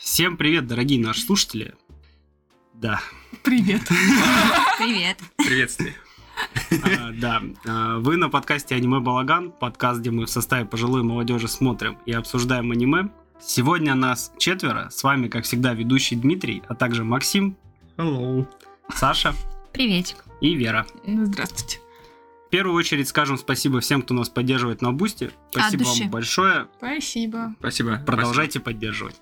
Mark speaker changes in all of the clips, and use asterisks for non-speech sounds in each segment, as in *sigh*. Speaker 1: Всем привет, дорогие наши слушатели. Да,
Speaker 2: Привет.
Speaker 3: Привет.
Speaker 4: Приветствие.
Speaker 1: а, да. А, Вы на подкасте «Аниме Балаган», подкаст, где мы в составе пожилой молодежи смотрим и обсуждаем аниме. Сегодня нас четверо, с вами, как всегда, ведущий Дмитрий, а также Максим,
Speaker 4: Hello.
Speaker 1: Саша
Speaker 3: Приветик.
Speaker 1: и Вера.
Speaker 2: Ну, Здравствуйте.
Speaker 1: В первую очередь скажем спасибо всем, кто нас поддерживает на Бусти. Спасибо
Speaker 3: души.
Speaker 1: вам большое.
Speaker 2: Спасибо.
Speaker 4: Спасибо.
Speaker 1: Продолжайте поддерживать.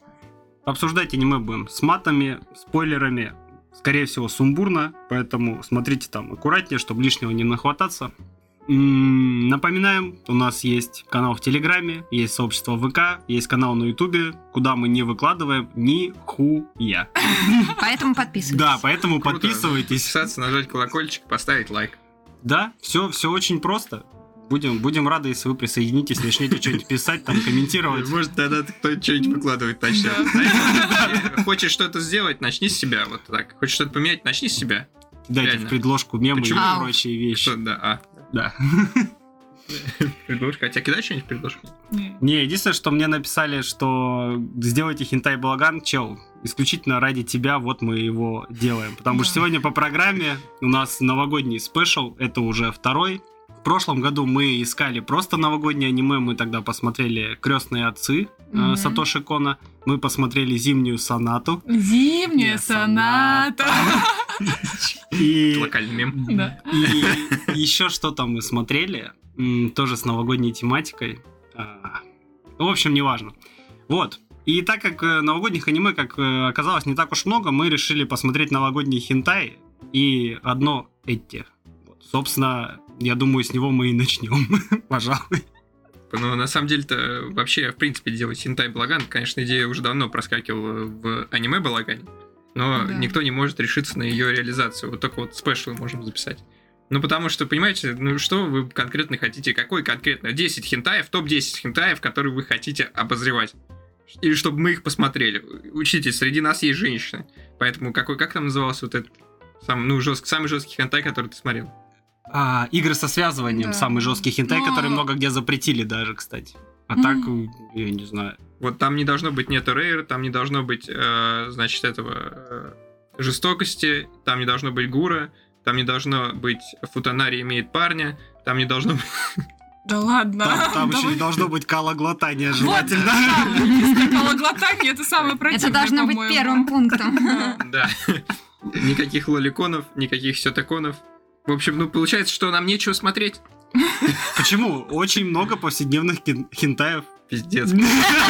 Speaker 1: Обсуждать аниме будем с матами, спойлерами. Скорее всего, сумбурно, поэтому смотрите там аккуратнее, чтобы лишнего не нахвататься. М, Напоминаем, у нас есть канал в Телеграме, есть сообщество в ВК, есть канал на Ютубе, куда мы не выкладываем нихуя.
Speaker 3: Поэтому подписывайтесь.
Speaker 1: Да, поэтому
Speaker 4: Круто.
Speaker 1: подписывайтесь.
Speaker 4: Подписаться, нажать колокольчик, поставить лайк.
Speaker 1: Да, все, все очень просто. Будем, будем рады, если вы присоединитесь, начнете что-нибудь писать, там, комментировать.
Speaker 4: Может, тогда кто-нибудь что-нибудь выкладывать начнет. Знаешь, Хочешь что-то сделать, начни с себя. Вот так. Хочешь что-то поменять, начни с себя.
Speaker 1: Дайте в
Speaker 4: реально.
Speaker 1: предложку мемы
Speaker 4: Почему?
Speaker 1: и
Speaker 3: Ау.
Speaker 1: прочие вещи.
Speaker 4: Что, да,
Speaker 1: Да.
Speaker 4: а. Предложка. А тебя кидай что-нибудь в предложку?
Speaker 1: Не, единственное, что мне написали, что сделайте хентай балаган, чел, исключительно ради тебя, вот мы его делаем. Потому что
Speaker 2: Да.
Speaker 1: сегодня по программе у нас новогодний спешл, это уже второй. В прошлом году мы искали просто новогоднее аниме, мы тогда посмотрели «Крестные отцы» э,
Speaker 2: Мгм.
Speaker 1: Сатоши Кона, мы посмотрели «Зимнюю сонату».
Speaker 2: Зимняя
Speaker 1: Я *laughs*
Speaker 2: соната.
Speaker 1: И...
Speaker 4: Локальный мем.
Speaker 2: Да.
Speaker 1: И *laughs* еще что-то мы смотрели, м, тоже с новогодней тематикой. А, ну, В общем, неважно. Вот. И так как э, новогодних аниме, как э, оказалось, не так уж много, мы решили посмотреть новогодний хентай и одно эти. Вот. Собственно, я думаю, с него мы и начнем, *laughs* пожалуй.
Speaker 4: Ну, на самом деле-то, вообще, в принципе, делать хентай балаган, конечно, идея уже давно проскакивала в аниме балагане, но
Speaker 2: Да.
Speaker 4: никто не может решиться на ее реализацию. Вот только вот спешлы можем записать. Ну, потому что, понимаете, ну что вы конкретно хотите, какой конкретно? 10 хентаев, топ-10 хентаев, которые вы хотите обозревать. Или чтобы мы их посмотрели. Учитесь, среди нас есть женщины. Поэтому какой, как там назывался вот этот сам, ну, жесткий, самый жесткий хентай, который ты смотрел?
Speaker 1: А, игры со связыванием,
Speaker 2: Да. Ну.
Speaker 1: самый жесткий хентай,
Speaker 2: Но-
Speaker 1: который много где запретили даже, кстати. А так, я не знаю.
Speaker 4: Вот там не должно быть нет рейра, там не должно быть, э, значит, этого э, жестокости, там не должно быть гура, там не должно быть футанари имеет парня, там не должно *laughs* быть...
Speaker 2: Да ладно.
Speaker 1: Там, там еще
Speaker 2: Давай.
Speaker 1: не должно быть калоглотания желательно.
Speaker 2: Да, вот если калоглотание, это самое противное,
Speaker 3: Это должно быть
Speaker 2: по-моему.
Speaker 3: первым *laughs* пунктом.
Speaker 4: Да. Никаких лоликонов, никаких сетаконов. В общем, ну получается, что нам нечего смотреть.
Speaker 1: Почему? Очень много повседневных кин-
Speaker 2: *laughs*
Speaker 1: хентаев.
Speaker 4: Пиздец.
Speaker 2: Ну,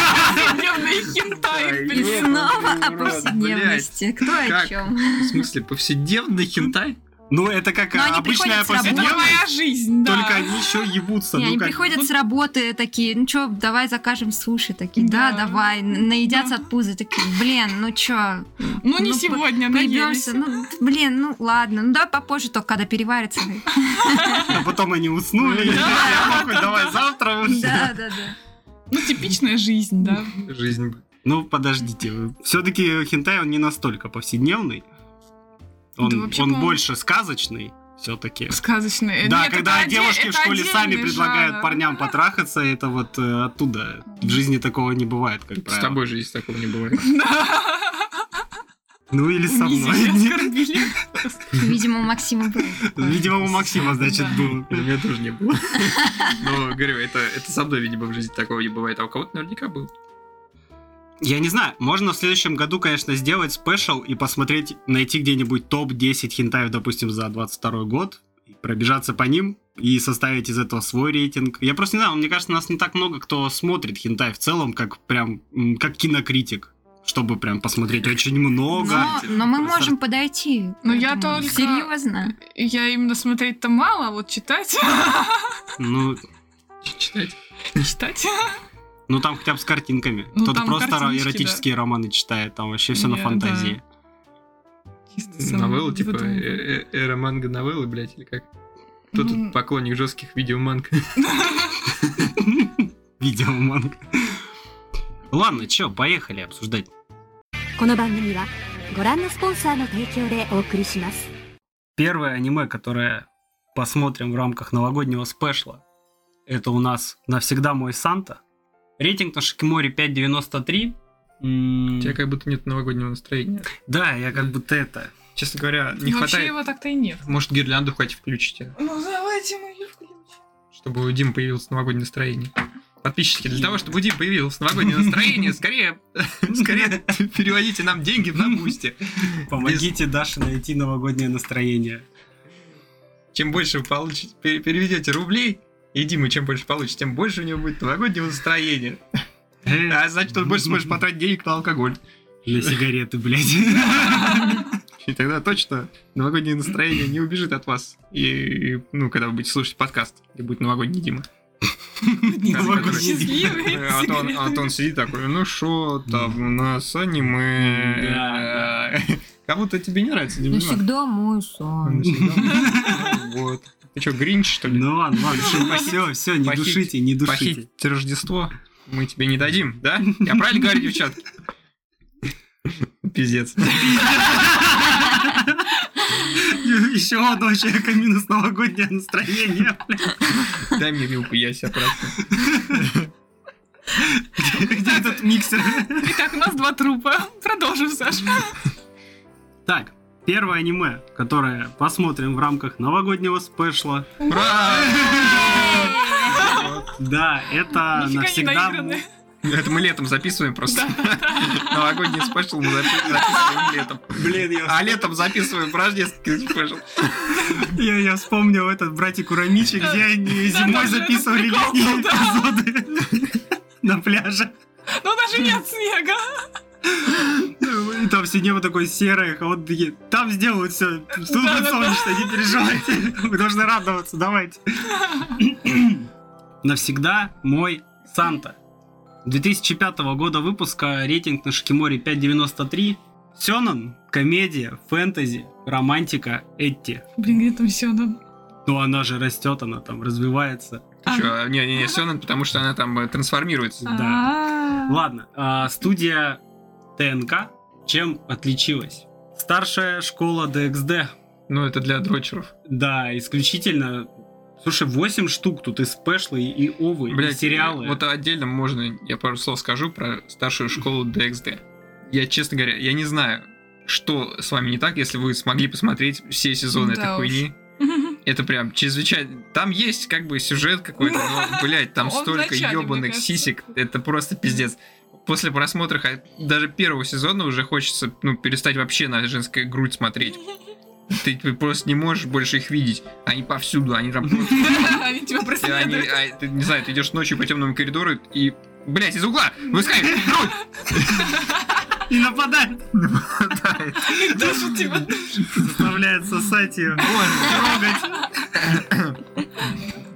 Speaker 2: Повседневные хентаи,
Speaker 3: И
Speaker 2: блин.
Speaker 3: снова
Speaker 1: ну,
Speaker 4: Блин,
Speaker 3: о
Speaker 4: урод,
Speaker 3: повседневности. Кто о
Speaker 4: Как?
Speaker 3: чем?
Speaker 4: *laughs* В смысле, повседневный хентай?
Speaker 1: Ну, это как
Speaker 3: Но они
Speaker 1: обычная
Speaker 3: приходят с работы.
Speaker 2: Это
Speaker 1: повседневная,
Speaker 2: моя жизнь, да.
Speaker 1: только они еще ебутся.
Speaker 3: Не,
Speaker 1: ну
Speaker 3: они
Speaker 1: как?
Speaker 3: приходят с работы такие, ну чё, давай закажем суши такие, да,
Speaker 2: Да.
Speaker 3: давай, Н- наедятся
Speaker 2: Да.
Speaker 3: от пузы такие, блин, ну чё,
Speaker 2: Ну, не
Speaker 3: ну,
Speaker 2: сегодня, наелись.
Speaker 3: поебёмся, ну блин, ну ладно, ну давай попозже только,
Speaker 1: *laughs*
Speaker 3: когда переварится.
Speaker 1: А потом они уснули. *laughs*
Speaker 2: Да.
Speaker 1: Я такой, Давай завтра.
Speaker 3: Да, да, да.
Speaker 2: Ну, типичная жизнь, да.
Speaker 4: Жизнь.
Speaker 1: Ну, подождите. Все-таки хентай, он не настолько повседневный.
Speaker 2: Да
Speaker 1: Он
Speaker 2: вообще,
Speaker 1: он
Speaker 2: по-моему-
Speaker 1: больше сказочный все-таки.
Speaker 2: Сказочная.
Speaker 1: Да,
Speaker 2: Нет,
Speaker 1: когда
Speaker 2: это оде-
Speaker 1: девушки в
Speaker 2: это
Speaker 1: школе сами
Speaker 2: отдельный
Speaker 1: предлагают
Speaker 2: жанр.
Speaker 1: парням потрахаться, это вот э, оттуда. В жизни такого не бывает, как
Speaker 4: С
Speaker 1: правило.
Speaker 4: тобой жизнь такого не *laughs* бывает.
Speaker 2: Да.
Speaker 1: Ну или *laughs* со
Speaker 2: Унизили,
Speaker 1: мной.
Speaker 2: оскорбили.
Speaker 3: Видимо, у Максима был.
Speaker 1: *laughs* Видимо, у Максима, значит,
Speaker 2: Да.
Speaker 1: было.
Speaker 4: Ну, У меня тоже не было. Но, говорю, это, это со мной, видимо, в жизни такого не бывает, а у кого-то наверняка был.
Speaker 1: Я не знаю, можно в следующем году, конечно, сделать спешл и посмотреть, найти где-нибудь топ-10 хентаев, допустим, за 22 год, и пробежаться по ним и составить из этого свой рейтинг. Я просто не знаю, мне кажется, нас не так много, кто смотрит хентай в целом, как прям, м, как кинокритик, чтобы прям посмотреть очень много.
Speaker 3: Но, но мы можем подойти.
Speaker 2: Ну,
Speaker 3: к
Speaker 2: я
Speaker 3: этому
Speaker 2: только-
Speaker 3: Серьезно.
Speaker 2: Я именно смотреть-то мало, а вот читать. *laughs*
Speaker 1: Ну,
Speaker 4: Ч- Читать.
Speaker 2: Читать.
Speaker 1: ну там хотя бы с картинками.
Speaker 2: Ну,
Speaker 1: Кто-то
Speaker 2: там
Speaker 1: просто ро-
Speaker 2: картиночки,
Speaker 1: эротические романы читает, там вообще все на
Speaker 2: Не,
Speaker 1: фантазии.
Speaker 2: Чисто сам
Speaker 4: Новелла, типа,
Speaker 2: задумываю.
Speaker 4: э- э- эра манга новеллы, блядь, или как? Кто
Speaker 2: Ну,
Speaker 4: тут поклонник жестких видеоманг?
Speaker 1: *laughs* Видеоманг. Ладно, чё, поехали обсуждать.
Speaker 5: この番組はご覧のスポンサーの提供でお送りします
Speaker 1: Первое аниме, которое посмотрим в рамках новогоднего спешла, это у нас «Навсегда мой Санта». Рейтинг на Шикиморе 5.93. М,
Speaker 4: У тебя как будто нет новогоднего настроения.
Speaker 1: Да, я как будто это.
Speaker 4: Честно говоря, не
Speaker 2: Вообще
Speaker 4: хватает.
Speaker 2: его так-то и нет.
Speaker 4: Может, гирлянду хоть включите,
Speaker 2: Ну, давайте мы ее включим.
Speaker 4: чтобы у Димы появилось новогоднее настроение. Подписчики, для того, чтобы у Димы появилось новогоднее настроение, скорее, *laughs* скорее переводите нам деньги на бусте.
Speaker 1: Помогите Даше найти новогоднее настроение.
Speaker 4: Чем больше вы получите, пере- переведете рублей, и Дима чем больше получит, тем больше у него будет новогоднего настроения. А значит, он больше сможет потратить денег на алкоголь.
Speaker 1: На сигареты, блядь.
Speaker 4: И тогда точно новогоднее настроение не убежит от вас. И, ну, когда вы будете слушать подкаст, и будет новогодний Дима.
Speaker 1: Типа,
Speaker 2: Типа,
Speaker 1: Новогодний день. «Э,
Speaker 2: Счастливые
Speaker 4: А то он- а то он сидит такой, ну что там у нас аниме.
Speaker 1: Да,
Speaker 4: *laughs* Как будто тебе не нравится
Speaker 3: Ну,
Speaker 4: Дима.
Speaker 3: всегда мой сон.
Speaker 4: ну, Вот. Ты что, Гринч, что ли?
Speaker 1: Ну ладно, ладно,
Speaker 4: Похитить.
Speaker 1: все, все, не
Speaker 4: Похитить.
Speaker 1: душите, не душите.
Speaker 4: Похитить Рождество мы тебе не дадим, да? Я правильно говорю, девчонки? *laughs* Пиздец.
Speaker 1: *laughs* Еще одного человека минус новогоднее настроение.
Speaker 4: Дай мне вилку, я себя прощу.
Speaker 1: Где этот миксер?
Speaker 2: сидит. Итак, у нас два трупа. Продолжим, Саша.
Speaker 1: Так, первое аниме, которое посмотрим в рамках новогоднего спешла.
Speaker 4: Ура!
Speaker 1: Да, это
Speaker 2: *laughs* Нифига не
Speaker 1: навсегда...
Speaker 2: наигранное.
Speaker 4: Это мы летом записываем просто. *laughs* Новогодний спешл мы запи- записываем летом.
Speaker 1: Блин, я,
Speaker 4: А летом записываем рождественский спешл.
Speaker 1: я, я вспомнил этот братик Урамичи, где они
Speaker 2: А- Да,
Speaker 1: зимой
Speaker 2: там же этот
Speaker 1: записывали
Speaker 2: прикол
Speaker 1: летние
Speaker 2: был, да.
Speaker 1: эпизоды *laughs* на пляже.
Speaker 2: Но даже нет снега.
Speaker 1: Ну, И там все небо такое серое, а вот такие, там сделают все, тут будет
Speaker 2: Да-да-да.
Speaker 1: солнечно, не переживайте, вы должны радоваться, давайте. *clears throat* Навсегда мой Санта. 2005 года выпуска, рейтинг на Шикиморе 5.93. Сёнэн, комедия, фэнтези, романтика, Этти.
Speaker 2: Блин, где там все?
Speaker 1: Ну она же растет, она там развивается.
Speaker 4: Чё, Не-не-не, Сёнэн, потому что она там э, трансформируется.
Speaker 1: Да. Ладно, а, студия ТНК чем отличилась? Старшая школа ДХД.
Speaker 4: Ну, это для дрочеров.
Speaker 1: Да, исключительно. Слушай, 8 штук тут и спешлы, и овы, и
Speaker 4: Блять,
Speaker 1: сериалы.
Speaker 4: Вот отдельно можно, я пару слов скажу про старшую школу DXD. Я, честно говоря, я не знаю, что с вами не так, если вы смогли посмотреть все сезоны
Speaker 2: Да
Speaker 4: этой
Speaker 2: уж. *laughs*
Speaker 4: хуйни. Это прям чрезвычайно... Там есть как бы сюжет какой-то,
Speaker 2: *laughs*
Speaker 4: но, блядь, там
Speaker 2: Он
Speaker 4: столько
Speaker 2: вначале, мне
Speaker 4: ебаных
Speaker 2: кажется.
Speaker 4: сисек. Это просто пиздец. После просмотра хо- даже первого сезона уже хочется ну, перестать вообще на женскую грудь
Speaker 2: *laughs*
Speaker 4: смотреть. Ты, ты просто не можешь больше их видеть. Они повсюду, они там просто
Speaker 2: Они тебя
Speaker 4: и они-
Speaker 2: преследуют.
Speaker 4: а, ты, не знаю, ты идешь ночью по темному коридору и, блять, из угла выскакивает грудь!
Speaker 1: *laughs* И нападает,
Speaker 2: И душат тебя.
Speaker 1: заставляет сосать ее. трогать.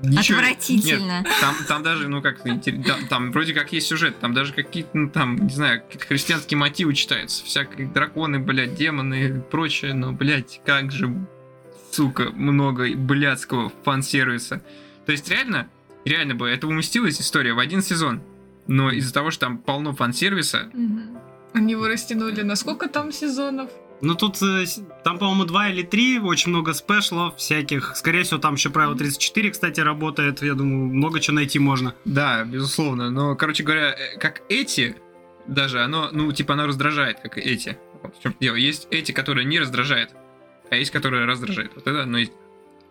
Speaker 4: Ничего-
Speaker 3: Отвратительно.
Speaker 4: Нет, там, там даже, ну как, интерес- там, там вроде как есть сюжет, там даже какие-то, ну там, не знаю, какие-то христианские мотивы читаются. Всякие драконы, блядь, демоны и прочее, но, блядь, как же, сука, много блядского фан-сервиса. То есть реально, реально бы это уместилась история в один сезон. Но из-за того, что там полно фан-сервиса,
Speaker 2: Мгм. Они его растянули на сколько там сезонов?
Speaker 1: Ну тут, э, с- там, по-моему, два или три, очень много спешлов всяких. Скорее всего, там еще правило 34, кстати, работает. Я думаю, много чего найти можно.
Speaker 4: Да, безусловно. Но, короче говоря, э, как эти, даже оно, ну, типа, оно раздражает, как и эти. Вот в чем дело. Есть эти, которые не раздражают, а есть, которые раздражают. Вот это, ну, есть.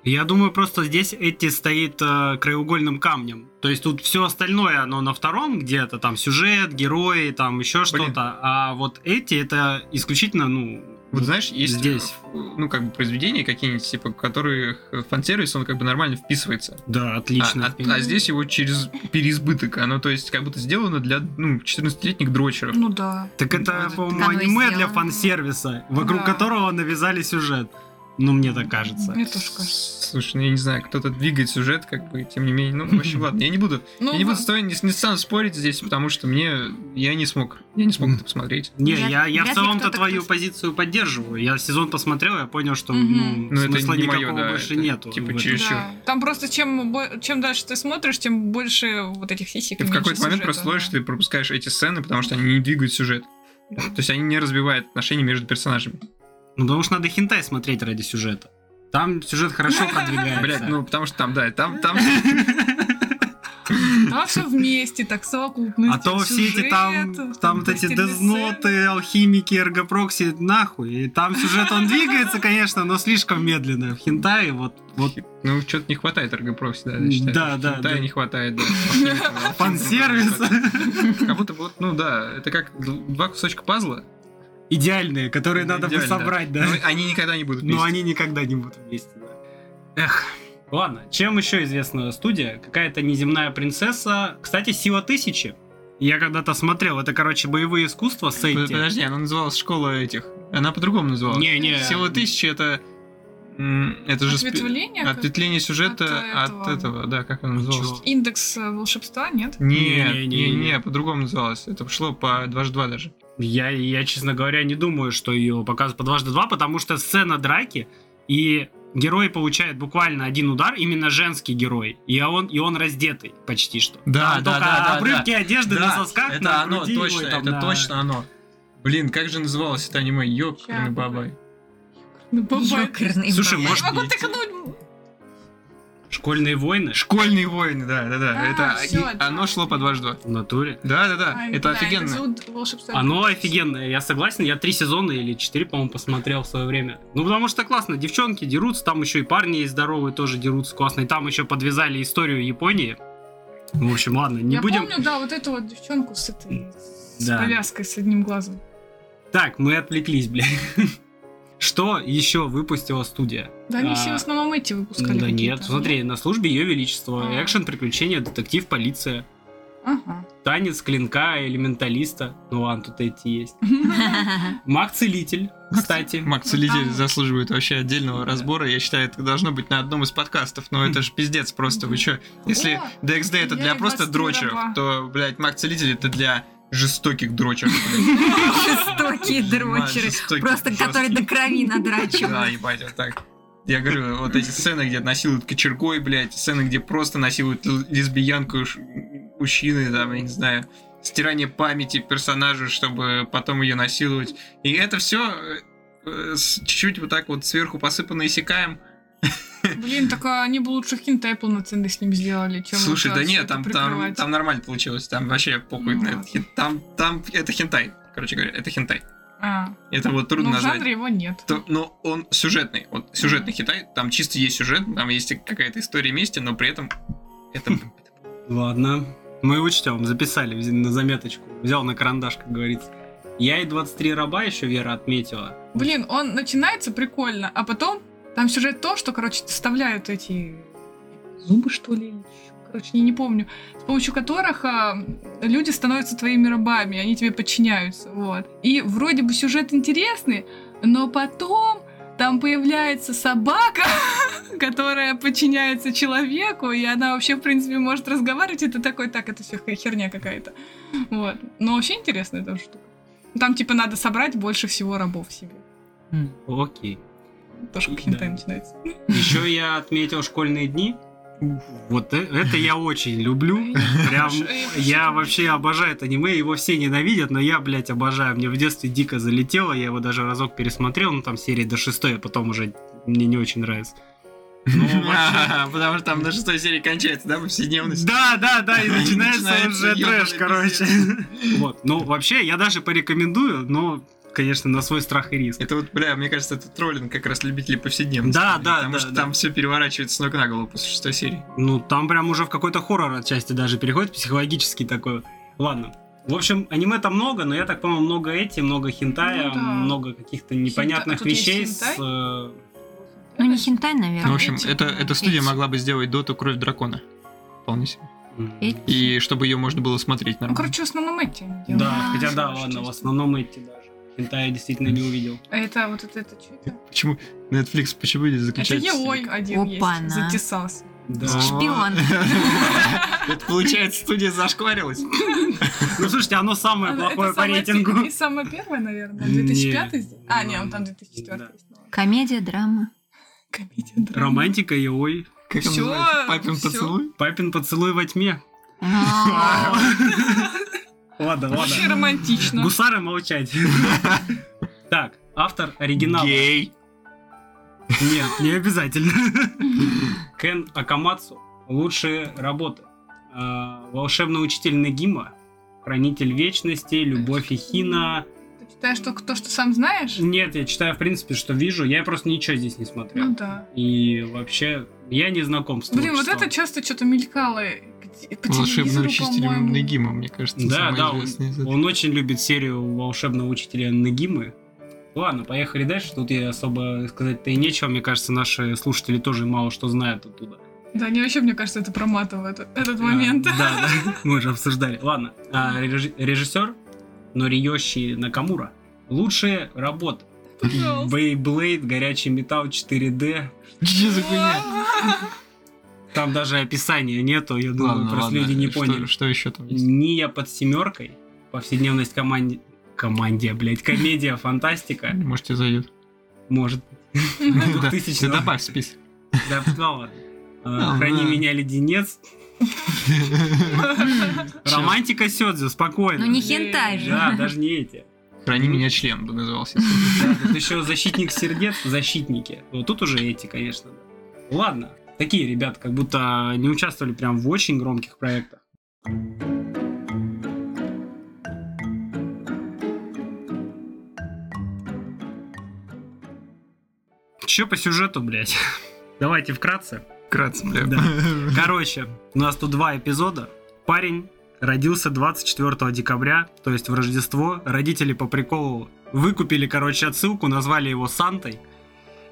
Speaker 1: Я думаю, просто здесь эти стоит э, краеугольным камнем. То есть тут все остальное, оно на втором где-то, там сюжет, герои, там еще что-то. А вот эти, это исключительно, ну...
Speaker 4: Вот знаешь, есть
Speaker 1: Здесь.
Speaker 4: э, ну, как бы произведения какие-нибудь, типа, в которых фан-сервис, он как бы нормально вписывается.
Speaker 1: Да,
Speaker 4: А,
Speaker 1: отлично.
Speaker 4: а- а здесь его через переизбыток. Оно, то есть, как будто сделано для, ну, 14-летних дрочеров.
Speaker 2: Ну да.
Speaker 1: Так это,
Speaker 4: Вот
Speaker 1: по-моему,
Speaker 3: так оно и
Speaker 1: аниме
Speaker 3: сделано.
Speaker 1: для фан-сервиса, вокруг
Speaker 2: Да.
Speaker 1: которого навязали сюжет. Ну, мне так кажется.
Speaker 2: Мне тоже кажется.
Speaker 4: Слушай, ну я не знаю, кто-то двигает сюжет, как бы, тем не менее. Ну, в общем, ладно, я не буду
Speaker 2: Ну,
Speaker 4: я не буду
Speaker 2: вот,
Speaker 4: с тобой, не, не стану спорить здесь, потому что мне я не смог, я не смог это посмотреть.
Speaker 1: Не,
Speaker 3: Вряд-
Speaker 1: я, я в
Speaker 3: вряд ли
Speaker 1: целом-то
Speaker 3: кто-то
Speaker 1: твою
Speaker 3: кто-
Speaker 1: позицию поддерживаю. Я сезон посмотрел, я понял, что
Speaker 2: Мгм.
Speaker 1: ну,
Speaker 4: Ну, это
Speaker 1: смысла
Speaker 4: не моё,
Speaker 1: никакого
Speaker 4: да,
Speaker 1: больше
Speaker 4: это
Speaker 1: нету.
Speaker 4: типа
Speaker 1: в этом.
Speaker 4: через- еще.
Speaker 2: да. Там просто чем, бо- чем дальше ты смотришь, тем больше вот этих сисек.
Speaker 4: Ты
Speaker 2: и
Speaker 4: в
Speaker 2: меньше
Speaker 4: какой-то момент
Speaker 2: сюжета,
Speaker 4: просто
Speaker 2: да.
Speaker 4: ловишь, ты пропускаешь эти сцены, потому что они не двигают сюжет.
Speaker 2: Да.
Speaker 4: То есть они не развивают отношения между персонажами.
Speaker 1: Ну, потому что надо хентай смотреть ради сюжета.
Speaker 3: *laughs*
Speaker 4: ну,
Speaker 1: Там сюжет хорошо продвигается.
Speaker 4: Блять, ну потому что там, да, там, там,
Speaker 2: *laughs* Да, все вместе, так совокупно.
Speaker 1: А то все эти там, там вот эти дезноты, алхимики, эргопрокси, нахуй. И там сюжет, он двигается, конечно, но слишком медленно. В хентае вот, вот
Speaker 4: Ну, что-то не хватает РГПрокси, да, я считаю.
Speaker 1: Да, да,
Speaker 4: Хентая
Speaker 1: да.
Speaker 4: не хватает, да.
Speaker 1: фан-сервис.
Speaker 4: Как будто бы, вот, ну да, это как д- два кусочка пазла.
Speaker 1: Ну, Идеальные, которые надо бы
Speaker 4: Идеально,
Speaker 1: собрать, *laughs* да.
Speaker 4: Но они никогда не будут
Speaker 1: Но
Speaker 4: вместе.
Speaker 1: Ну, они никогда не будут вместе, да. Эх. Ладно, чем еще известна студия? Какая-то неземная принцесса. Кстати, Сила Тысячи. Я когда-то смотрел, это, короче, боевые искусства с
Speaker 4: Под- Подожди, она называлась школа этих. Она по-другому называлась.
Speaker 1: Не-не.
Speaker 4: Сила тысячи это... м, Это же спе-
Speaker 2: Ответвление? как-
Speaker 4: ответвление сюжета
Speaker 2: От
Speaker 4: от
Speaker 2: этого.
Speaker 4: этого, да, как она называлась?
Speaker 1: Чего?
Speaker 2: Индекс э, волшебства, нет?
Speaker 4: Не,
Speaker 1: Не-не-не-не.
Speaker 4: не, не, по-другому называлось. Это шло по 22 даже.
Speaker 1: Я, я, честно говоря, не думаю, что ее показывают по дважды два, потому что сцена драки, и герой получает буквально один удар, именно женский герой, и он, и он раздетый почти что.
Speaker 4: Да,
Speaker 1: Там
Speaker 4: да,
Speaker 1: только
Speaker 4: да, да,
Speaker 1: обрывки одежды на сосках,
Speaker 4: это
Speaker 1: на
Speaker 4: оно,
Speaker 1: груди его и
Speaker 4: точно,
Speaker 1: там
Speaker 4: это
Speaker 1: на-
Speaker 4: точно оно. Блин, как же называлось это аниме? Ёкарный
Speaker 2: Ща.
Speaker 4: бабай.
Speaker 2: Ну, бывает.
Speaker 3: Ёкарный
Speaker 1: Слушай,
Speaker 3: бабай.
Speaker 2: Я
Speaker 1: может,
Speaker 2: не могу
Speaker 1: идти.
Speaker 2: тыкнуть.
Speaker 1: Школьные войны
Speaker 4: Школьные войны, да, да, да.
Speaker 2: А,
Speaker 4: это
Speaker 2: всё,
Speaker 4: и- оно
Speaker 2: да.
Speaker 4: шло по 22.
Speaker 1: в натуре.
Speaker 4: Да, да, да.
Speaker 2: Ай,
Speaker 4: это
Speaker 2: да,
Speaker 4: офигенно.
Speaker 2: зовут волшебство.
Speaker 1: Оно офигенное, я согласен, я три сезона или четыре, по-моему, посмотрел в свое время. Ну, потому что классно, девчонки дерутся, там еще и парни есть здоровые тоже дерутся, классно, и там еще подвязали историю Японии. В общем, ладно, не
Speaker 2: Я
Speaker 1: будем...
Speaker 2: помню, да, вот эту вот девчонку с этой... С
Speaker 1: Да.
Speaker 2: повязкой, с одним глазом.
Speaker 1: Так, мы отвлеклись, бля. *laughs* Что еще выпустила студия?
Speaker 2: Да они
Speaker 1: А,
Speaker 2: все в основном эти выпускали
Speaker 1: да
Speaker 2: какие-то.
Speaker 1: нет, смотри, на службе ее величество,
Speaker 2: А.
Speaker 1: экшен, приключения, детектив, полиция,
Speaker 2: Ага.
Speaker 1: танец, клинка, элементалиста. Ну ладно, тут эти есть. Маг-целитель, кстати.
Speaker 4: Мак Целитель
Speaker 2: Там-
Speaker 4: заслуживает вообще отдельного
Speaker 1: Да.
Speaker 4: разбора. Я считаю, это должно быть на одном из подкастов. Но это же пиздец просто. Вы чё? Если
Speaker 2: О,
Speaker 4: DXD это
Speaker 2: я
Speaker 4: для
Speaker 2: и
Speaker 4: просто
Speaker 2: 23
Speaker 4: дрочеров,
Speaker 2: раба.
Speaker 4: то, блядь, Мак Целитель это для жестоких дрочеров.
Speaker 3: Жестокие дрочеры. Просто которые до крови
Speaker 4: Да,
Speaker 3: надрачивают.
Speaker 4: ебать, вот так. Я говорю, вот эти сцены, где насилуют кочергой, блядь, сцены, где просто насилуют л- лесбиянку, ш- мужчины, там, я не знаю, стирание памяти персонажа, чтобы потом ее насиловать. И это все чуть-чуть вот так вот сверху посыпано иссякаем.
Speaker 2: Блин, так а они бы лучше хинтай полноценный с ним сделали, чем
Speaker 4: Слушай,
Speaker 2: вот
Speaker 4: да
Speaker 2: всё
Speaker 4: нет,
Speaker 2: это
Speaker 4: там, там,
Speaker 2: прикрывать.
Speaker 4: там нормально получилось, там вообще похуй
Speaker 2: Ну
Speaker 4: на
Speaker 2: ладно.
Speaker 4: этот хен- Там, там это хентай, короче говоря, это хентай.
Speaker 2: А,
Speaker 4: Это вот трудно
Speaker 2: ну, в
Speaker 4: назвать.
Speaker 2: жанре его нет.
Speaker 4: То- но он сюжетный. Вот сюжетный Китай, там чисто есть сюжет, там есть какая-то история мести, но при этом
Speaker 1: *laughs*
Speaker 4: это...
Speaker 1: Ладно, мы учтем, записали вз- на заметочку, взял на карандаш, как говорится. Я и 23 раба еще Вера отметила.
Speaker 2: Блин, он начинается прикольно, а потом там сюжет то, что, короче, вставляют эти зубы, что ли, или чё, короче, я не помню, с помощью которых а, люди становятся твоими рабами, они тебе подчиняются, вот. И вроде бы сюжет интересный, но потом там появляется собака, *laughs* которая подчиняется человеку, и она вообще, в принципе, может разговаривать, и ты такой, так, это все херня какая-то. Вот. Но вообще интересная эта штука. Там, типа, надо собрать больше всего рабов себе.
Speaker 1: Окей.
Speaker 2: Тоже как
Speaker 1: Да.
Speaker 2: хентай начинается.
Speaker 1: Еще я отметил школьные дни. Вот э- это я очень люблю. Прям я вообще обожаю это аниме, его все ненавидят, но я, блядь, обожаю. Мне в детстве дико залетело, я его даже разок пересмотрел, ну там серии до шестой, а потом уже мне не очень нравится. Ну, вообще-
Speaker 4: Потому что там на шестой серии кончается, да, повседневность?
Speaker 1: Да, да,
Speaker 4: *laughs*
Speaker 1: да, и начинается
Speaker 4: Начинается
Speaker 1: уже
Speaker 4: ёбаный
Speaker 1: трэш,
Speaker 4: пиздец.
Speaker 1: короче. Вот, ну вообще я даже порекомендую, но, конечно, на свой страх и риск.
Speaker 4: Это вот, бля, мне кажется, это троллинг как раз любителей повседневности.
Speaker 1: Да, да,
Speaker 4: Потому
Speaker 1: да,
Speaker 4: что
Speaker 1: да.
Speaker 4: там все переворачивается с ног на голову после шестой серии.
Speaker 1: Ну, там прям уже в какой-то хоррор отчасти даже переходит, психологический такой. Ладно. В общем, аниме-то много, но я так понимаю, много эти, много хентая,
Speaker 2: Ну да.
Speaker 1: много каких-то непонятных
Speaker 2: Хента- тут есть
Speaker 1: вещей с,
Speaker 2: хентай?
Speaker 1: э,
Speaker 3: Ну, не хентай, наверное.
Speaker 4: Ну, в общем,
Speaker 2: эти,
Speaker 4: это,
Speaker 2: да,
Speaker 4: эта студия
Speaker 3: эти.
Speaker 4: могла бы сделать доту Кровь Дракона. Вполне себе.
Speaker 1: м,
Speaker 3: Эти.
Speaker 4: И чтобы ее можно было смотреть
Speaker 2: Ну,
Speaker 4: нормально.
Speaker 2: короче, в основном эти. делают.
Speaker 1: Да,
Speaker 3: Да,
Speaker 1: хотя да,
Speaker 2: Слушай,
Speaker 1: ладно, в
Speaker 2: честно.
Speaker 1: основном эти даже. Хентая я действительно не увидел.
Speaker 2: А это вот это, это что это?
Speaker 4: Почему Netflix, почему не
Speaker 2: Это
Speaker 4: заключается?
Speaker 1: E
Speaker 2: Еой один
Speaker 3: Опа-на.
Speaker 2: есть, затесался.
Speaker 1: Да.
Speaker 3: Шпион.
Speaker 4: А. *laughs* Это получается, студия зашкварилась.
Speaker 1: Ну, слушайте, оно самое
Speaker 2: *laughs* А, Это
Speaker 1: плохое по
Speaker 2: самое пе-
Speaker 1: рейтингу.
Speaker 2: И самое первое, наверное,
Speaker 1: Нет.
Speaker 2: 2005 здесь? А, нет, он там
Speaker 1: Да.
Speaker 2: 2004 есть. ну ладно.
Speaker 3: Комедия, драма.
Speaker 2: Комедия, драма.
Speaker 1: Романтика, и ой.
Speaker 4: Как
Speaker 2: Всё,
Speaker 4: он называется? Папин
Speaker 2: всё.
Speaker 4: поцелуй?
Speaker 1: Папин поцелуй во тьме.
Speaker 3: А,
Speaker 1: *laughs* Ладно,
Speaker 2: Вообще
Speaker 1: ладно.
Speaker 2: романтично.
Speaker 1: Гусары
Speaker 2: *laughs*
Speaker 1: молчать. Так, автор оригинала.
Speaker 4: Гей.
Speaker 2: *laughs*
Speaker 1: Нет, не обязательно. Кен Акамацу. Лучшие работы. э, волшебный учитель Нагима, хранитель вечности, любовь и хина.
Speaker 2: Ты читаешь только то, что сам знаешь?
Speaker 1: Нет, я читаю, в принципе, что вижу. Я просто ничего здесь не смотрел.
Speaker 2: Ну да.
Speaker 1: И вообще, я не знаком с
Speaker 2: Блин, вот
Speaker 1: творчеством.
Speaker 2: это часто что-то мелькало э, по те- по
Speaker 4: Волшебный
Speaker 2: телевизору,
Speaker 4: учитель
Speaker 2: по-моему.
Speaker 4: Нагима, мне кажется,
Speaker 1: Да,
Speaker 4: самый
Speaker 1: да, он,
Speaker 4: известный из этого.
Speaker 1: он очень любит серию волшебного учителя Нагимы. Ладно, поехали дальше. Тут я особо сказать-то и нечего. Мне кажется, наши слушатели тоже мало что знают оттуда.
Speaker 2: Да, они вообще, мне кажется, это проматывают, этот- этот
Speaker 1: А,
Speaker 2: момент.
Speaker 1: Да, да, *laughs* мы уже обсуждали. Ладно, а, реж- режиссер Нориёши Накамура. Лучшие работы.
Speaker 2: *laughs* Пожалуйста.
Speaker 1: Бейблейд, горячий металл, 4D.
Speaker 4: *laughs* Че за
Speaker 2: *laughs*
Speaker 4: хуйня?
Speaker 1: Там даже описания нету, я думаю,
Speaker 4: Ладно,
Speaker 1: просто
Speaker 4: ладно,
Speaker 1: люди не
Speaker 4: что-
Speaker 1: поняли.
Speaker 4: Что еще там есть?
Speaker 1: Ния под семеркой. Повседневность команде... Команде, блядь, комедия, фантастика.
Speaker 4: Может, тебе зайдет.
Speaker 1: Может,
Speaker 4: Да,
Speaker 1: Двухтысячного.
Speaker 4: Ты добавь в список.
Speaker 1: да, ну ладно. А,
Speaker 4: Ну,
Speaker 1: Храни
Speaker 4: ладно.
Speaker 1: меня, леденец. Романтика Сёдзю, спокойно.
Speaker 3: Ну не хентай же.
Speaker 1: Да, даже не эти.
Speaker 4: Храни меня член бы назывался.
Speaker 1: Да, Тут еще защитник сердец, защитники. Вот тут уже эти, конечно. да. Ладно, такие ребят как будто не участвовали прям в очень громких проектах. Че по сюжету, блядь? *laughs* Давайте вкратце.
Speaker 4: Кратце, бля.
Speaker 1: Да.
Speaker 4: *laughs*
Speaker 1: Короче, у нас тут два эпизода. Парень родился 24 декабря, то есть в Рождество. Родители по приколу выкупили, короче, отсылку, назвали его Сантой.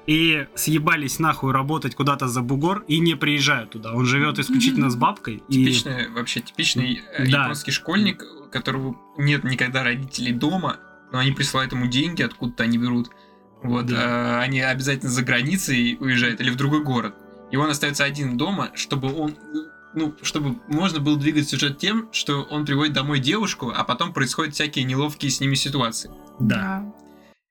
Speaker 1: И съебались нахуй работать куда-то за бугор и не приезжают туда. Он живет исключительно с бабкой. и-
Speaker 4: Типичный, вообще типичный э,
Speaker 1: Да.
Speaker 4: японский школьник, у которого нет никогда родителей дома, но они присылают ему деньги, откуда-то они берут. Вот, э, они обязательно за границей уезжают или в другой город. И он остается один дома, чтобы он ну, чтобы можно было двигать сюжет тем, что он приводит домой девушку, а потом происходят всякие неловкие с ними ситуации.
Speaker 1: Да.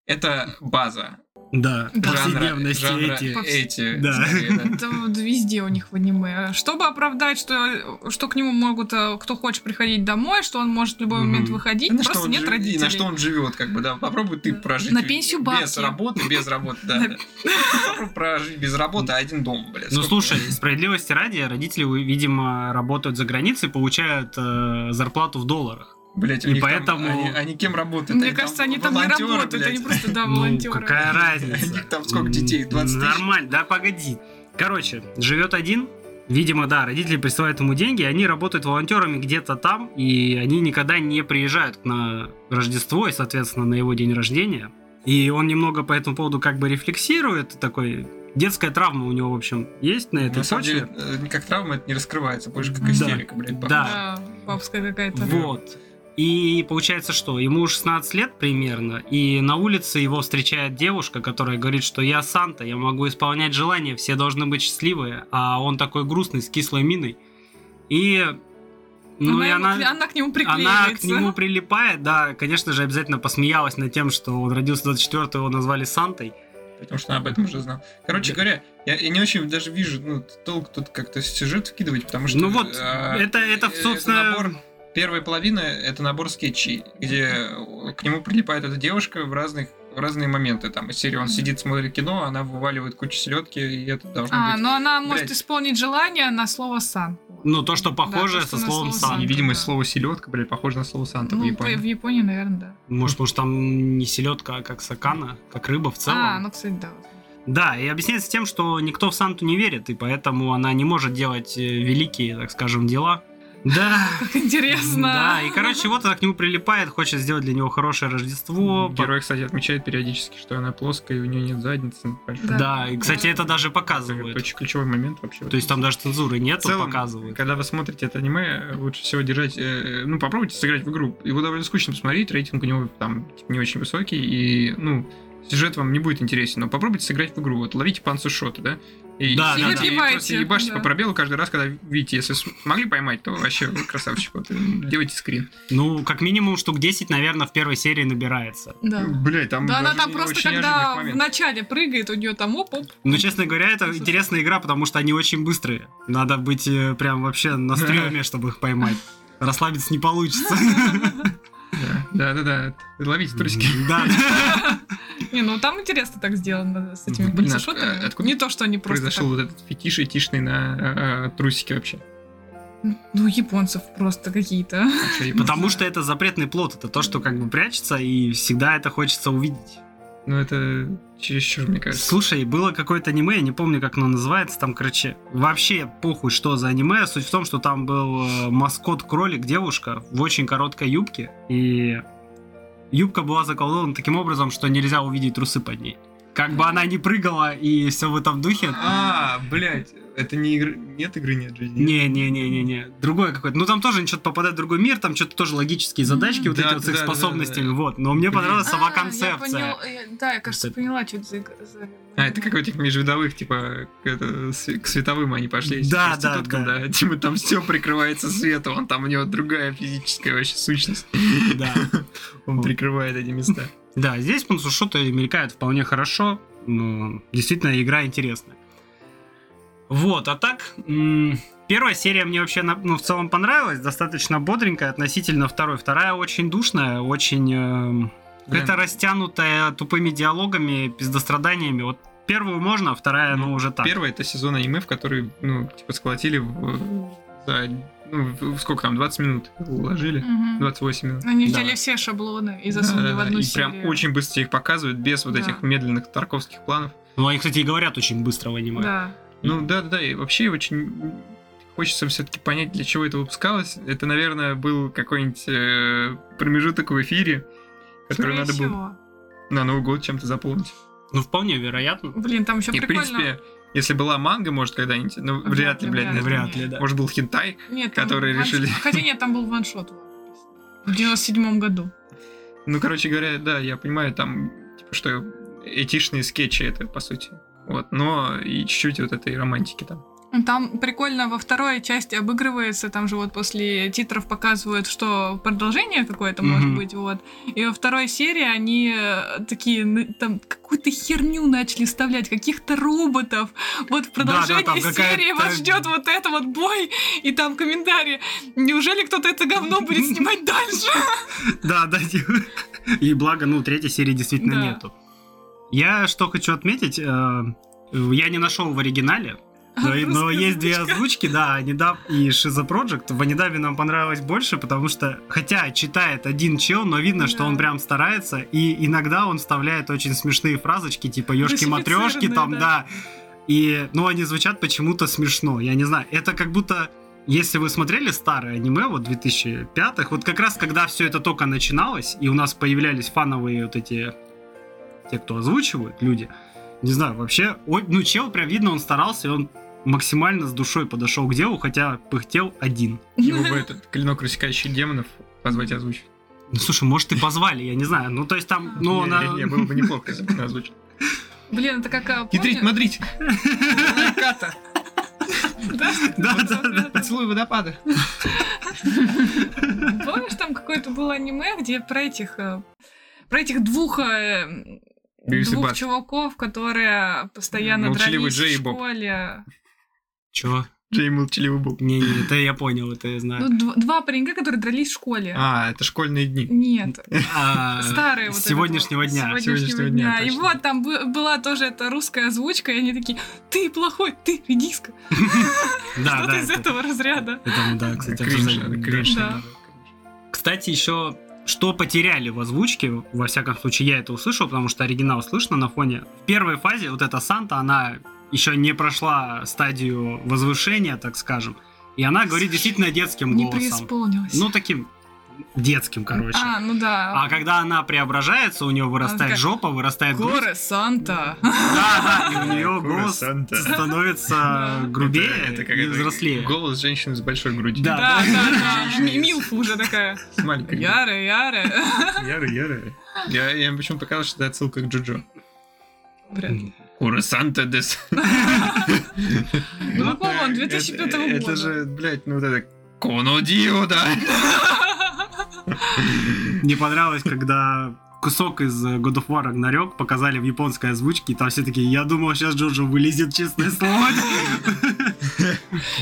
Speaker 4: Это база
Speaker 1: Да.
Speaker 2: Да.
Speaker 4: жанра,
Speaker 1: Повседневности
Speaker 4: жанра
Speaker 1: эти.
Speaker 4: эти.
Speaker 1: Да.
Speaker 4: скорее, да.
Speaker 2: Это вот везде у них в аниме. Чтобы оправдать, что, что к нему могут, э, кто хочет приходить домой, что он может в любой
Speaker 1: Мгм.
Speaker 2: момент выходить,
Speaker 4: И на Ну, что
Speaker 2: просто
Speaker 4: он
Speaker 2: нет
Speaker 4: жив- и
Speaker 2: родителей.
Speaker 4: На что он живет, как бы, да. Попробуй ты
Speaker 2: Да.
Speaker 4: прожить.
Speaker 2: На пенсию
Speaker 4: Без
Speaker 2: бабки.
Speaker 4: работы, без работы, да. да. Попробуй прожить без работы, а один дом, блядь.
Speaker 1: Ну
Speaker 4: Сколько
Speaker 1: слушай,
Speaker 4: можно?
Speaker 1: справедливости ради, родители, видимо, работают за границей, получают э, зарплату в долларах.
Speaker 4: Блядь, у
Speaker 1: и
Speaker 4: них там-
Speaker 1: поэтому-
Speaker 4: они, они кем работают?
Speaker 2: Мне кажется, они там не
Speaker 4: волонтеры,
Speaker 2: работают,
Speaker 4: блядь.
Speaker 2: они просто, да,
Speaker 1: Ну,
Speaker 2: волонтеры.
Speaker 1: какая разница?
Speaker 4: У них *laughs* там сколько детей? 20 тысяч?
Speaker 1: Нормально, да погоди. Короче, живет один, Видимо, да, родители присылают ему деньги, и они работают волонтерами где-то там, и они никогда не приезжают на Рождество и, соответственно, на его день рождения. И он немного по этому поводу как бы рефлексирует, такой... Детская травма у него, в общем, есть на этой
Speaker 4: На самом
Speaker 1: почве.
Speaker 4: деле, э, как травма это не раскрывается, больше как
Speaker 2: Да.
Speaker 4: истерика, блядь. пап.
Speaker 1: Да.
Speaker 2: Да, бабская какая-то.
Speaker 1: Вот. И получается, что ему 16 лет примерно, и на улице его встречает девушка, которая говорит, что я Санта, я могу исполнять желания, все должны быть счастливы, а он такой грустный, с кислой миной. И... Ну
Speaker 2: она,
Speaker 1: и
Speaker 2: ему-
Speaker 1: она...
Speaker 2: она к нему приклеивается.
Speaker 1: Она к нему прилипает, да, конечно же, обязательно посмеялась над тем, что он родился 24-го, его назвали Сантой.
Speaker 4: Потому что она об этом уже знала. Короче говоря, я, я не очень даже вижу ну, толк тут как-то сюжет вкидывать, потому что...
Speaker 1: Ну вот,
Speaker 4: э,
Speaker 1: это- это,
Speaker 4: э,
Speaker 1: собственно-
Speaker 4: набор- Первая половина — это набор скетчей, где э, к нему прилипает эта девушка в разных в разные моменты. Там из серии он сидит, смотрит кино, она вываливает кучу селедки, и это должно
Speaker 2: А,
Speaker 4: быть...
Speaker 2: но она может
Speaker 4: Блядь.
Speaker 2: исполнить желание на слово сан.
Speaker 1: Ну, то, что
Speaker 2: Да,
Speaker 1: похоже
Speaker 2: то, что
Speaker 1: со
Speaker 2: на
Speaker 1: словом
Speaker 2: слово
Speaker 1: Сан.
Speaker 2: «сан».
Speaker 4: Невидимость
Speaker 2: да.
Speaker 4: слова селедка, блядь, похоже на слово Санта
Speaker 2: Ну,
Speaker 4: в
Speaker 2: по- в
Speaker 4: Японии.
Speaker 2: Японии, наверное, да.
Speaker 1: Может, потому что там не селедка, а как сакана, как рыба в целом.
Speaker 2: А, ну, кстати, да.
Speaker 1: Да, и объясняется тем, что никто в Санту не верит, и поэтому она не может делать э, великие, так скажем, дела. *laughs* Да.
Speaker 2: Как *laughs* интересно.
Speaker 1: Да, и, короче, вот она к нему прилипает, хочет сделать для него хорошее Рождество.
Speaker 4: Герой, кстати, отмечает периодически, что она плоская, и у нее нет задницы большой.
Speaker 2: Да.
Speaker 1: Да, и, кстати, это даже
Speaker 4: Это
Speaker 1: показывают.
Speaker 4: очень ключевой момент вообще.
Speaker 1: То есть там даже цензуры
Speaker 4: В
Speaker 1: нету,
Speaker 4: целом,
Speaker 1: показывают.
Speaker 4: Когда вы смотрите это аниме, лучше всего держать... э, ну, попробуйте сыграть в игру. Его довольно скучно посмотреть, рейтинг у него там типа, не очень высокий, и, ну, сюжет вам не будет интересен, но попробуйте сыграть в игру. Вот ловите панцушоты, да? И
Speaker 1: Да,
Speaker 4: сидите
Speaker 1: да, да.
Speaker 4: и
Speaker 2: Забивайте,
Speaker 4: просто ебашьте
Speaker 2: да.
Speaker 4: по пробелу каждый раз, когда видите. Если смогли поймать, то вообще вы красавчик. Вот, э, делайте скрин.
Speaker 1: Ну, как минимум штук 10, наверное, в первой серии набирается.
Speaker 2: Да.
Speaker 4: Блять, там
Speaker 2: Да, она
Speaker 4: даже
Speaker 2: там
Speaker 4: не
Speaker 2: просто,
Speaker 4: очень
Speaker 2: когда
Speaker 4: неожиданных
Speaker 2: в
Speaker 4: моментов.
Speaker 2: начале прыгает, у нее там оп-оп.
Speaker 1: Но, честно говоря, это
Speaker 2: Слушай.
Speaker 1: интересная игра, потому что они очень быстрые. Надо быть э, прям вообще на стрёме, чтобы их поймать. Расслабиться не получится.
Speaker 4: Да, да, да. да. Ловите трусики.
Speaker 1: Да.
Speaker 4: *laughs*
Speaker 2: *laughs* Не, ну там интересно так сделано с этими
Speaker 4: Блин, от-
Speaker 2: пульсошотами.
Speaker 4: откуда
Speaker 2: Не то, что они просто
Speaker 4: Произошел вот этот фетиш этишный на э, э, трусики вообще.
Speaker 2: так. Ну, японцев
Speaker 4: *laughs*
Speaker 2: просто какие-то.
Speaker 4: Слушай,
Speaker 1: Потому что это запретный плод, это то, что как бы прячется, и всегда это хочется увидеть.
Speaker 4: Ну, это чересчур, мне кажется.
Speaker 1: Слушай, было какое-то аниме, я не помню, как оно называется, там, короче, вообще похуй, что за аниме. Суть в том, что там был э, маскот-кролик, девушка в очень короткой юбке, и юбка была заколдована таким образом, что нельзя увидеть трусы под ней. Как бы она не прыгала и все в этом духе.
Speaker 4: А, блядь, это не игры... Нет игры, нет жизни.
Speaker 1: Не-не-не-не-не. Другое какое-то. Ну там тоже ничего попадает в другой мир, там что-то тоже логические задачки,
Speaker 2: Мгм.
Speaker 1: вот
Speaker 4: Да,
Speaker 1: эти вот с их
Speaker 4: да, да,
Speaker 1: способностями.
Speaker 4: да.
Speaker 1: Вот. Но мне
Speaker 4: Блин.
Speaker 1: понравилась сама
Speaker 2: А, Я
Speaker 1: концепция.
Speaker 2: поняла, я- да, я, кажется,
Speaker 1: Это-
Speaker 2: поняла, что это за... игра- за-
Speaker 4: А, это как у этих межвидовых, типа, к, это, с- к световым они пошли. эти
Speaker 1: Да, да,
Speaker 4: проституткам,
Speaker 1: да.
Speaker 4: Типа, там все прикрывается светом, а там у него другая физическая вообще сущность.
Speaker 1: Да.
Speaker 4: *laughs* Он
Speaker 1: Вот.
Speaker 4: прикрывает эти места.
Speaker 1: Да, здесь Пансушота мелькает вполне хорошо. Ну, действительно, игра интересная. Вот, а так, м, первая серия мне вообще, на- ну, в целом понравилась, достаточно бодренькая относительно второй. Вторая очень душная, очень... эм,
Speaker 4: Блин.
Speaker 1: Это растянутая тупыми диалогами, пиздостраданиями. Вот первую можно, а вторая, ну,
Speaker 4: Ну,
Speaker 1: уже так.
Speaker 4: Первый это сезон аниме, в который, ну, типа, сколотили в- за, ну, в- сколько там, 20 минут уложили?
Speaker 2: Мгм.
Speaker 4: 28 минут.
Speaker 2: Они
Speaker 1: Да.
Speaker 2: взяли все шаблоны и засунули в
Speaker 4: Да-да-да,
Speaker 2: одну
Speaker 4: и
Speaker 2: серию.
Speaker 4: прям очень быстро их показывают, без вот
Speaker 2: Да.
Speaker 4: этих медленных тарковских планов.
Speaker 1: Ну, они, кстати, и говорят очень быстро в аниме.
Speaker 2: Да.
Speaker 4: Ну да, да, да, и вообще очень хочется все-таки понять, для чего это выпускалось. Это, наверное, был какой-нибудь э, промежуток в эфире, который
Speaker 2: Скорее
Speaker 4: надо было
Speaker 2: всего.
Speaker 4: на Новый год чем-то заполнить.
Speaker 1: Ну, вполне вероятно.
Speaker 2: Блин, там еще
Speaker 4: и, в
Speaker 2: прикольно.
Speaker 4: принципе, если была манга, может, когда-нибудь, ну, вряд ли, блядь,
Speaker 2: Вряд ли,
Speaker 4: наверное.
Speaker 1: Вряд ли, да.
Speaker 4: Может, был хентай?
Speaker 2: Нет, там
Speaker 4: которые
Speaker 2: ванш-
Speaker 4: решили-
Speaker 2: Хотя нет, там был
Speaker 4: *laughs*
Speaker 2: ваншот. В 97 году.
Speaker 4: Ну, короче говоря, да, я понимаю, там, типа, что этичные скетчи это, по сути. Вот, но и чуть-чуть вот этой романтики там.
Speaker 2: Там прикольно во второй части обыгрывается, там же вот после титров показывают, что продолжение какое-то может
Speaker 1: Мгм.
Speaker 2: быть, вот. И во второй серии они э, такие, н- там, какую-то херню начали вставлять, каких-то роботов. Вот в продолжении
Speaker 1: там
Speaker 2: серии
Speaker 1: какая-то-
Speaker 2: вас ждет вот это вот бой, и там комментарии. Неужели кто-то это говно будет
Speaker 1: *laughs*
Speaker 2: снимать дальше?
Speaker 1: Да, да. И благо, ну, третьей серии действительно
Speaker 2: Да.
Speaker 1: нету. Я что хочу отметить, э, я не нашел в оригинале, но,
Speaker 2: А, Русская
Speaker 1: но есть две
Speaker 2: озвучка.
Speaker 1: озвучки, да, Анидаб и Шиза Project. В Анидабе нам понравилось больше, потому что, хотя читает один чел, но видно, что
Speaker 2: Да.
Speaker 1: он прям старается, и иногда он вставляет очень смешные фразочки, типа ёшки матрешки там,
Speaker 2: Русифицированные,
Speaker 1: да.
Speaker 2: да.
Speaker 1: И, ну, они звучат почему-то смешно, я не знаю. Это как будто, если вы смотрели старое аниме, вот 2005-х, вот как раз когда все это только начиналось, и у нас появлялись фановые вот эти, те, кто озвучивают, люди, не знаю, вообще, о- ну, чел прям видно, он старался, и он максимально с душой подошел к делу, хотя пыхтел один.
Speaker 4: Его
Speaker 2: *laughs*
Speaker 4: бы этот клинок рассекающих демонов позвать озвучить.
Speaker 1: Ну, слушай, может, и позвали, я не знаю. Ну, то есть там, ну,
Speaker 4: не,
Speaker 1: она...
Speaker 4: не, не, было бы неплохо, если бы она озвучила.
Speaker 2: Блин, это как... а,
Speaker 4: Хитрить,
Speaker 2: помни-
Speaker 4: смотрите! Ката!
Speaker 2: Да,
Speaker 1: *laughs* Да, да, да.
Speaker 4: Поцелуй водопада!
Speaker 2: Помнишь, там какое-то было аниме, где про этих э, про этих двух э,
Speaker 4: Бивис и
Speaker 2: двух
Speaker 4: Баттхед.
Speaker 2: чуваков, которые постоянно
Speaker 4: Молчаливый
Speaker 2: дрались
Speaker 4: Джей и
Speaker 2: в
Speaker 4: Боб.
Speaker 2: школе.
Speaker 1: Чего?
Speaker 4: Джей молчаливый был.
Speaker 1: Не-не, это я понял, это я
Speaker 2: Ну,
Speaker 1: знаю.
Speaker 2: дв- два паренька, которые дрались в школе.
Speaker 4: А, это школьные дни.
Speaker 1: *laughs*
Speaker 2: Нет,
Speaker 1: А,
Speaker 2: старые вот
Speaker 1: С
Speaker 2: это
Speaker 1: сегодняшнего
Speaker 2: вот,
Speaker 1: дня.
Speaker 2: с
Speaker 4: сегодняшнего
Speaker 2: Сегодняшнего
Speaker 4: дня,
Speaker 2: дня. И
Speaker 4: точно.
Speaker 2: вот там бы- была тоже эта русская озвучка, и они такие, ты плохой, ты редиска.
Speaker 1: Да,
Speaker 2: Что-то
Speaker 1: да.
Speaker 2: из
Speaker 1: это-
Speaker 2: этого разряда.
Speaker 1: это, ну да, кстати,
Speaker 4: Кринж,
Speaker 1: обсуждали.
Speaker 4: кринж.
Speaker 2: Да.
Speaker 4: да, кринж.
Speaker 1: Кстати, еще что потеряли в озвучке, во всяком случае, я это услышал, потому что оригинал слышно на фоне. В первой фазе вот эта Санта, она еще не прошла стадию возвышения, так скажем. И она говорит действительно детским
Speaker 2: Не
Speaker 1: голосом.
Speaker 2: преисполнилось.
Speaker 1: Ну, таким детским, короче.
Speaker 2: а, ну да.
Speaker 1: А когда она преображается, у нее вырастает
Speaker 2: такая,
Speaker 1: жопа, вырастает грудь.
Speaker 2: Горы Санта.
Speaker 1: А, Да, да, и у нее
Speaker 4: Фура
Speaker 1: голос
Speaker 4: Санта.
Speaker 1: становится
Speaker 2: Да.
Speaker 1: грубее
Speaker 4: Это- это как
Speaker 1: и
Speaker 4: это
Speaker 1: взрослее.
Speaker 4: Голос женщины с большой грудью.
Speaker 1: Да.
Speaker 2: *laughs* Да, да, да. Ми- Милф уже такая.
Speaker 4: С маленькой грудью.
Speaker 2: Яра, яра.
Speaker 4: Яры, яры. Я, я почему показалось, что это отсылка к Джоджо.
Speaker 2: Вряд ли.
Speaker 4: Курасанта дес.
Speaker 2: Ну, какого он, 2005
Speaker 4: Это- Это
Speaker 2: года.
Speaker 4: же, блядь, ну вот это... Коно Дио, да.
Speaker 1: Мне понравилось, когда кусок из э, God of War Ragnarok показали в японской озвучке, и там все такие, я думал, сейчас Джорджо вылезет, честное слово.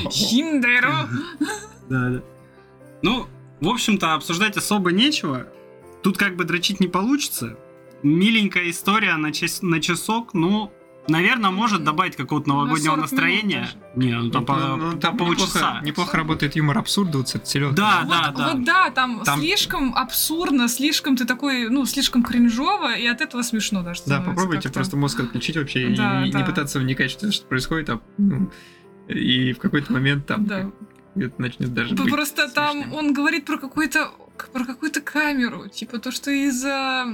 Speaker 2: Хиндеро.
Speaker 1: Да, да. Ну, в общем-то, обсуждать особо нечего. Тут как бы дрочить не получится. Миленькая история на, час- на часок, но Наверное, может добавить какого-то новогоднего
Speaker 2: 40 минут
Speaker 1: настроения.
Speaker 2: даже.
Speaker 1: Не, ну там,
Speaker 4: Ну,
Speaker 1: по-
Speaker 4: ну, там
Speaker 1: полчаса.
Speaker 4: неплохо, неплохо работает юмор абсурда, вот это серьезно.
Speaker 1: Да,
Speaker 2: Вот,
Speaker 1: да, да.
Speaker 2: вот да, там,
Speaker 4: Там-
Speaker 2: слишком абсурдно, слишком ты такой, ну, слишком кринжово, и от этого смешно даже
Speaker 4: Да,
Speaker 2: становится
Speaker 4: попробуйте
Speaker 2: как-то.
Speaker 4: просто мозг отключить вообще и
Speaker 2: Да,
Speaker 4: не-
Speaker 2: да.
Speaker 4: не пытаться вникать, что что происходит, а ну, и в какой-то момент там
Speaker 2: Да.
Speaker 4: как- это начнет даже
Speaker 2: П-
Speaker 4: быть
Speaker 2: Просто там
Speaker 4: смешным.
Speaker 2: он говорит про какую-то к- про какую-то камеру, типа то, что из-за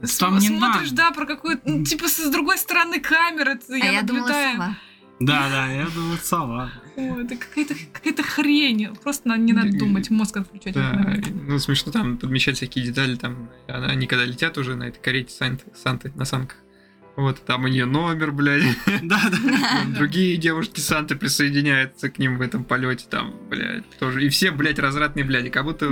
Speaker 2: см-
Speaker 1: Там не
Speaker 2: смотришь,
Speaker 1: надо.
Speaker 2: да, про какую-то, ну, типа с другой стороны камеры, это
Speaker 3: А
Speaker 2: я,
Speaker 3: я думала
Speaker 2: наблюдаю.
Speaker 3: сама.
Speaker 1: Да, да, я думаю, сова.
Speaker 2: Ой, это какая-то какая-то хрень, просто на- не надо
Speaker 4: Да,
Speaker 2: думать, мозг отключать. в этот
Speaker 4: Да,
Speaker 2: момент.
Speaker 4: и, ну смешно там подмечать всякие детали, там она- они когда летят уже на этой карете Санты, Санты на санках. Вот, там ее номер, блядь.
Speaker 2: *laughs*
Speaker 1: Да, да.
Speaker 4: Там Другие девушки Санты присоединяются к ним в этом полете, там, блядь, тоже. И все, блядь, развратные, блядь, как будто...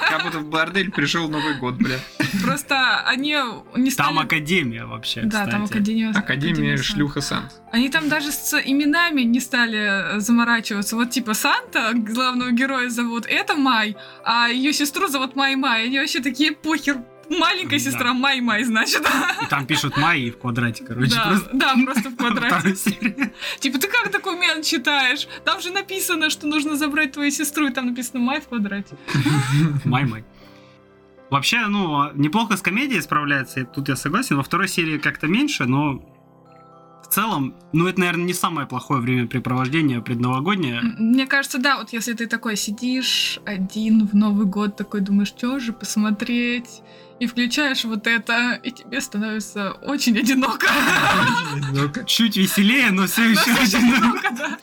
Speaker 4: Как будто в бордель пришел Новый год, блядь.
Speaker 2: Просто они не стали...
Speaker 1: Там академия вообще,
Speaker 2: Да, там
Speaker 1: кстати.
Speaker 2: Академия...
Speaker 4: Академия
Speaker 2: Санта.
Speaker 4: шлюха Сант.
Speaker 2: Они там даже с именами не стали э, заморачиваться. Вот типа Санта, главного героя зовут, это Май, а ее сестру зовут Май-Май. Они вообще такие похер. Маленькая
Speaker 1: Да.
Speaker 2: сестра Май-Май, значит. *laughs*
Speaker 1: И там пишут май и в квадрате, короче.
Speaker 2: да,
Speaker 1: просто
Speaker 2: да, просто
Speaker 1: *laughs*
Speaker 2: в квадрате.
Speaker 1: второй серии.
Speaker 2: Типа, ты как документ читаешь? Там же написано, что нужно забрать твою сестру, и там написано Май в квадрате.
Speaker 1: Май-май. Вообще, ну, неплохо с комедией справляется, и тут я согласен. Во второй серии как-то меньше, но в целом, ну, это, наверное, не самое плохое времяпрепровождение предновогоднее.
Speaker 2: М, Мне кажется, да, вот если ты такой сидишь один в Новый год, такой думаешь, что же посмотреть, и включаешь вот это, и тебе становится очень одиноко. *laughs*
Speaker 4: Ну-ка.
Speaker 1: Чуть веселее, но все еще
Speaker 2: Достаточно
Speaker 1: один.
Speaker 2: много, да.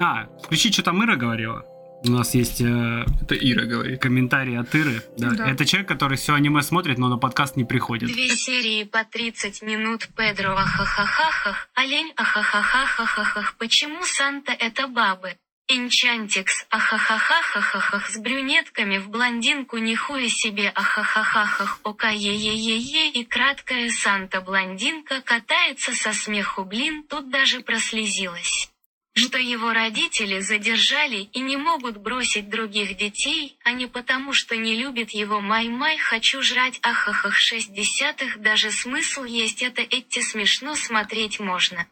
Speaker 1: А, включи, что там Ира говорила. У нас есть э,
Speaker 4: Это Ира говорит.
Speaker 1: комментарий от Иры. Да.
Speaker 2: Да.
Speaker 1: Это человек, который все аниме смотрит, но на подкаст не приходит.
Speaker 6: Две серии по 30 минут Педро ахахахахах, олень ахахахахахахах, почему Санта это бабы? Инчантикс ахахахахахахах с брюнетками в блондинку нихуя себе ахахахахах ока е е е е и краткая Санта блондинка катается со смеху блин тут даже прослезилась что его родители задержали и не могут бросить других детей, а не потому, что не любит его май-май, хочу жрать ахахах 60-х, даже смысл есть это эти смешно смотреть можно.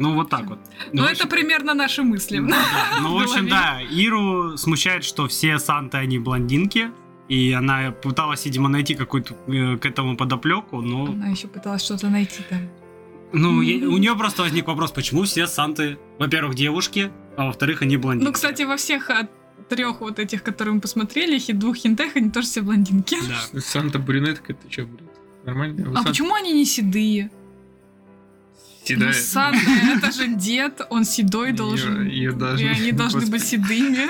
Speaker 1: Ну, вот так вот.
Speaker 2: Ну,
Speaker 1: В
Speaker 2: это
Speaker 1: общем-
Speaker 2: примерно наши мысли.
Speaker 1: Да.
Speaker 2: *laughs*
Speaker 1: Ну, в общем,
Speaker 2: голове.
Speaker 1: да, Иру смущает, что все Санты, они блондинки. И она пыталась, видимо, найти какую-то э, к этому подоплеку, но...
Speaker 2: Она еще пыталась что-то найти там.
Speaker 1: Ну, е- у нее просто возник вопрос, почему все Санты, во-первых, девушки, а во-вторых, они блондинки.
Speaker 2: Ну, кстати, во всех трех вот этих, которые мы посмотрели, хи- двух хинтех, они тоже все блондинки. *laughs*
Speaker 1: Да.
Speaker 4: Санта брюнетка, ты че, блядь? Нормально?
Speaker 2: А почему они не седые? Ну,
Speaker 4: Седая.
Speaker 2: Санта, это же дед, он седой
Speaker 4: Её-
Speaker 2: должен.
Speaker 4: её должны-
Speaker 2: И они
Speaker 4: *laughs*
Speaker 2: должны быть седыми.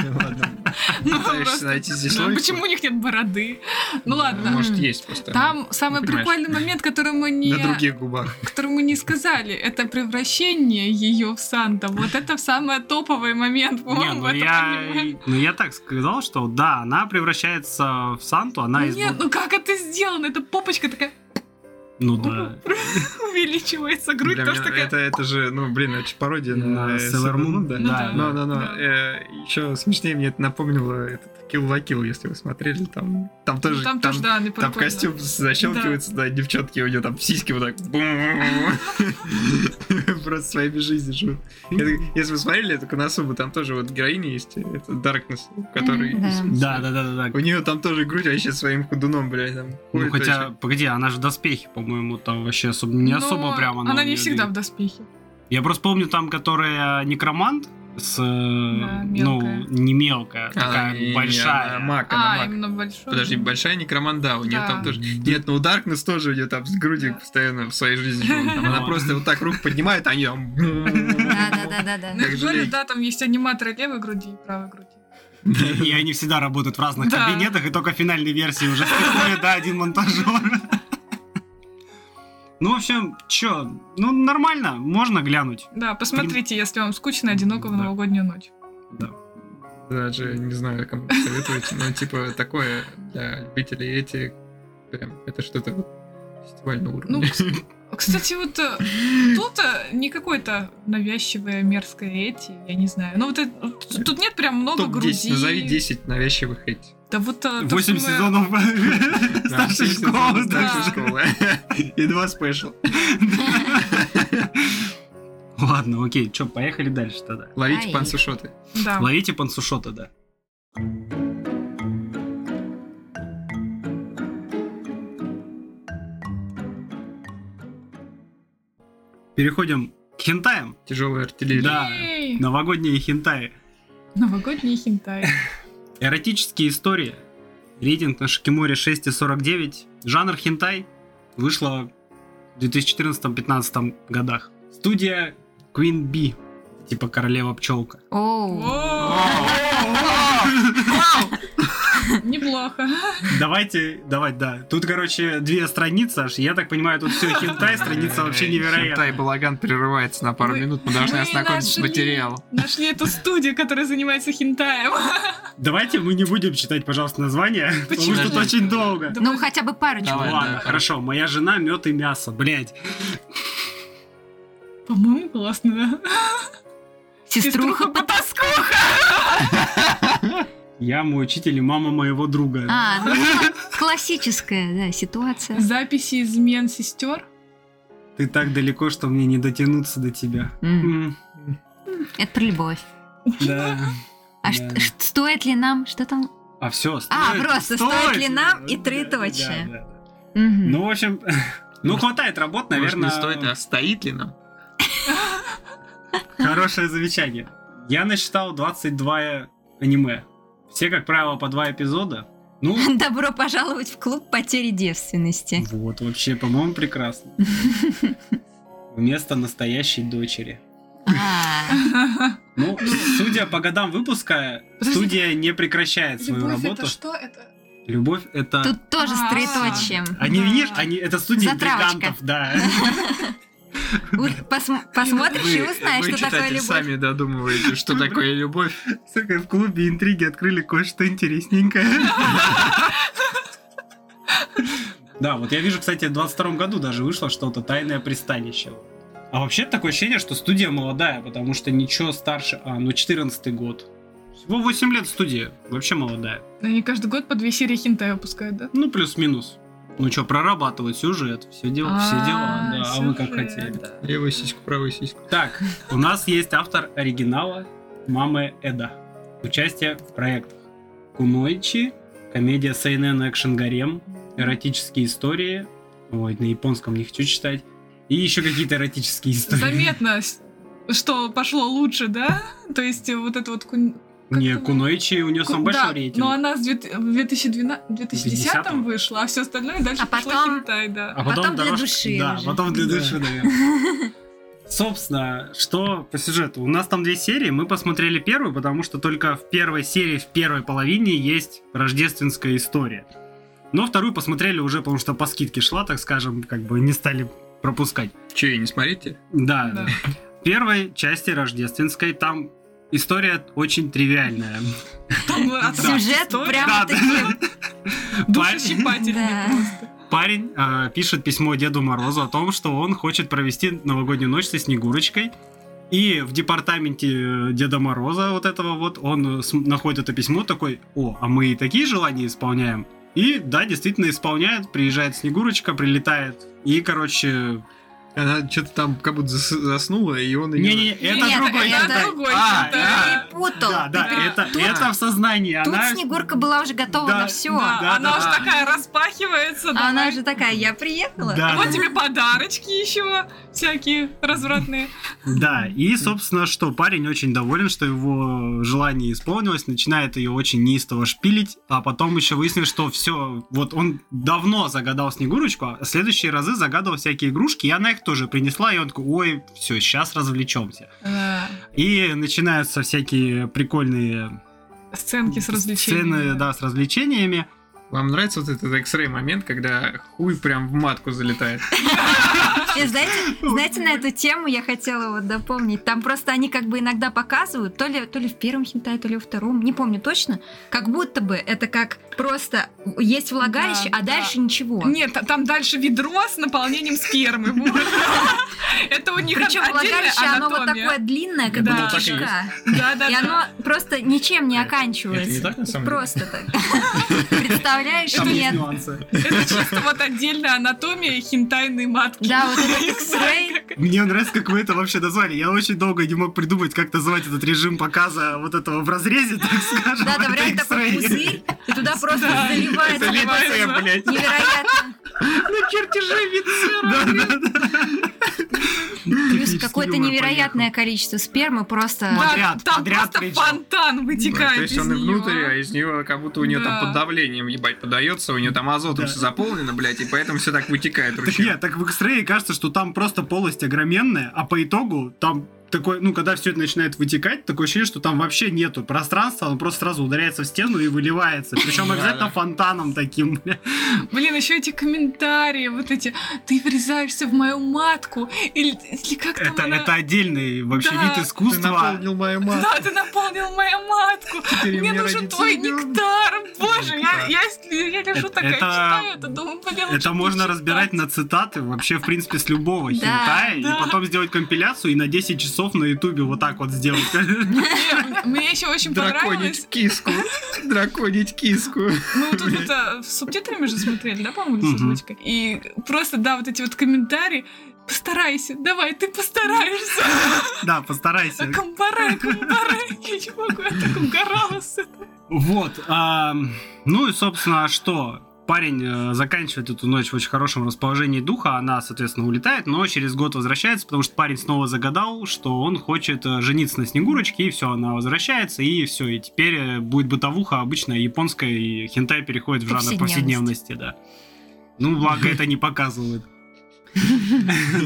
Speaker 4: Ладно.
Speaker 2: *laughs* Ну,
Speaker 4: Пытаешься
Speaker 2: просто-
Speaker 4: найти здесь
Speaker 2: Да,
Speaker 4: логику?
Speaker 2: Почему у них нет бороды? Ну ладно.
Speaker 4: Может, есть просто.
Speaker 2: Там самый
Speaker 4: понимаешь.
Speaker 2: прикольный момент, который мы не
Speaker 4: На других губах.
Speaker 2: который мы не сказали, это превращение ее в Санта. Вот это самый топовый момент,
Speaker 1: Не,
Speaker 2: по-моему, в
Speaker 1: ну
Speaker 2: этом
Speaker 1: я,
Speaker 2: аниме.
Speaker 1: ну я так сказал, что да, она превращается в Санту, она из...
Speaker 2: Нет, ну как это сделано? Это попочка такая *laughs*
Speaker 1: Ну да.
Speaker 2: увеличивается, *laughs* грудь
Speaker 4: Бля,
Speaker 2: тоже
Speaker 4: мне-
Speaker 2: такая.
Speaker 4: Это, это же, ну, блин, это же пародия
Speaker 1: На
Speaker 4: на
Speaker 1: Sailor Moon,
Speaker 4: да.
Speaker 2: Ну да.
Speaker 4: Но, но, но,
Speaker 2: Да.
Speaker 4: еще смешнее мне это напомнило этот Kill la Kill, если вы смотрели, там, там
Speaker 2: Ну,
Speaker 4: тоже,
Speaker 2: там, тоже, да, не
Speaker 4: там костюм защелкивается, да. девчонки у нее там сиськи вот так, бум. *laughs* просто своими жизнью живут. Это- Если вы смотрели, это Коносуба, там тоже вот героиня есть, это Darkness, который...
Speaker 3: Мгм, да.
Speaker 4: из-
Speaker 1: Да, да, да, да,
Speaker 4: У
Speaker 1: да.
Speaker 4: нее там тоже грудь вообще своим худуном, блядь, там.
Speaker 1: Ну
Speaker 4: ходит
Speaker 1: хотя,
Speaker 4: вообще.
Speaker 1: погоди, она же доспехи, по-моему, там вообще особо не особо прямо.
Speaker 2: Она
Speaker 1: у
Speaker 2: не
Speaker 1: неё
Speaker 2: всегда
Speaker 1: двигается.
Speaker 2: в доспехе.
Speaker 1: Я просто помню там, которая некромант с, э, ну,
Speaker 2: мелкая.
Speaker 1: не мелкая,
Speaker 4: Она
Speaker 1: такая
Speaker 4: А, не-
Speaker 1: большая.
Speaker 4: она Мак, она
Speaker 2: А,
Speaker 4: маг.
Speaker 2: именно большой.
Speaker 4: Подожди, большая некроманда, у нее
Speaker 2: Да.
Speaker 4: там тоже... Нет, ну у Darkness тоже у нее там с груди
Speaker 2: Да.
Speaker 4: постоянно в своей жизни живут. Там Она
Speaker 1: *laughs* Да.
Speaker 4: просто вот так руку поднимает, а они там...
Speaker 3: Да-да-да-да-да.
Speaker 2: Ну, я
Speaker 4: как
Speaker 2: же говорю,
Speaker 4: жалейки.
Speaker 2: да, там есть аниматоры левой груди и правой груди.
Speaker 1: И они всегда работают в разных
Speaker 2: Да.
Speaker 1: кабинетах, и только в финальной версии уже приходит, да, один монтажер. Ну, в общем, чё, ну, нормально, можно глянуть.
Speaker 2: Да, посмотрите, если вам скучно, одиноко в
Speaker 1: Да.
Speaker 2: новогоднюю ночь.
Speaker 4: Даже не знаю, кому советовать, но типа такое для любителей эти... Прям, это что-то вот фестивального
Speaker 2: Ну,
Speaker 4: уровня.
Speaker 2: кс-
Speaker 1: *laughs*
Speaker 2: кстати, вот э, тут э, не какое-то навязчивое мерзкое эти, я не знаю. Ну, вот это- тут нет прям много груди.
Speaker 4: Топ-10, назови 10 навязчивых эти.
Speaker 2: Да вот... а, то,
Speaker 1: 8
Speaker 2: что мы-
Speaker 1: сезонов *laughs*
Speaker 4: Да,
Speaker 1: старшей
Speaker 4: все сезоны
Speaker 1: школы, да.
Speaker 4: старшей
Speaker 2: да.
Speaker 4: школы.
Speaker 1: И два спешл. Ладно, окей, чё, поехали дальше тогда.
Speaker 4: Ловите
Speaker 3: Ай.
Speaker 4: панцушоты.
Speaker 2: Да.
Speaker 1: Ловите пансушота, да. Переходим к хентаям.
Speaker 4: Тяжелая артиллерия.
Speaker 1: Да.
Speaker 2: Ей!
Speaker 1: Новогодние хентаи. *laughs*
Speaker 2: Новогодний хентай.
Speaker 1: Эротические истории. Рейтинг на Шикиморе 6,49. Жанр хентай вышла в 2014-15 годах. Студия Queen Bee, типа королева пчелка.
Speaker 3: Оу.
Speaker 2: Воу! Неплохо.
Speaker 1: Давайте, давайте, да. Тут, короче, две страницы аж. Я так понимаю, тут все
Speaker 4: *laughs*
Speaker 1: хентай, страница
Speaker 4: Э,
Speaker 1: вообще
Speaker 4: Хентай
Speaker 1: невероятная.
Speaker 4: балаган прерывается на пару
Speaker 2: Мы-
Speaker 4: минут, мы должны
Speaker 2: мы
Speaker 4: ознакомиться с
Speaker 2: нашли.
Speaker 4: материалом.
Speaker 2: Нашли эту студию, которая занимается хентаем.
Speaker 1: Давайте мы не будем читать, пожалуйста, название, *laughs* потому
Speaker 2: Почему
Speaker 1: что
Speaker 4: же?
Speaker 1: тут очень долго.
Speaker 2: *laughs* Да
Speaker 3: Ну, хотя бы парочку.
Speaker 4: Давай,
Speaker 1: Ладно,
Speaker 4: да.
Speaker 1: хорошо. Моя жена мед и мясо, блядь.
Speaker 2: По-моему, классно, да?
Speaker 3: Сеструха.
Speaker 2: по тоску.
Speaker 1: Я мой учитель и мама моего друга.
Speaker 3: А, ну, кла- классическая, да, ситуация.
Speaker 2: Записи измен сестер.
Speaker 1: Ты так далеко, что мне не дотянуться до тебя.
Speaker 3: М,
Speaker 1: М,
Speaker 3: Это про любовь.
Speaker 1: Да.
Speaker 3: А
Speaker 1: Да.
Speaker 3: ш- ш- стоит ли нам? Что там?
Speaker 1: А все,
Speaker 3: А, просто стоит ли нам и три точки. Мгм.
Speaker 1: Ну, в общем, *laughs* ну, хватает работ, наверное.
Speaker 4: Может, не стоит, а стоит ли нам?
Speaker 1: Хорошее замечание. Я насчитал 22 аниме. Все, как правило, по два эпизода.
Speaker 2: *laughs*
Speaker 1: Ну,
Speaker 3: Добро пожаловать в клуб
Speaker 1: *laughs*
Speaker 3: потери девственности.
Speaker 1: вот, вообще, по-моему, прекрасно. Вместо настоящей дочери.
Speaker 3: А,
Speaker 2: *laughs*
Speaker 1: Ну, судя по годам выпуска,
Speaker 2: Подожди.
Speaker 1: студия не прекращает свою
Speaker 2: Любовь
Speaker 1: работу.
Speaker 2: это что? Это
Speaker 1: Любовь это...
Speaker 3: Тут тоже с
Speaker 2: А.
Speaker 3: троеточием.
Speaker 1: Они,
Speaker 2: Да.
Speaker 1: видишь, они, это студия
Speaker 3: Затравочка.
Speaker 1: интригантов,
Speaker 2: *laughs*
Speaker 1: да.
Speaker 3: У- посм- Посмотришь и узнаешь,
Speaker 4: вы,
Speaker 3: что такое
Speaker 4: читатели,
Speaker 3: любовь.
Speaker 4: сами додумываете, что такое любовь.
Speaker 1: Сука, в клубе интриги открыли кое-что интересненькое. Да, вот я вижу, кстати, в 22 году даже вышло что-то «Тайное пристанище». А вообще такое ощущение, что студия молодая, потому что ничего старше... А, ну 14 год. Всего 8 лет студия. Вообще молодая.
Speaker 2: Они каждый год по две серии хентай выпускают, да?
Speaker 1: Ну, плюс-минус. Ну что, прорабатывать сюжет, все дела, все дела.
Speaker 2: А,
Speaker 1: Да, а вы как
Speaker 2: сюжет.
Speaker 1: хотели.
Speaker 4: Левую сиську, правую сиську.
Speaker 1: Так, у нас есть автор оригинала «Мамы Эда». Участие в проектах Кунойчи, комедия Сейнен Экшен Гарем, эротические истории, ой, на японском не хочу читать, и еще какие-то эротические истории.
Speaker 2: Заметно, с- что пошло лучше, да? То есть э, вот это вот... кун-
Speaker 1: Не,
Speaker 2: как-то-
Speaker 1: Кунойчи, у нее сам
Speaker 2: кун- да,
Speaker 1: большой рейтинг.
Speaker 2: Но она с две- в 2012 2010
Speaker 1: 2010-м?
Speaker 2: вышла, а все остальное дальше
Speaker 3: А
Speaker 2: пошло
Speaker 3: потом-
Speaker 2: хентай, да.
Speaker 1: А потом
Speaker 3: потом для
Speaker 1: дорож-
Speaker 3: души
Speaker 1: Да,
Speaker 3: уже.
Speaker 1: потом для
Speaker 4: Да.
Speaker 1: души, наверное. Собственно, что по сюжету? У нас там две серии, мы посмотрели первую, потому что только в первой серии, в первой половине есть рождественская история. Но вторую посмотрели уже, потому что по скидке шла, так скажем, как бы не стали пропускать.
Speaker 4: Че, и не смотрите?
Speaker 1: Да,
Speaker 2: Да.
Speaker 1: да. В первой части рождественской там история очень тривиальная.
Speaker 2: Там была отсылка
Speaker 3: Сюжет
Speaker 1: Да,
Speaker 2: истории.
Speaker 3: прямо таки.
Speaker 1: Парень-
Speaker 2: Душесчипательный
Speaker 3: Да.
Speaker 2: просто.
Speaker 1: Парень э, пишет письмо Деду Морозу о том, что он хочет провести новогоднюю ночь со Снегурочкой. И в департаменте э, Деда Мороза вот этого вот он э, см- находит это письмо, такой, о, а мы и такие желания исполняем. И да, действительно исполняет, приезжает Снегурочка, прилетает. И, короче...
Speaker 4: Она что-то там как будто зас- заснула, и он её-
Speaker 1: Не-не, это
Speaker 3: Нет,
Speaker 1: другой
Speaker 3: это
Speaker 1: хентай.
Speaker 2: другой
Speaker 1: А,
Speaker 2: хентай.
Speaker 1: да.
Speaker 3: Путал.
Speaker 1: Да, да,
Speaker 2: Ты-
Speaker 1: это,
Speaker 4: тут-
Speaker 1: это в сознании.
Speaker 3: Тут
Speaker 1: она...
Speaker 3: Снегурка была уже готова
Speaker 1: Да,
Speaker 3: на все.
Speaker 2: Да,
Speaker 1: да,
Speaker 2: она
Speaker 1: да.
Speaker 2: уже такая распахивается.
Speaker 3: А она
Speaker 2: давай.
Speaker 3: же такая, я приехала.
Speaker 1: Да,
Speaker 2: Вот
Speaker 1: да.
Speaker 2: тебе подарочки еще всякие развратные.
Speaker 1: Да, и, собственно, что парень очень доволен, что его желание исполнилось, начинает ее очень неистово шпилить, а потом еще выяснилось, что все, вот он давно загадал Снегурочку, а в следующие разы загадывал всякие игрушки, и она их тоже принесла, и он такой, ой, все, сейчас развлечемся.
Speaker 2: Э,
Speaker 1: И начинаются всякие прикольные
Speaker 2: Сценки с развлечениями.
Speaker 1: сцены, да, с развлечениями.
Speaker 4: Вам нравится вот этот экс-рей момент, когда хуй прям в матку
Speaker 2: *laughs*
Speaker 4: залетает?
Speaker 3: И знаете, знаете, на эту тему я хотела вот дополнить. Там просто они как бы иногда показывают, то ли, то ли в первом хентай, то ли во втором, не помню точно. Как будто бы это как просто есть влагалище,
Speaker 2: Да,
Speaker 3: а
Speaker 2: да.
Speaker 3: дальше ничего.
Speaker 2: Нет, та- там дальше ведро с наполнением спермы. Вот. *laughs* Это у них
Speaker 3: Причем
Speaker 2: отдельная
Speaker 3: влагалище, оно вот
Speaker 2: анатомия.
Speaker 3: такое длинное, как
Speaker 2: Да.
Speaker 3: будто
Speaker 2: Ну, так
Speaker 4: и
Speaker 3: кишка.
Speaker 2: Да, да,
Speaker 3: И
Speaker 2: да.
Speaker 3: оно просто ничем не
Speaker 4: Это-
Speaker 3: оканчивается.
Speaker 4: это не так, на самом деле?
Speaker 3: Просто так. Представляешь?
Speaker 1: Там есть
Speaker 3: Нет.
Speaker 1: нюансы.
Speaker 2: Это чисто вот отдельная анатомия хентайной матки.
Speaker 3: Да, вот
Speaker 2: Не
Speaker 3: этот
Speaker 2: знаю,
Speaker 3: X-Ray.
Speaker 1: Мне нравится, как вы это вообще назвали. Я очень долго не мог придумать, как называть этот режим показа вот этого в разрезе, так скажем.
Speaker 3: Да, там
Speaker 1: Это
Speaker 3: реально такой
Speaker 1: X-ray.
Speaker 3: пузырь, и туда просто
Speaker 2: Да,
Speaker 3: заливается
Speaker 2: заливается.
Speaker 3: какой-то
Speaker 4: блядь.
Speaker 3: невероятно.
Speaker 4: На чертеже
Speaker 1: Да,
Speaker 4: Вицера.
Speaker 1: да, да.
Speaker 3: Плюс
Speaker 1: Технический
Speaker 3: какое-то
Speaker 1: юмор
Speaker 3: невероятное количество спермы просто...
Speaker 2: Да,
Speaker 1: Подряд,
Speaker 2: там
Speaker 1: подряд Ну,
Speaker 2: просто
Speaker 1: причем.
Speaker 2: фонтан вытекает
Speaker 4: Ну, То есть
Speaker 2: из
Speaker 4: он и
Speaker 2: неё.
Speaker 4: внутрь, а из нее как будто у нее
Speaker 2: Типа, Да.
Speaker 4: там под давлением ебать подается, у нее там азотом
Speaker 1: Да.
Speaker 4: все заполнено, блядь, и поэтому все так вытекает
Speaker 1: Так
Speaker 4: ручьем.
Speaker 1: нет, так в X-Ray кажется, что там просто полость огроменная, а по итогу там такой, ну, когда все это начинает вытекать, такое ощущение, что там вообще нету пространства, оно просто сразу ударяется в стену и выливается. Причем
Speaker 4: Да,
Speaker 1: обязательно
Speaker 4: да.
Speaker 1: фонтаном таким. бля.
Speaker 2: Блин, еще эти комментарии, вот эти, ты врезаешься в мою матку, или, или как там
Speaker 1: Это,
Speaker 2: она...
Speaker 1: это отдельный вообще
Speaker 2: Да.
Speaker 1: вид искусства.
Speaker 4: мою мать.
Speaker 2: Да, ты наполнил мою матку,
Speaker 4: Теперь
Speaker 2: мне
Speaker 4: мне
Speaker 2: нужен
Speaker 4: родится
Speaker 2: твой
Speaker 4: ребёнок.
Speaker 2: нектар, боже, я,
Speaker 4: Нектар.
Speaker 2: я, я лежу
Speaker 1: Это-
Speaker 2: такая,
Speaker 1: это-
Speaker 2: читаю это, думаю, блин, лучше
Speaker 1: Это
Speaker 2: не
Speaker 1: можно
Speaker 2: читать.
Speaker 1: разбирать на цитаты вообще, в принципе, с любого
Speaker 3: Да,
Speaker 1: хентая,
Speaker 2: да.
Speaker 1: и потом сделать компиляцию и на 10 часов на ютубе вот так вот сделать. *laughs*
Speaker 2: Мне- *laughs* Мне еще очень понравилось,
Speaker 4: Драконить
Speaker 2: *laughs*
Speaker 4: киску. Драконить киску.
Speaker 2: мы вот тут вот, а, в субтитрами же смотрели, да, по-моему, или с
Speaker 1: Мгм.
Speaker 2: озвучкой, и просто, да, вот эти вот комментарии, постарайся, давай, ты
Speaker 1: *laughs*
Speaker 2: постараешься.
Speaker 1: Да, постарайся.
Speaker 2: Камбарай, камбарай, я не могу, я так угорала с этого.
Speaker 1: Вот. ам, ну и, собственно, что? Парень э, заканчивает эту ночь в очень хорошем расположении духа, она, соответственно, улетает, но через год возвращается, потому что парень снова загадал, что он хочет э, жениться на Снегурочке, и все, она возвращается, и все, и теперь э, будет бытовуха обычная японская, и хентай переходит в жанр
Speaker 3: Повседневность.
Speaker 1: повседневности, да. Ну, благо это не показывают.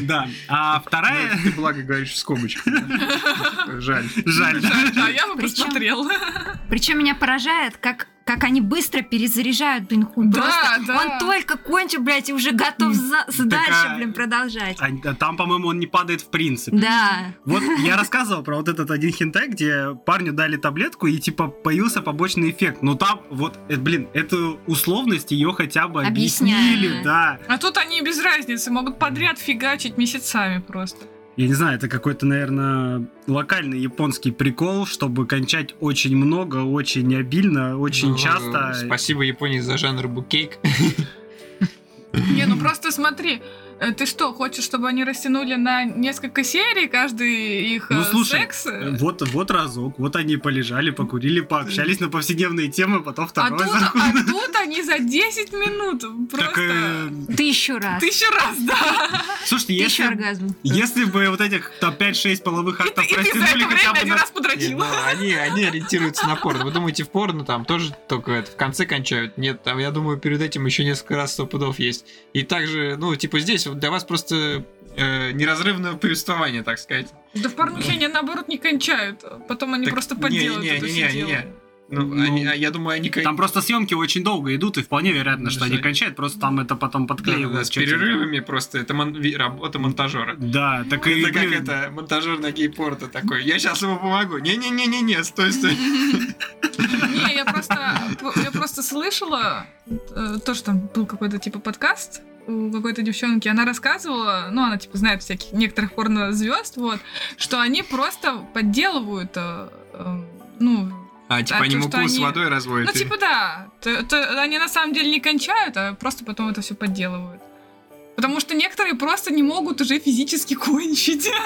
Speaker 1: Да. А
Speaker 2: Э.
Speaker 1: вторая...
Speaker 4: ну, Ты благо говоришь в скобочках.
Speaker 2: *laughs*
Speaker 4: Ну, Жаль.
Speaker 1: Жаль, да?
Speaker 2: Да, я бы
Speaker 3: Причём-
Speaker 2: посмотрела.
Speaker 3: Причем меня поражает, как как они быстро перезаряжают, блин, хуй.
Speaker 2: Да,
Speaker 3: Просто
Speaker 2: да.
Speaker 3: он только кончил, блядь, и уже готов за- с- дальше,
Speaker 1: а-
Speaker 3: блин, продолжать.
Speaker 1: А, а Там, по-моему, он не падает в принципе.
Speaker 3: Да.
Speaker 1: Вот я рассказывал про вот этот один хентай, где парню дали таблетку и типа появился побочный эффект. Но там вот, э, блин, эту условность ее хотя бы
Speaker 3: Объясняют.
Speaker 1: объяснили, да.
Speaker 2: А тут они без разницы могут подряд фигачить месяцами просто.
Speaker 1: Я не знаю, это какой-то, наверное, локальный японский прикол, чтобы кончать очень много, очень обильно, очень
Speaker 4: Ну,
Speaker 1: часто.
Speaker 4: Спасибо Японии за жанр букейк.
Speaker 2: Не, ну просто смотри, э, ты что, хочешь, чтобы они растянули на несколько серий каждый их
Speaker 1: Ну
Speaker 2: э,
Speaker 1: слушай,
Speaker 2: секс?
Speaker 1: э, вот, вот разок, вот они полежали, покурили, пообщались на повседневные темы, потом
Speaker 2: А
Speaker 1: второй
Speaker 2: тут, *laughs*
Speaker 1: заход.
Speaker 2: а тут они за 10 минут
Speaker 1: Так, э,
Speaker 2: просто
Speaker 3: Ты еще раз.
Speaker 2: тысячу раз, да.
Speaker 1: слушайте,
Speaker 3: Ты
Speaker 1: если,
Speaker 3: еще оргазм.
Speaker 1: если бы вот этих там 5-6 половых
Speaker 2: И ты,
Speaker 1: актов
Speaker 2: и ты за
Speaker 1: растянули
Speaker 2: это время
Speaker 1: хотя бы
Speaker 2: один
Speaker 1: на
Speaker 2: раз
Speaker 4: Нет,
Speaker 2: подрочила.
Speaker 4: ну, они, они ориентируются на порно. Вы думаете, в порно там тоже только это, в конце кончают? Нет, там, я думаю, перед этим еще несколько раз сто пудов есть. И также, ну, типа здесь вот для вас просто э, неразрывное повествование, так сказать.
Speaker 2: Да в порнухе они наоборот не кончают. Потом они
Speaker 4: ну. Так,
Speaker 2: просто
Speaker 4: не,
Speaker 2: подделают
Speaker 4: не,
Speaker 2: это
Speaker 4: не,
Speaker 2: все
Speaker 4: не, не,
Speaker 2: дело.
Speaker 4: не. Ну,
Speaker 1: Ну,
Speaker 4: они- а я думаю, они как-
Speaker 1: Там просто съемки очень долго идут, и вполне вероятно, что они
Speaker 4: Жаль.
Speaker 1: кончают, просто там это потом
Speaker 4: да, да, да,
Speaker 1: подклеивают.
Speaker 4: с
Speaker 1: чем-то.
Speaker 4: перерывами просто. Это мон- ви- работа монтажера.
Speaker 1: Да, так и,
Speaker 4: Это как
Speaker 1: блин, ну,
Speaker 4: это, монтажер на гейпорта такой. Я сейчас ему помогу. Не-не-не-не-не, стой, стой.
Speaker 2: Не, я просто, я просто слышала э, то, что там был какой-то типа подкаст у какой-то девчонки, она рассказывала, ну, она, типа, знает всяких некоторых порнозвезд, вот, что они просто подделывают, э, э, ну,
Speaker 4: А, типа
Speaker 2: А
Speaker 4: они
Speaker 2: то, что
Speaker 4: муку с
Speaker 2: они-
Speaker 4: водой разводят.
Speaker 2: ну,
Speaker 4: или-
Speaker 2: типа, да, то- то они на самом деле не кончают, а просто потом это все подделывают. Потому что некоторые просто не могут уже физически *laughs* кончить.
Speaker 4: *laughs*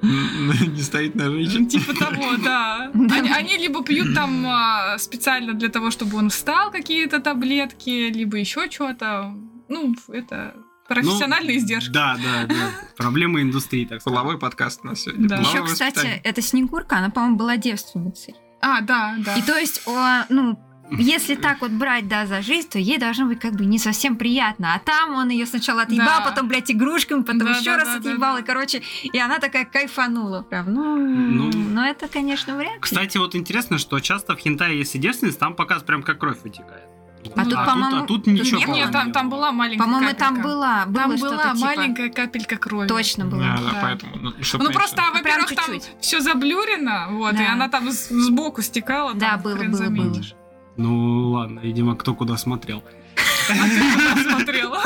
Speaker 4: Не стоит на женщине.
Speaker 2: Типа того, да. Они, они либо пьют там а, специально для того, чтобы он встал, какие-то таблетки, либо еще что-то. Ну, это
Speaker 1: ну,
Speaker 2: профессиональные издержки.
Speaker 1: Да, да,
Speaker 2: *laughs*
Speaker 1: да. Проблемы индустрии, так сказать.
Speaker 4: Половой подкаст у нас сегодня.
Speaker 2: Да.
Speaker 4: Половое
Speaker 3: Еще, кстати,
Speaker 4: воспитание.
Speaker 3: эта Снегурка, она, по-моему, была девственницей.
Speaker 2: А, да, да.
Speaker 3: И то есть, о, ну, если так вот брать, да, за жизнь, то ей должно быть как бы не совсем приятно. А там он ее сначала отъебал,
Speaker 2: Да.
Speaker 3: потом, блядь, игрушками, потом
Speaker 2: Да,
Speaker 3: еще
Speaker 2: да,
Speaker 3: раз
Speaker 2: да, да,
Speaker 3: отъебал.
Speaker 2: да.
Speaker 3: И, короче, и она такая кайфанула. Прям, ну,
Speaker 1: Ну.
Speaker 3: ну, это, конечно, вряд ли.
Speaker 1: Кстати, вот интересно, что часто в хентае, если девственность, там показ прям как кровь вытекает.
Speaker 3: А
Speaker 2: Ну,
Speaker 3: тут,
Speaker 2: а
Speaker 1: а
Speaker 3: по-моему,
Speaker 1: тут ничего
Speaker 3: не
Speaker 1: по-моему,
Speaker 2: Нет,
Speaker 3: было.
Speaker 2: там, там
Speaker 1: было.
Speaker 2: была маленькая
Speaker 3: По-моему,
Speaker 2: капелька.
Speaker 3: там была, было
Speaker 2: Там
Speaker 3: что-то
Speaker 2: была
Speaker 3: типа-
Speaker 2: маленькая капелька крови.
Speaker 3: Точно было.
Speaker 4: Да, да,
Speaker 2: Да.
Speaker 4: поэтому. Ну, чтоб
Speaker 2: Ну
Speaker 4: меньше.
Speaker 2: просто,
Speaker 3: прям
Speaker 2: во-первых, там
Speaker 3: чуть-чуть.
Speaker 2: все заблюрено, вот, и
Speaker 3: Да.
Speaker 2: она там с- сбоку стекала.
Speaker 3: Да,
Speaker 2: там
Speaker 3: было,
Speaker 2: хрен
Speaker 3: было,
Speaker 2: заметишь.
Speaker 1: Ну ладно, видимо, кто куда смотрел.
Speaker 2: *laughs* Смотрела.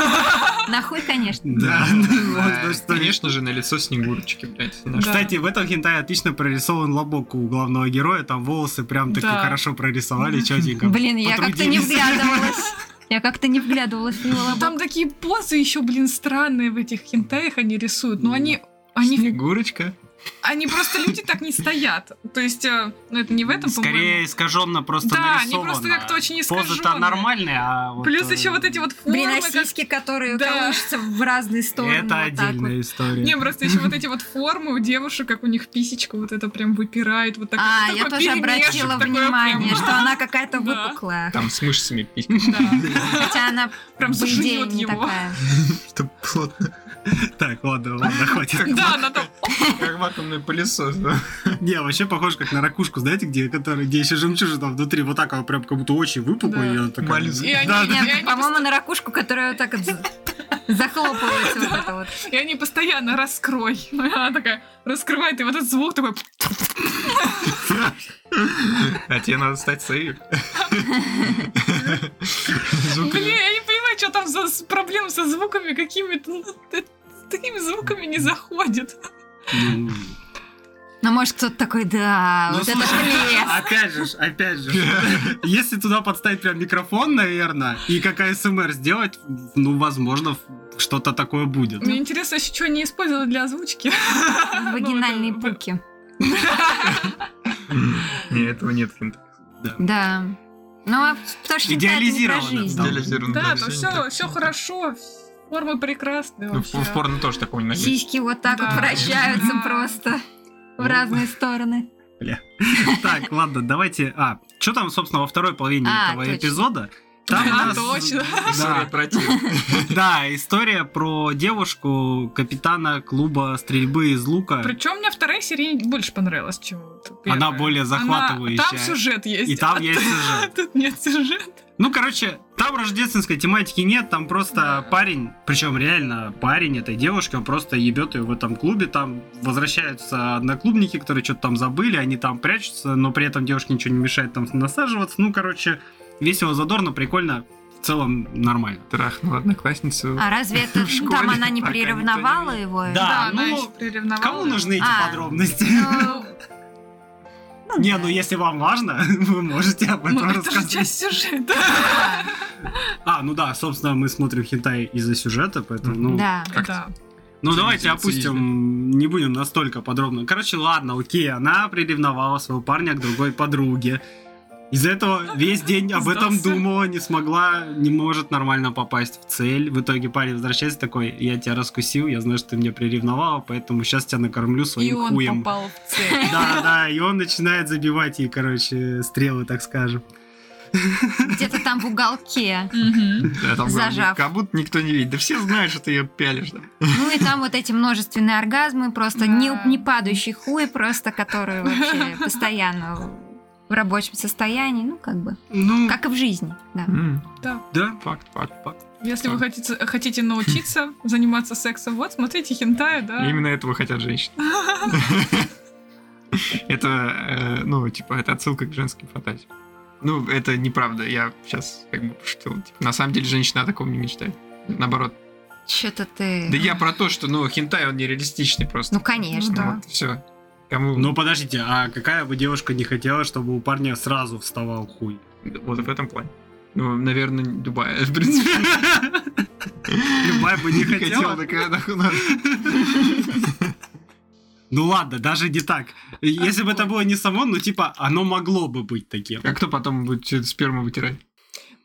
Speaker 3: Нахуй, конечно.
Speaker 1: Да,
Speaker 4: *laughs* Да,
Speaker 1: ну, что ли.
Speaker 4: Конечно же, на лицо Снегурочки, блядь. На что-
Speaker 1: Кстати, в этом хентай отлично прорисован лобок у главного героя, там волосы прям таки
Speaker 2: *laughs* Да.
Speaker 1: хорошо прорисовали,
Speaker 2: Мгм.
Speaker 1: четенько.
Speaker 3: Блин, я как-то не
Speaker 1: Потрудились.
Speaker 3: вглядывалась. Я как-то не вглядывалась в его лобок.
Speaker 2: А Там такие позы еще, блин, странные в этих хентаях они рисуют. Но они, они,
Speaker 4: Снегурочка.
Speaker 2: они просто люди так не стоят. То есть, э, ну это не в этом,
Speaker 1: Скорее искаженно просто
Speaker 2: Да, они
Speaker 1: нарисовано.
Speaker 2: просто как-то очень
Speaker 1: Позы-то
Speaker 2: искажённые.
Speaker 1: нормальные, а вот...
Speaker 2: по-моему. Плюс
Speaker 1: э,
Speaker 2: еще вот эти вот формы,
Speaker 3: Блин, а
Speaker 2: как-
Speaker 3: сиськи, которые
Speaker 2: Да.
Speaker 3: колышутся в разные стороны.
Speaker 1: Это
Speaker 3: вот так вот.
Speaker 1: отдельная история.
Speaker 2: Не, просто еще вот эти вот формы у девушек, как у них писечка вот это прям выпирает. Вот так,
Speaker 3: А,
Speaker 2: такой
Speaker 3: я тоже
Speaker 2: перемешек,
Speaker 3: обратила
Speaker 2: такое
Speaker 3: внимание,
Speaker 2: *laughs* прям,
Speaker 3: что она какая-то
Speaker 2: Да.
Speaker 3: выпуклая.
Speaker 4: Там с мышцами пить.
Speaker 1: *laughs*
Speaker 2: да.
Speaker 3: Хотя она
Speaker 2: *laughs* Прям
Speaker 3: по идее
Speaker 2: сожрет
Speaker 3: не
Speaker 2: его. *laughs*
Speaker 3: такая.
Speaker 4: *laughs* Чтоб плотно.
Speaker 1: *laughs* Так, ладно, ладно, хватит.
Speaker 2: *laughs* Да, она там...
Speaker 4: Как вакуумный пылесос. да.
Speaker 1: Не, вообще похоже как на ракушку, знаете, где, которая, где еще жемчужина там внутри, вот так, она прям как будто очень выпукла,
Speaker 2: Да.
Speaker 1: и она такая...
Speaker 4: Маленькая.
Speaker 2: И они,
Speaker 1: Да,
Speaker 2: и
Speaker 1: да.
Speaker 2: они
Speaker 3: Нет, по-моему, на ракушку, которая вот так
Speaker 2: *laughs*
Speaker 3: вот за- захлопывается вот это вот.
Speaker 2: И они постоянно раскрой. *laughs* Она такая раскрывает, и вот этот звук такой...
Speaker 1: *laughs*
Speaker 4: А тебе надо стать сейвер. Звук
Speaker 2: Блин, я не понимаю, что там за с- проблемы со звуками какими-то. Ну, т- с такими звуками не заходит.
Speaker 1: Ну,
Speaker 3: Ну, может, кто-то такой, да,
Speaker 2: А
Speaker 1: Ну,
Speaker 3: вот это
Speaker 1: слушай,
Speaker 3: плес.
Speaker 1: Опять же, ж, опять же.
Speaker 2: *laughs*
Speaker 1: ж. Если туда подставить прям микрофон, наверное, и как АСМР сделать, ну, возможно, что-то такое будет.
Speaker 2: Мне интересно, еще что они использовали для озвучки.
Speaker 3: Вагинальные
Speaker 2: *laughs* Ну, это-
Speaker 3: пуки.
Speaker 4: Нет, этого нет.
Speaker 3: Да. Ну, а то, что это не про
Speaker 1: Идеализировано,
Speaker 3: жизнь.
Speaker 1: да.
Speaker 2: *laughs* Да, то все, все хорошо, формы прекрасные
Speaker 4: Ну, в-
Speaker 2: вообще.
Speaker 4: в порно тоже такого не найдёшь.
Speaker 3: Сиськи вот так
Speaker 2: Да.
Speaker 3: вот вращаются
Speaker 2: Да.
Speaker 3: просто в
Speaker 1: Ну.
Speaker 3: разные стороны.
Speaker 1: Так, ладно, давайте... А, что там, собственно, во второй половине
Speaker 3: А,
Speaker 1: этого
Speaker 3: точно.
Speaker 1: эпизода? Там
Speaker 2: А,
Speaker 1: нас-
Speaker 2: точно.
Speaker 4: История
Speaker 1: Да,
Speaker 4: про тир.
Speaker 1: да, история про девушку, капитана клуба стрельбы из лука.
Speaker 2: Причем мне вторая серия больше понравилась, чем вот
Speaker 1: Она
Speaker 2: первая.
Speaker 1: более захватывающая.
Speaker 2: Она- Там сюжет есть.
Speaker 1: И там
Speaker 2: а
Speaker 1: есть сюжет.
Speaker 2: *laughs* тут- Тут нет сюжета.
Speaker 1: Ну, короче, там рождественской тематики нет, там просто
Speaker 2: Да.
Speaker 1: парень, причем реально парень этой девушки, он просто ебет ее в этом клубе, там возвращаются одноклубники, которые что-то там забыли, они там прячутся, но при этом девушке ничего не мешает там насаживаться. Ну, короче, весело, задорно, прикольно, в целом нормально.
Speaker 4: Трахнул ну, одноклассницу.
Speaker 3: А разве это
Speaker 4: В школе
Speaker 3: там она не
Speaker 4: пока никто не
Speaker 3: приревновала
Speaker 4: видит.
Speaker 3: его?
Speaker 1: Да,
Speaker 2: она
Speaker 1: ну,
Speaker 2: еще приревновала.
Speaker 1: Кому нужны эти
Speaker 3: А.
Speaker 1: подробности? *laughs*
Speaker 3: Ну,
Speaker 1: Не, ну если вам важно, *laughs* вы можете об
Speaker 2: Ну,
Speaker 1: этом
Speaker 2: это же
Speaker 1: рассказать.
Speaker 2: часть сюжета.
Speaker 3: да.
Speaker 1: А, ну да, собственно, мы смотрим хентай из-за сюжета, поэтому,
Speaker 4: Мгм.
Speaker 1: ну,
Speaker 3: Да.
Speaker 4: Как-то.
Speaker 2: Да.
Speaker 1: Ну
Speaker 4: Ценитель
Speaker 1: давайте опустим, не будем настолько подробно. Короче, ладно, окей, она приревновала своего парня к другой подруге. Из-за этого весь день об этом
Speaker 2: Сдался.
Speaker 1: думала, не смогла, не может нормально попасть в цель. В итоге парень возвращается такой, я тебя раскусил, я знаю, что ты меня приревновала, поэтому сейчас тебя накормлю
Speaker 2: И
Speaker 1: своим
Speaker 2: он
Speaker 1: хуем.
Speaker 2: попал в цель.
Speaker 1: *laughs* Да, да, и он начинает забивать ей, короче, стрелы, так скажем.
Speaker 3: Где-то там в уголке.
Speaker 2: Мгм.
Speaker 4: Да, там главное,
Speaker 3: Зажав.
Speaker 4: Как будто никто не видит. Да все знают, что ты ее пялишь. да.
Speaker 3: Ну и там вот эти множественные оргазмы, просто не,
Speaker 2: Да.
Speaker 3: не падающий хуй, просто который вообще
Speaker 2: *laughs*
Speaker 3: постоянно в рабочем состоянии, ну как бы,
Speaker 1: Ну,
Speaker 3: как и в жизни, да.
Speaker 4: М,
Speaker 1: да.
Speaker 4: Факт, факт, факт.
Speaker 2: Если вы хотите, хотите научиться заниматься сексом, вот смотрите хентай, да.
Speaker 4: Именно этого хотят женщины. Это, э, ну, типа, это отсылка к женским фантазиям. Ну, это неправда, я сейчас как бы пошутил. Типа, на самом деле женщина о таком не мечтает. Наоборот.
Speaker 3: Что-то ты...
Speaker 4: Да я про то, что, ну, хентай, он нереалистичный просто.
Speaker 3: Ну конечно.
Speaker 2: Ну да.
Speaker 4: все. Кому...
Speaker 1: Ну подождите, а какая бы девушка не хотела, чтобы у парня сразу вставал хуй?
Speaker 4: Вот в этом плане. Ну, наверное, любая, в принципе.
Speaker 1: Любая бы *laughs* не хотела.
Speaker 4: такая, нахуй надо.
Speaker 1: Ну ладно, даже не так. Если бы это было не само, ну типа оно могло бы быть таким.
Speaker 4: А кто потом будет всю эту сперму вытирать?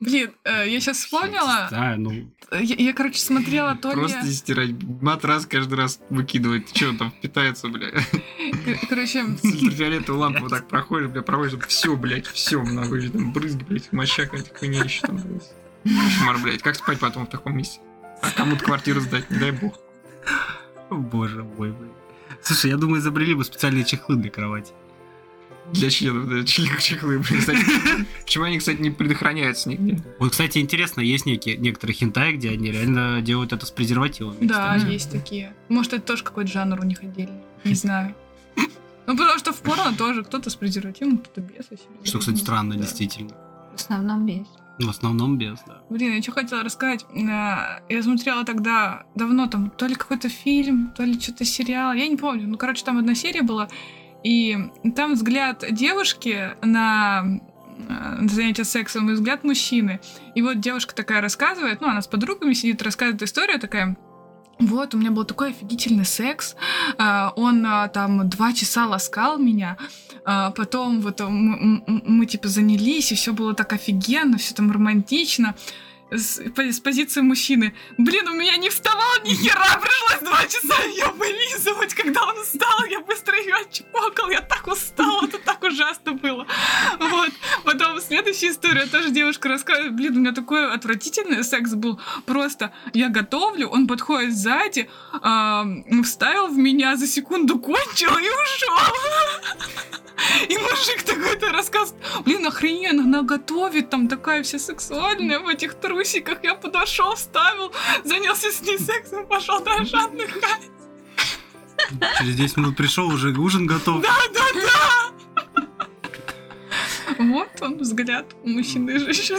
Speaker 2: Блин, э, я сейчас вспомнила.
Speaker 1: Да, ну.
Speaker 2: Я, я, короче, смотрела то ли...
Speaker 4: Просто стирать. Матрас каждый раз выкидывать. Че там впитается, бля?
Speaker 2: Кор- Короче,
Speaker 4: С ультрафиолетовой лампой вот так проходишь, бля, проводишь, все, блядь, все, много же там брызги, блядь, моча какая-то хуйня еще там, блядь. Кошмар, блядь, как спать потом в таком месте? А кому-то квартиру сдать, не дай бог.
Speaker 1: О, боже мой, блин. Слушай, я думаю, изобрели бы специальные чехлы для кровати.
Speaker 4: Для членов, да, член- чехлы, блядь, кстати. Почему они, кстати, не предохраняются нигде?
Speaker 1: Вот, кстати, интересно, есть некие, некоторые хентаи, где они реально делают это с презервативами.
Speaker 2: да,
Speaker 4: кстати.
Speaker 2: есть такие. Может, это тоже какой-то жанр у них отдельный. Не знаю. Ну, потому что в порно тоже кто-то с презервативом, кто-то без. вообще без
Speaker 1: Что, кстати,
Speaker 2: разницы.
Speaker 1: странно,
Speaker 2: Да.
Speaker 1: действительно. Ну,
Speaker 3: В основном без. Ну,
Speaker 1: В основном без, да.
Speaker 2: Блин, я что хотела рассказать. Э, Я смотрела тогда давно там то ли какой-то фильм, то ли что-то сериал. Я не помню. Ну, короче, там одна серия была. И там взгляд девушки на э, на занятие сексом и взгляд мужчины. И вот девушка такая рассказывает, ну, она с подругами сидит, рассказывает историю такая. Вот, у меня был такой офигительный секс. А, Он а, там два часа ласкал меня. А, Потом вот а, м- м- м- мы типа занялись, и все было так офигенно, все там романтично. С, по- с позиции мужчины. Блин, у меня не вставал ни хера, пришлось два часа ее вылизывать, когда он встал, я быстро ее отчепокал, я так устала, это так ужасно было. Вот. Потом следующая история, тоже девушка рассказывает, блин, у меня такой отвратительный секс был, просто я готовлю, он подходит сзади, ам, вставил в меня, за секунду кончил и ушел. И мужик такой-то рассказывает, блин, охрененно, она готовит, там такая вся сексуальная в этих трусиках, я подошел, вставил, занялся с ней сексом, пошел дальше отдыхать.
Speaker 1: Через 10 минут пришел, уже ужин готов.
Speaker 2: Да, да, да! Вот он взгляд у мужчины и женщины.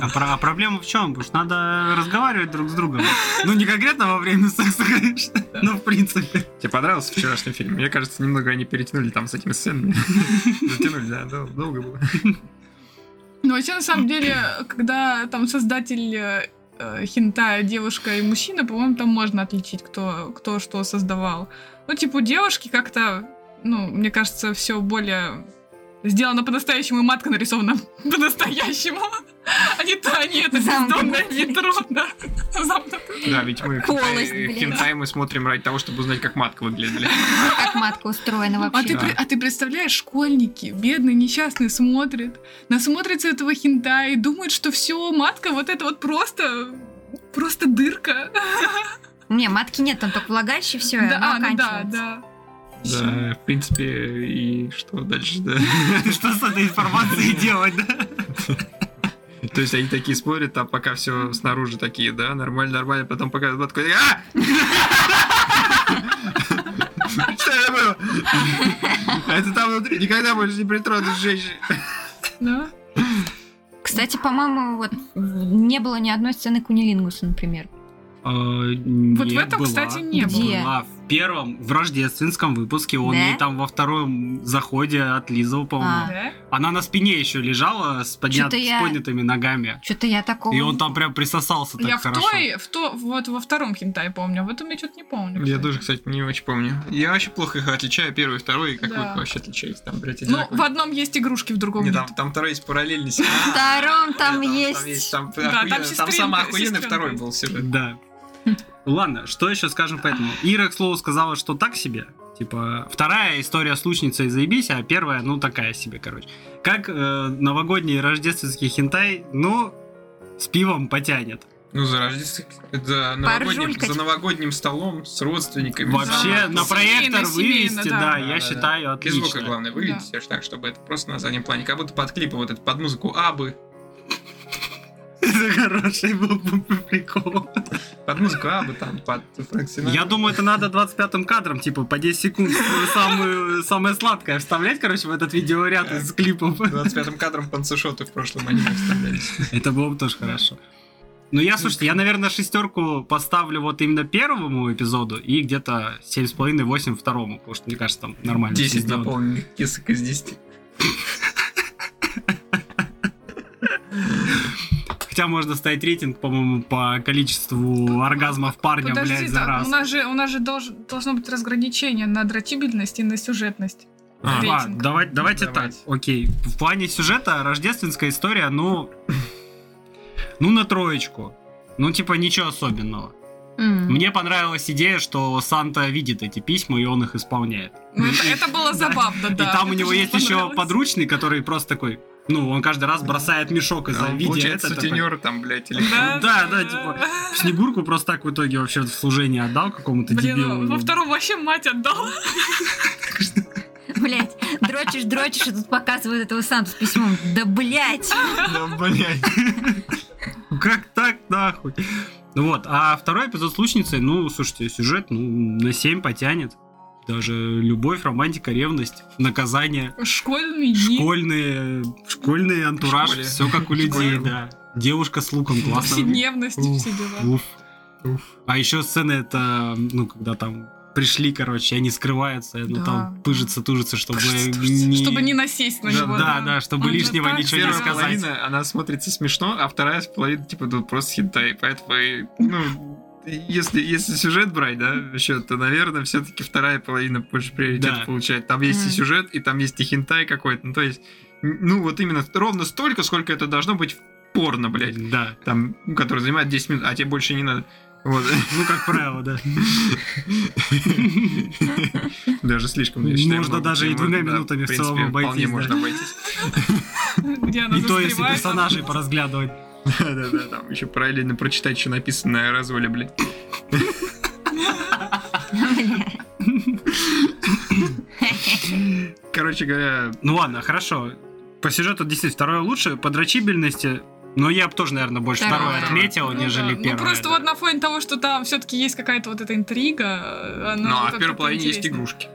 Speaker 1: А, про- а проблема в чем? Потому что надо разговаривать друг с другом. Ну, не конкретно во время секса, конечно, но в принципе.
Speaker 4: Тебе понравился вчерашний фильм? Мне кажется, немного они перетянули там с этими сценами. Затянули, да, дол- долго было.
Speaker 2: Ну, вообще, на самом деле, когда там создатель э, э, хентая девушка и мужчина, по-моему, там можно отличить, кто, кто что создавал. Ну, типа, у девушки как-то, ну, мне кажется, все более сделано по-настоящему, и матка нарисована *laughs* по-настоящему. А не то, а не это бездомное
Speaker 3: Замкнутый.
Speaker 2: ядро, да. Замкнутый.
Speaker 4: Да, ведь мы
Speaker 3: Полость, блин.
Speaker 4: хентай мы смотрим ради того, чтобы узнать, как матка выглядит.
Speaker 3: Как матка устроена
Speaker 2: А
Speaker 3: вообще.
Speaker 2: ты,
Speaker 4: Да.
Speaker 2: пре- а ты представляешь, школьники, бедные, несчастные, смотрят, насмотрятся этого хинта и думают, что все, матка, вот это вот просто, просто дырка.
Speaker 3: Не, матки нет, там только влагалище, все, оно
Speaker 2: Да, а, ну да,
Speaker 3: оканчивается.
Speaker 2: да.
Speaker 4: Да, в принципе, и что дальше, да?
Speaker 1: Что с этой
Speaker 2: *laughs*
Speaker 1: информацией делать, да?
Speaker 4: То есть они такие смотрят, а пока все снаружи такие, да, нормально, нормально, потом показывают матку, и а! Что это было? А Это там внутри, никогда больше не притронусь женщине.
Speaker 2: да.
Speaker 3: Кстати, по-моему, вот не было ни одной сцены кунилингуса, например.
Speaker 1: Вот
Speaker 2: в этом, кстати, не
Speaker 3: было. Где?
Speaker 1: Была в первом, в рождественском выпуске. Он
Speaker 3: Да?
Speaker 1: ей там во втором заходе отлизал, по-моему.
Speaker 3: А.
Speaker 2: Да?
Speaker 1: Она на спине еще лежала с, подня-
Speaker 3: Чё-то
Speaker 1: с
Speaker 3: я-
Speaker 1: поднятыми ногами.
Speaker 3: Что-то я такого...
Speaker 1: И он там прям присосался так
Speaker 2: Я
Speaker 1: хорошо.
Speaker 2: в той, в то, вот во втором хентай помню, а в этом я что-то не помню.
Speaker 4: Я
Speaker 2: кстати.
Speaker 4: тоже, кстати, не очень помню. Я вообще плохо их отличаю, первый и второй, и как вы
Speaker 2: Да.
Speaker 4: их вообще отличаете? Там, блядь,
Speaker 2: Ну,
Speaker 4: одинаковые.
Speaker 2: в одном есть игрушки, в другом
Speaker 4: Не,
Speaker 2: нет.
Speaker 4: там, там второй есть параллельный сюжет.
Speaker 3: В втором там
Speaker 4: Там
Speaker 3: есть...
Speaker 4: Там,
Speaker 2: Да, там
Speaker 4: охуенно- там
Speaker 2: сестринка,
Speaker 4: самый охуенный
Speaker 2: сестренка
Speaker 4: второй
Speaker 2: есть.
Speaker 4: был сюжет.
Speaker 1: Да. Ну Ладно, что еще скажем по этому? Ира, к слову, сказала, что так себе. Типа, вторая история с лучницей заебись, а первая, ну, такая себе, короче. Как э, новогодний рождественский хентай, ну, с пивом потянет.
Speaker 4: Ну, за рождественским... За новогодним,
Speaker 3: Поржулькать.
Speaker 2: типа.
Speaker 4: за новогодним столом с родственниками.
Speaker 1: Вообще,
Speaker 2: Да.
Speaker 1: на
Speaker 2: Семейно,
Speaker 1: проектор
Speaker 2: семейно,
Speaker 1: вывести,
Speaker 2: да.
Speaker 1: да,
Speaker 4: Да,
Speaker 1: я
Speaker 4: да,
Speaker 1: считаю,
Speaker 4: И звука,
Speaker 1: отлично.
Speaker 4: главное, выглядит все так, чтобы это просто на заднем плане. Как будто под клипы, вот это под музыку Абы.
Speaker 1: *laughs* Это хороший был бы прикол.
Speaker 4: Под музыку Абы, там, под Фрэнк Синатра. *laughs*
Speaker 1: Я думаю, это надо 25-м кадром, типа, по 10 секунд самую- самое сладкое вставлять, короче, в этот видеоряд из клипов.
Speaker 4: 25-м кадром панцешоты в прошлом аниме вставлялись.
Speaker 1: Это было бы тоже хорошо. Ну, я, слушайте, я, наверное, шестерку поставлю вот именно первому эпизоду и где-то 7,5-8 второму, потому что, мне кажется, там нормально. всё
Speaker 4: 10
Speaker 1: сделано.
Speaker 4: наполненных кисок из 10.
Speaker 1: Хотя можно ставить рейтинг, по-моему, по количеству оргазмов парня,
Speaker 2: Подожди,
Speaker 1: блядь, за
Speaker 2: так,
Speaker 1: раз.
Speaker 2: у нас же, у нас же долж- должно быть разграничение на дротибельность и на сюжетность.
Speaker 1: А,
Speaker 2: рейтинг.
Speaker 1: ладно, давай- давайте так,
Speaker 4: Давайте.
Speaker 1: окей. В плане сюжета рождественская история, ну... Ну, на троечку. Ну, типа, ничего особенного.
Speaker 3: М.
Speaker 1: Мне понравилась идея, что Санта видит эти письма, и он их исполняет.
Speaker 2: Ну, это, это было забавно, да.
Speaker 1: и там у
Speaker 2: Мне
Speaker 1: него
Speaker 2: тоже
Speaker 1: есть еще
Speaker 2: понравилось.
Speaker 1: подручный, который просто такой, ну, он каждый раз бросает мешок из-за
Speaker 4: Там,
Speaker 1: видео.
Speaker 4: Получается,
Speaker 1: Это такой-
Speaker 4: сутенер там,
Speaker 1: *laughs*
Speaker 4: блядь, или...
Speaker 2: Да,
Speaker 1: Да, да, типа, Снегурку просто так в итоге вообще в служение отдал какому-то дебилу. ну.
Speaker 2: Блин, ну, во втором вообще мать отдала.
Speaker 3: Блять, дрочишь, дрочишь, и тут показывают этого Санту с письмом. Да
Speaker 2: *laughs*
Speaker 3: блять!
Speaker 4: Да, блядь.
Speaker 1: Ну, Как так, нахуй? Ну Вот, а второй эпизод с лучницей, ну, слушайте, сюжет ну, на 7 потянет. даже любовь, романтика, ревность, наказание,
Speaker 2: Школьный дни.
Speaker 1: школьные, школьный антураж,
Speaker 4: школе.
Speaker 1: все как у людей,
Speaker 4: Школьный.
Speaker 1: да. Девушка с луком классно.
Speaker 2: Повседневности,
Speaker 1: Уф,
Speaker 2: все дела.
Speaker 1: Уф. А еще сцены это, ну, когда там пришли, короче, они скрываются, ну
Speaker 2: Да.
Speaker 1: там пыжится, тужится, чтобы не...
Speaker 2: Чтобы не насесть на
Speaker 4: Да,
Speaker 2: него.
Speaker 1: да, да, чтобы
Speaker 2: Он же
Speaker 1: лишнего
Speaker 2: так
Speaker 1: ничего не
Speaker 4: Первая
Speaker 2: сделал.
Speaker 1: сказать.
Speaker 4: половина, она смотрится смешно, а вторая половина, типа, ну, просто хентай. Поэтому, и, ну, если, если сюжет брать, да, еще, то, наверное, все-таки вторая половина больше приоритет
Speaker 1: Да.
Speaker 4: получает. Там есть и
Speaker 2: Мгм.
Speaker 4: сюжет, и там есть и хентай какой-то. Ну, то есть, н- ну, вот именно ровно столько, сколько это должно быть в порно, блядь.
Speaker 1: Да.
Speaker 4: Там, ну, который занимает 10 минут, а тебе больше не надо. Вот.
Speaker 1: Ну, как правило, да.
Speaker 4: Даже слишком, я считаю,
Speaker 1: Можно
Speaker 4: много,
Speaker 1: даже и
Speaker 4: где
Speaker 1: двумя
Speaker 4: можно, да,
Speaker 1: минутами в
Speaker 4: принципе,
Speaker 1: целом обойтись,
Speaker 4: Вполне
Speaker 1: да.
Speaker 4: можно обойтись.
Speaker 2: Где *laughs* она
Speaker 1: И то, если
Speaker 2: застревает,
Speaker 1: персонажей поразглядывать.
Speaker 4: Да-да-да, там еще параллельно прочитать, что написано на аэрозоле, блядь. Короче говоря,
Speaker 1: Ну ладно, хорошо. По сюжету действительно второе лучше. По дрочибельности, но я бы тоже, наверное, больше
Speaker 3: Второе.
Speaker 1: второе отметил,
Speaker 2: Ну
Speaker 1: нежели
Speaker 2: да. Ну
Speaker 1: первое.
Speaker 2: просто
Speaker 1: да.
Speaker 2: вот на фоне того, что там все-таки есть какая-то вот эта интрига. э, она
Speaker 4: ну а в
Speaker 2: как-то
Speaker 4: первой половине есть
Speaker 2: поинтереснее.
Speaker 4: игрушки.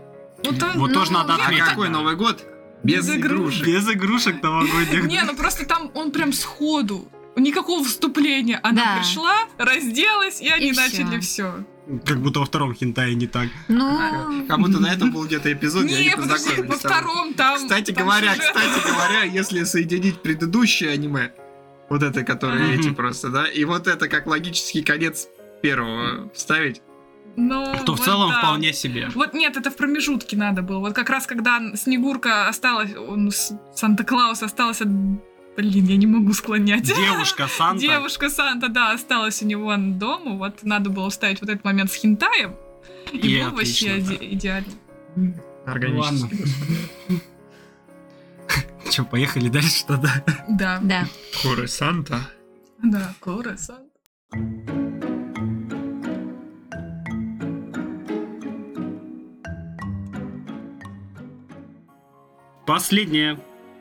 Speaker 2: Ну, то-
Speaker 1: Вот
Speaker 2: ну,
Speaker 1: тоже надо
Speaker 2: нет,
Speaker 4: А
Speaker 1: отметить.
Speaker 2: так-
Speaker 4: какой
Speaker 1: да.
Speaker 4: Новый год? Без
Speaker 2: Без
Speaker 4: игрушек.
Speaker 1: Без игрушек новогодних.
Speaker 2: Не, ну просто там он прям сходу. Никакого вступления. Она
Speaker 3: Да.
Speaker 2: пришла, разделась, и они
Speaker 3: всё.
Speaker 2: начали все.
Speaker 1: Как будто во втором хентае не так.
Speaker 3: Ну,
Speaker 4: А. Как будто до этого был где-то эпизод, где они
Speaker 2: Не, подожди,
Speaker 4: познакомились.
Speaker 2: во втором там.
Speaker 4: Кстати
Speaker 2: там
Speaker 4: говоря,
Speaker 2: сюжет.
Speaker 4: кстати говоря, если соединить предыдущее аниме, вот это, которые
Speaker 1: Мгм.
Speaker 4: эти просто, да, и вот это как логический конец первого вставить.
Speaker 2: Ну,
Speaker 1: То в
Speaker 2: вот
Speaker 1: целом
Speaker 2: да.
Speaker 1: вполне себе.
Speaker 2: Вот нет, это в промежутке надо было. Вот как раз когда Снегурка осталась, он, с- Санта-Клаус остался, блин, я не могу склонять.
Speaker 1: Девушка Санта.
Speaker 2: Девушка Санта, да, осталась у него дома. Вот надо было вставить вот этот момент с хентаем. И,
Speaker 1: И
Speaker 2: был вообще
Speaker 1: отлично,
Speaker 2: иде- идеально.
Speaker 4: Органически.
Speaker 1: Че, поехали дальше тогда?
Speaker 2: Да,
Speaker 3: да.
Speaker 4: Хоры Санта.
Speaker 2: да, Кора Санта.
Speaker 1: Последнее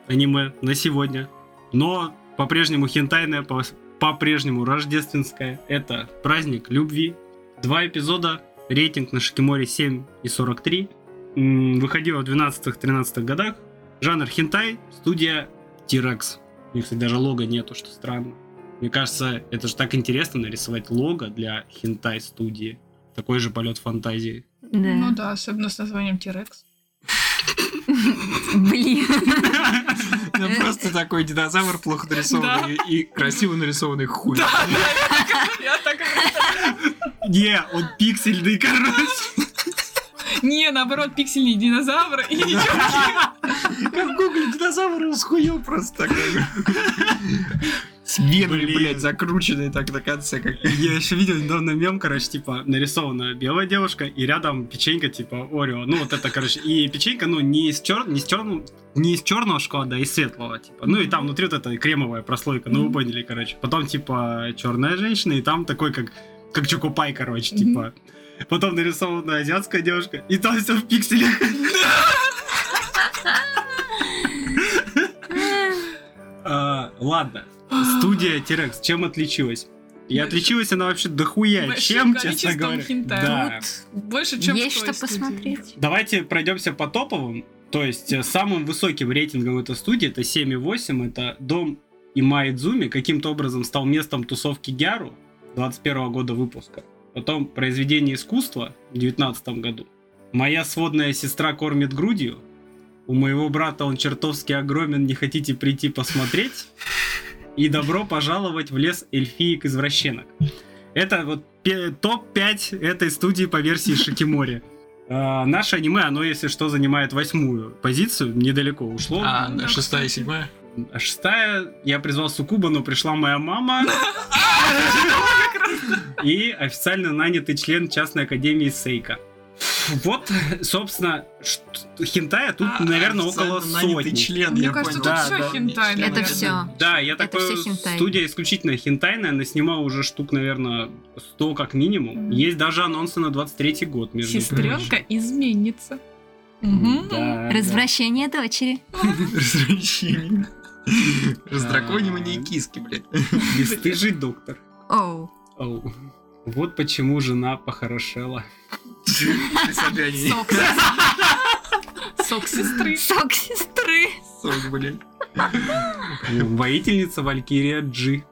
Speaker 1: аниме на сегодня. Но по-прежнему хентайное, по- по-прежнему рождественское. Это праздник любви. Два эпизода. Рейтинг на Шикиморе 7 и 43. М, Выходило в 12-13 годах. Жанр хентай, студия T-Rex. У них, кстати, даже лого нету, что странно. Мне кажется, это же так интересно нарисовать лого для хентай студии. Такой же полет фантазии.
Speaker 2: Ну
Speaker 3: Да.
Speaker 2: да, особенно с названием Терекс.
Speaker 1: *laughs*
Speaker 3: Блин.
Speaker 4: Ну, Просто такой динозавр плохо нарисованный и красиво нарисованный хуй.
Speaker 2: Я так и представляла.
Speaker 1: Не, он пиксельный, короче.
Speaker 2: *laughs* Не, наоборот, пиксельные динозавры и
Speaker 4: Как в гугле динозавр схуел просто так. С венами,
Speaker 1: Блин.
Speaker 4: блядь, закрученные так до конца, как
Speaker 1: Я еще видел недавно мем, короче, типа, нарисована белая девушка, и рядом печенька, типа, Орео. Ну, вот это, короче, и печенька, ну, не из, чер... не из, черн- не из черного шоколада, а из светлого, типа. Ну, и там внутри вот эта кремовая прослойка, ну, вы
Speaker 2: Мгм.
Speaker 1: поняли, короче. Потом, типа, черная женщина, и там такой, как, как Чокопай, короче,
Speaker 2: Мгм.
Speaker 1: типа. Потом нарисована азиатская девушка, и там все в пикселях.
Speaker 2: *laughs*
Speaker 1: А, Ладно, студия Терекс, чем отличилась? И
Speaker 2: Большим-
Speaker 1: отличилась она вообще дохуя,
Speaker 2: большим
Speaker 1: чем, честно
Speaker 2: количеством
Speaker 1: говоря.
Speaker 2: хентая.
Speaker 1: Да.
Speaker 2: больше, чем в
Speaker 3: Есть
Speaker 2: той
Speaker 3: что
Speaker 2: студии.
Speaker 3: посмотреть.
Speaker 1: Давайте пройдемся по топовым. То есть э, самым высоким рейтингом этой студии, это 7,8, это «Дом и Майдзуми» каким-то образом стал местом тусовки Гяру 21 года выпуска. Потом «Произведение искусства» в 19 году. «Моя сводная сестра кормит грудью». «У моего брата он чертовски огромен, не хотите прийти посмотреть?» И «Добро пожаловать в лес эльфиек-извращенок». Это вот пе- топ-5 этой студии по версии Шикимори. А, наше аниме, оно, если что, занимает восьмую позицию, недалеко ушло.
Speaker 2: А, да, шестая, кстати.
Speaker 4: седьмая?
Speaker 1: А шестая, я призвал Сукуба, но пришла моя мама. И официально нанятый член частной академии Сейка. Вот, собственно, ш- хентая тут, наверное, около сотни.
Speaker 4: А, член,
Speaker 2: Мне
Speaker 4: я
Speaker 2: кажется,
Speaker 4: понял.
Speaker 1: тут всё
Speaker 2: хентай,
Speaker 4: член,
Speaker 2: наверное.
Speaker 3: Это все.
Speaker 1: Да, я
Speaker 3: Это
Speaker 1: такой...
Speaker 3: всё хентай.
Speaker 1: Студия исключительно хентайная, она снимала уже штук, наверное, 100 как минимум.
Speaker 2: Мгм.
Speaker 1: Есть даже анонсы на 23-й год, между
Speaker 2: Сестренка изменится.
Speaker 1: прочим.
Speaker 2: Мгм.
Speaker 1: Да, да.
Speaker 3: Развращение дочери.
Speaker 4: Развращение. Раздраконивание киски, блядь.
Speaker 1: Бесстыжий доктор.
Speaker 3: Оу.
Speaker 1: Оу. Вот почему жена похорошела.
Speaker 4: Собянин.
Speaker 2: Сок. Сок
Speaker 3: *laughs*
Speaker 2: сестры.
Speaker 3: Сок сестры.
Speaker 4: Сок, блин.
Speaker 1: Воительница Валькирия Джи.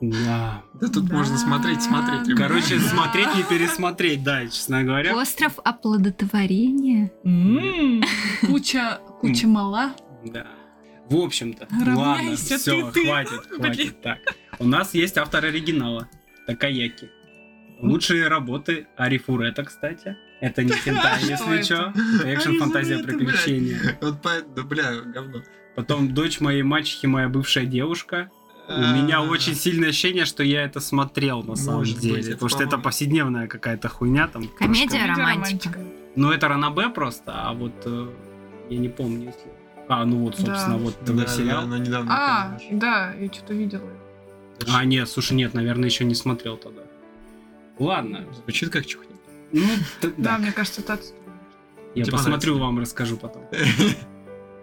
Speaker 1: Да.
Speaker 4: Да тут
Speaker 2: Да.
Speaker 4: можно смотреть, смотреть. любой.
Speaker 1: Короче, смотреть не пересмотреть, да, честно говоря.
Speaker 3: Остров оплодотворения.
Speaker 2: М. Куча, куча мала.
Speaker 1: Да. В общем-то, ладно,
Speaker 2: Равняйся
Speaker 1: все,
Speaker 2: ты, ты.
Speaker 1: хватит, хватит. Так, у нас есть автор оригинала, Такаяки. Лучшие работы Арифурета, кстати.
Speaker 2: *laughs*
Speaker 1: Это не хентай,
Speaker 2: А Что
Speaker 1: если
Speaker 2: это?
Speaker 1: что. Это экшен, фантазия,
Speaker 4: Арифурета, блядь.
Speaker 1: приключения.
Speaker 4: Вот по... Да, бля, говно.
Speaker 1: Потом дочь моей мачехи, моя бывшая девушка. У
Speaker 4: А.
Speaker 1: меня очень сильное ощущение, что я это смотрел на самом
Speaker 4: Может быть,
Speaker 1: деле.
Speaker 4: это,
Speaker 1: потому что это
Speaker 4: по-моему.
Speaker 1: повседневная какая-то хуйня там.
Speaker 3: Комедия,
Speaker 2: Комедия,
Speaker 3: романтика.
Speaker 1: Ну, это Ранабе просто, а вот э, я не помню, если... А, ну вот,
Speaker 2: Да.
Speaker 1: собственно, вот
Speaker 4: Да,
Speaker 1: э,
Speaker 4: да,
Speaker 1: сериал.
Speaker 4: она недавно.
Speaker 2: А,
Speaker 4: появилась.
Speaker 2: да, я что-то видела.
Speaker 1: А, нет, слушай, нет, наверное, еще не смотрел тогда. Ладно.
Speaker 4: Звучит как чухня.
Speaker 1: Ну, т-
Speaker 2: Да,
Speaker 1: да.
Speaker 2: мне кажется, это отстой.
Speaker 1: Я
Speaker 4: Тебе
Speaker 1: посмотрю, вам расскажу потом. Э,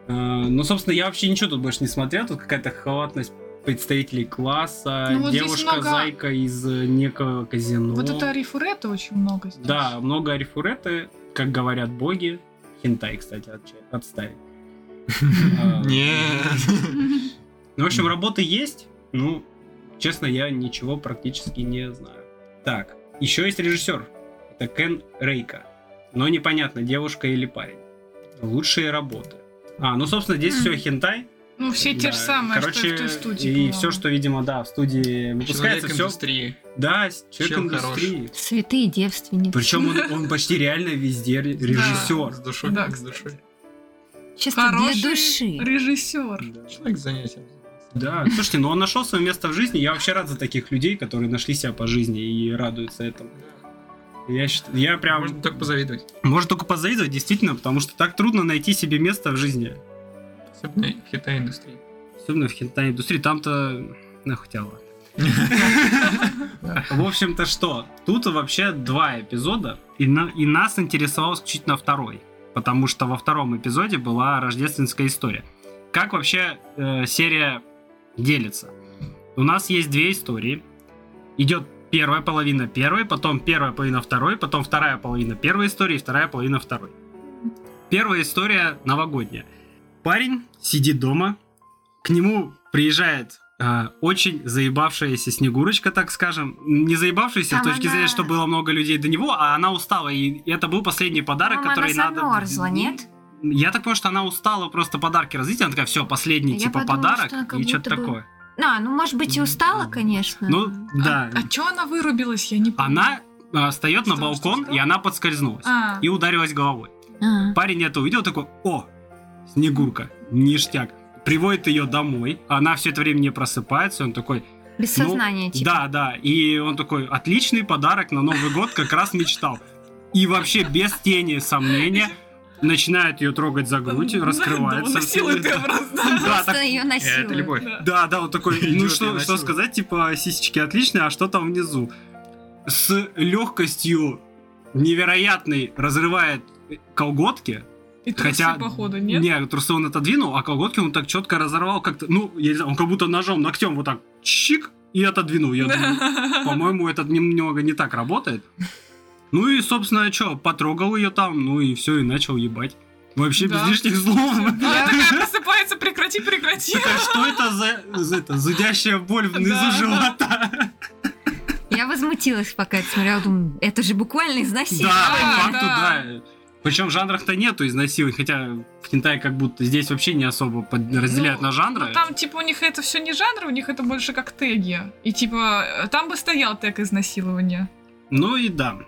Speaker 1: Ну, собственно, я вообще ничего тут больше не смотрел. Тут какая-то халатность представителей класса,
Speaker 2: Ну, вот здесь много-
Speaker 1: девушка-зайка из э, некого казино.
Speaker 2: Вот это Арифурета очень много здесь.
Speaker 1: Ну, Да, много арифуреты, как говорят боги. Хентай, кстати, отча- отставить. А,
Speaker 4: Нет.
Speaker 1: Ну, в общем, работы есть. Ну, честно, я ничего практически не знаю. Так, еще есть режиссер. Это Кен Рейка. Но непонятно, девушка или парень. Лучшие работы. А, ну, собственно, здесь
Speaker 2: Мгм.
Speaker 1: все хентай.
Speaker 2: Ну, все те
Speaker 1: Да,
Speaker 2: же самые, что и
Speaker 1: Короче,
Speaker 2: в той студии.
Speaker 1: и
Speaker 2: по-моему.
Speaker 1: все, что, видимо, да, в студии выпускается,
Speaker 4: Человек
Speaker 1: все...
Speaker 4: индустрии.
Speaker 1: Да, с- человек
Speaker 4: Чем
Speaker 1: индустрии.
Speaker 3: Святые девственницы.
Speaker 1: Причем он, он почти реально везде ре- режиссер.
Speaker 4: С душой,
Speaker 2: Да,
Speaker 4: с душой.
Speaker 3: Чисто
Speaker 2: Хороший
Speaker 3: для души.
Speaker 2: режиссер.
Speaker 4: Человек с занятием.
Speaker 1: Да, слушайте, но он нашел свое место в жизни. Я вообще рад за таких людей, которые нашли себя по жизни и радуются этому. Я, счит- я прям...
Speaker 4: Можно только позавидовать.
Speaker 1: Может только позавидовать, действительно, потому что так трудно найти себе место в жизни.
Speaker 4: Особенно в хитай индустрии.
Speaker 1: Особенно в хентай-индустрии. Там-то... Ну, хотя ладно. В общем-то что? Тут вообще два эпизода, и, на- и нас интересовал исключительно второй. Потому что во втором эпизоде была рождественская история. Как вообще э, серия делится? У нас есть две истории. Идет первая половина первой, потом первая половина второй, потом вторая половина первой истории, и вторая половина второй. Первая история новогодняя. Парень сидит дома, к нему приезжает э, очень заебавшаяся Снегурочка, так скажем. Не заебавшаяся
Speaker 3: Там
Speaker 1: с точки
Speaker 3: она-
Speaker 1: зрения, что было много людей до него, а она устала. И это был последний подарок,
Speaker 3: По-моему,
Speaker 1: который
Speaker 3: она
Speaker 1: надо...
Speaker 3: замерзла, нет?
Speaker 1: Я так понимаю, что она устала просто подарки развить. Она такая, все, последний,
Speaker 3: Я
Speaker 1: типа,
Speaker 3: подумала,
Speaker 1: подарок
Speaker 3: что она как
Speaker 1: и что-то
Speaker 3: будто бы-
Speaker 1: такое.
Speaker 3: А, ну, может быть, и устала, конечно.
Speaker 1: Ну, да.
Speaker 2: А, чё она вырубилась, я не помню.
Speaker 1: Она э, встает на
Speaker 2: Что,
Speaker 1: балкон,
Speaker 2: что,
Speaker 1: и
Speaker 2: что?
Speaker 1: она подскользнулась.
Speaker 2: А,
Speaker 1: И ударилась головой.
Speaker 3: А.
Speaker 1: Парень это увидел, такой, о, Снегурка, ништяк. Приводит ее домой, она все это время не просыпается, он такой,
Speaker 3: Без
Speaker 1: Ну,
Speaker 3: сознания, типа.
Speaker 1: да, да, и он такой, отличный подарок на Новый год, как раз мечтал. И вообще без тени сомнения начинает ее трогать за грудь, раскрывается.
Speaker 2: Да, силы
Speaker 1: *laughs*
Speaker 2: ты обратно.
Speaker 1: Да,
Speaker 3: Просто
Speaker 1: так
Speaker 3: ее
Speaker 4: Э,
Speaker 3: насилует.
Speaker 4: Это любовь.
Speaker 1: Да, да, он такой, ну
Speaker 4: Идиот, я
Speaker 1: что, что
Speaker 4: насилую.
Speaker 1: сказать, типа, сисечки отличные, а что там внизу? С легкостью невероятной разрывает э, колготки.
Speaker 2: И трусы,
Speaker 1: Хотя-
Speaker 2: походу, нет?
Speaker 1: трусы он отодвинул, а колготки он так четко разорвал, как-то, ну, я не знаю, он как будто ножом, ногтем вот так, чик, и отодвинул. Я думаю, по-моему, это немного не так работает. Ну и, собственно, что, потрогал ее там, ну и все, и начал ебать. Вообще
Speaker 2: Да.
Speaker 1: без лишних слов.
Speaker 2: *laughs* Она такая просыпается, прекрати, прекрати.
Speaker 1: Такая, а
Speaker 2: *laughs*
Speaker 1: что это за, за это, зудящая боль внизу
Speaker 2: Да, да.
Speaker 1: живота?
Speaker 3: Я возмутилась, пока это смотрела, думаю, это же буквально
Speaker 1: Да,
Speaker 3: изнасилование.
Speaker 1: по
Speaker 2: Типа, Да,
Speaker 1: факту,
Speaker 2: да.
Speaker 1: да. Причем в жанрах-то нету изнасилований, хотя в Китае как будто здесь вообще не особо под- разделяют
Speaker 2: Ну,
Speaker 1: на жанры.
Speaker 2: Ну, там, типа, у них это все не жанры, у них это больше как теги. И, типа, там бы стоял тег изнасилования.
Speaker 1: Ну и да.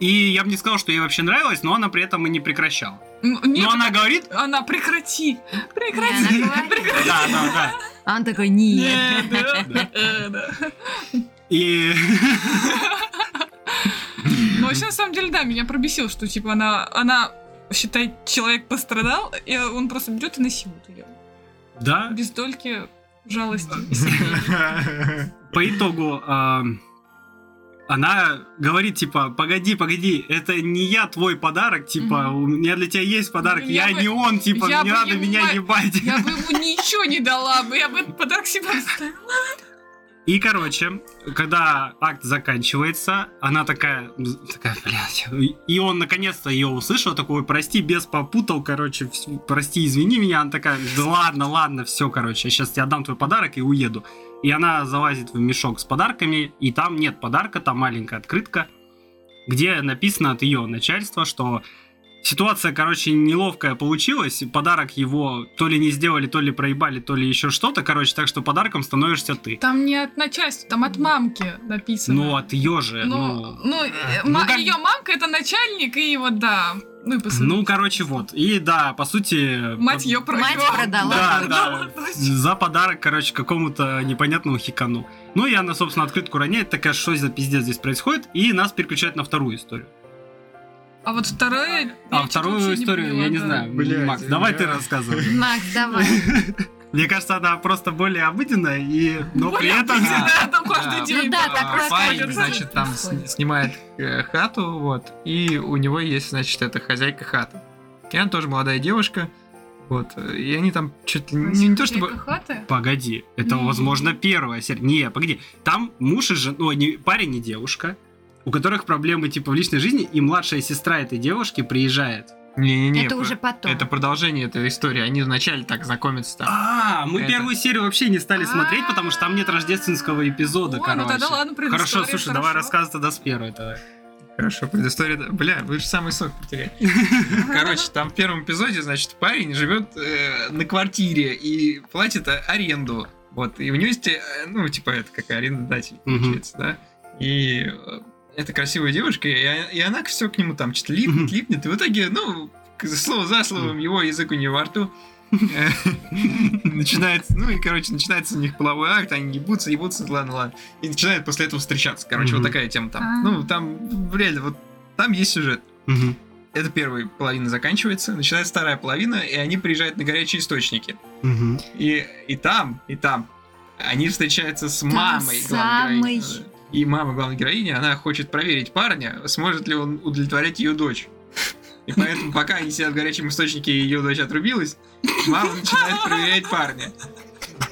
Speaker 1: И я бы не сказал, что ей вообще нравилось, но она при этом и не прекращала.
Speaker 2: Ну, Нет,
Speaker 1: но она
Speaker 2: *laughs*
Speaker 1: говорит...
Speaker 2: она прекрати,
Speaker 3: Не,
Speaker 2: прекрати,
Speaker 3: она говорит.
Speaker 2: прекрати.
Speaker 1: Да, да, да.
Speaker 3: А он такой, нет.
Speaker 2: Нет, да, э, да.
Speaker 1: И... *laughs*
Speaker 2: Ну, вообще, на самом деле, да, меня пробесило, что, типа, она, она считай, человек пострадал, и он просто берет и насилует ее.
Speaker 1: Да,
Speaker 2: Без дольки жалости. А,
Speaker 1: по итогу а, она говорит, типа, погоди, погоди, это не я твой подарок, типа,
Speaker 2: Мгм.
Speaker 1: у меня для тебя есть подарок,
Speaker 2: Блин, я
Speaker 1: я
Speaker 2: бы-
Speaker 1: не он, типа,
Speaker 2: я
Speaker 1: не
Speaker 2: бы
Speaker 1: надо
Speaker 2: ему
Speaker 1: меня
Speaker 2: ма-
Speaker 1: ебать.
Speaker 2: Я бы ему ничего не дала бы, я бы этот подарок себе оставила.
Speaker 1: И, короче, когда акт заканчивается, она такая, м, такая, блядь. И он наконец-то ее услышал, такой, прости, без попутал, короче, вс- прости, извини меня. Она такая, да ладно, ладно, все, короче, я сейчас тебе отдам твой подарок и уеду. И она залазит в мешок с подарками, и там нет подарка, там маленькая открытка, где написано от ее начальства, что ситуация, короче, неловкая получилась, подарок его то ли не сделали, то ли проебали, то ли еще что-то, короче, так что подарком становишься ты.
Speaker 2: Там не от начальства, там от мамки написано.
Speaker 1: Ну, от ее же,
Speaker 2: Ну,
Speaker 1: ну...
Speaker 2: ну,
Speaker 1: ну, как-
Speaker 2: ее мамка это начальник, и вот да. Ну и по сути,
Speaker 1: Ну, короче, вот. И да, по сути...
Speaker 2: мать ее продала.
Speaker 3: Мать продала.
Speaker 1: Да,
Speaker 2: Продала *laughs*
Speaker 1: да.
Speaker 2: дочь.
Speaker 1: За подарок, короче, какому-то непонятному хикану. Ну и она, собственно, открытку роняет, такая, что за пиздец здесь происходит, и нас переключает на вторую историю.
Speaker 2: А вот вторая... я
Speaker 1: А
Speaker 2: чё-то вообще
Speaker 1: вторую историю,
Speaker 2: поняла,
Speaker 1: я не
Speaker 2: да.
Speaker 1: знаю.
Speaker 4: Блядь,
Speaker 1: Макс, давай
Speaker 4: я-
Speaker 1: ты рассказывай.
Speaker 3: Макс, давай.
Speaker 1: Мне кажется, она просто более обыденная, и... но при
Speaker 2: Более
Speaker 1: этом...
Speaker 2: обыденная. Да, там каждый
Speaker 4: а,
Speaker 2: день
Speaker 3: Ну да,
Speaker 2: было.
Speaker 3: так
Speaker 4: А, парень,
Speaker 3: происходит.
Speaker 4: значит, там с- снимает э, хату, вот, и у него есть, значит, это хозяйка хаты. И она тоже молодая девушка, вот, и они там чуть
Speaker 1: Ну,
Speaker 4: ли не, не то чтобы...
Speaker 2: Хозяйка хаты?
Speaker 1: Погоди, это,
Speaker 2: М.
Speaker 1: возможно, первая серия. Не, погоди. Там муж и жена, ну, не, парень и девушка, у которых проблемы типа в личной жизни, и младшая сестра этой девушки приезжает.
Speaker 4: Не-не-не,
Speaker 3: Это
Speaker 4: про-
Speaker 1: э,
Speaker 3: уже потом.
Speaker 4: это продолжение этой истории, они вначале так знакомятся там.
Speaker 1: А, мы
Speaker 4: Это-
Speaker 1: первую серию вообще не стали А. смотреть, потому что там нет рождественского эпизода,
Speaker 2: А. Ой, ну
Speaker 1: короче.
Speaker 2: тогда ладно, предыстория,
Speaker 1: Хорошо, слушай, давай
Speaker 2: хорошо.
Speaker 1: рассказывай тогда с первой давай.
Speaker 4: Хорошо, предыстория. да. Бля, вы же самый сок потеряли. Короче, там в первом эпизоде, значит, парень живет э, на квартире и платит э, аренду. Вот, и у него есть, э, ну, типа, это как арендодатель,
Speaker 1: Мгм.
Speaker 4: получается, да? И э, это красивая девушка, и, о- и она все к нему там что-то
Speaker 1: Мгм.
Speaker 4: липнет, липнет, и в итоге, ну, к- слово за словом, его язык у нее
Speaker 1: *laughs*
Speaker 4: во рту. Э, Начинается, ну и, короче, начинается у них половой акт, они ебутся, ебутся, ладно, ладно. И начинают после этого встречаться, короче, вот
Speaker 1: Мгм.
Speaker 4: такая тема там.
Speaker 2: А.
Speaker 4: Ну, там, реально, вот там есть сюжет.
Speaker 1: Мгм.
Speaker 4: Это первая половина заканчивается, начинается вторая половина, и они приезжают на горячие источники.
Speaker 1: Мгм.
Speaker 4: И, и там, и там они встречаются с мамой главной
Speaker 3: самой.
Speaker 4: героини. И мама главной героини, она хочет проверить парня, сможет ли он удовлетворять ее дочь. И поэтому, пока они сидят в горячем источнике, и ее дочь отрубилась, мама начинает проверять парня.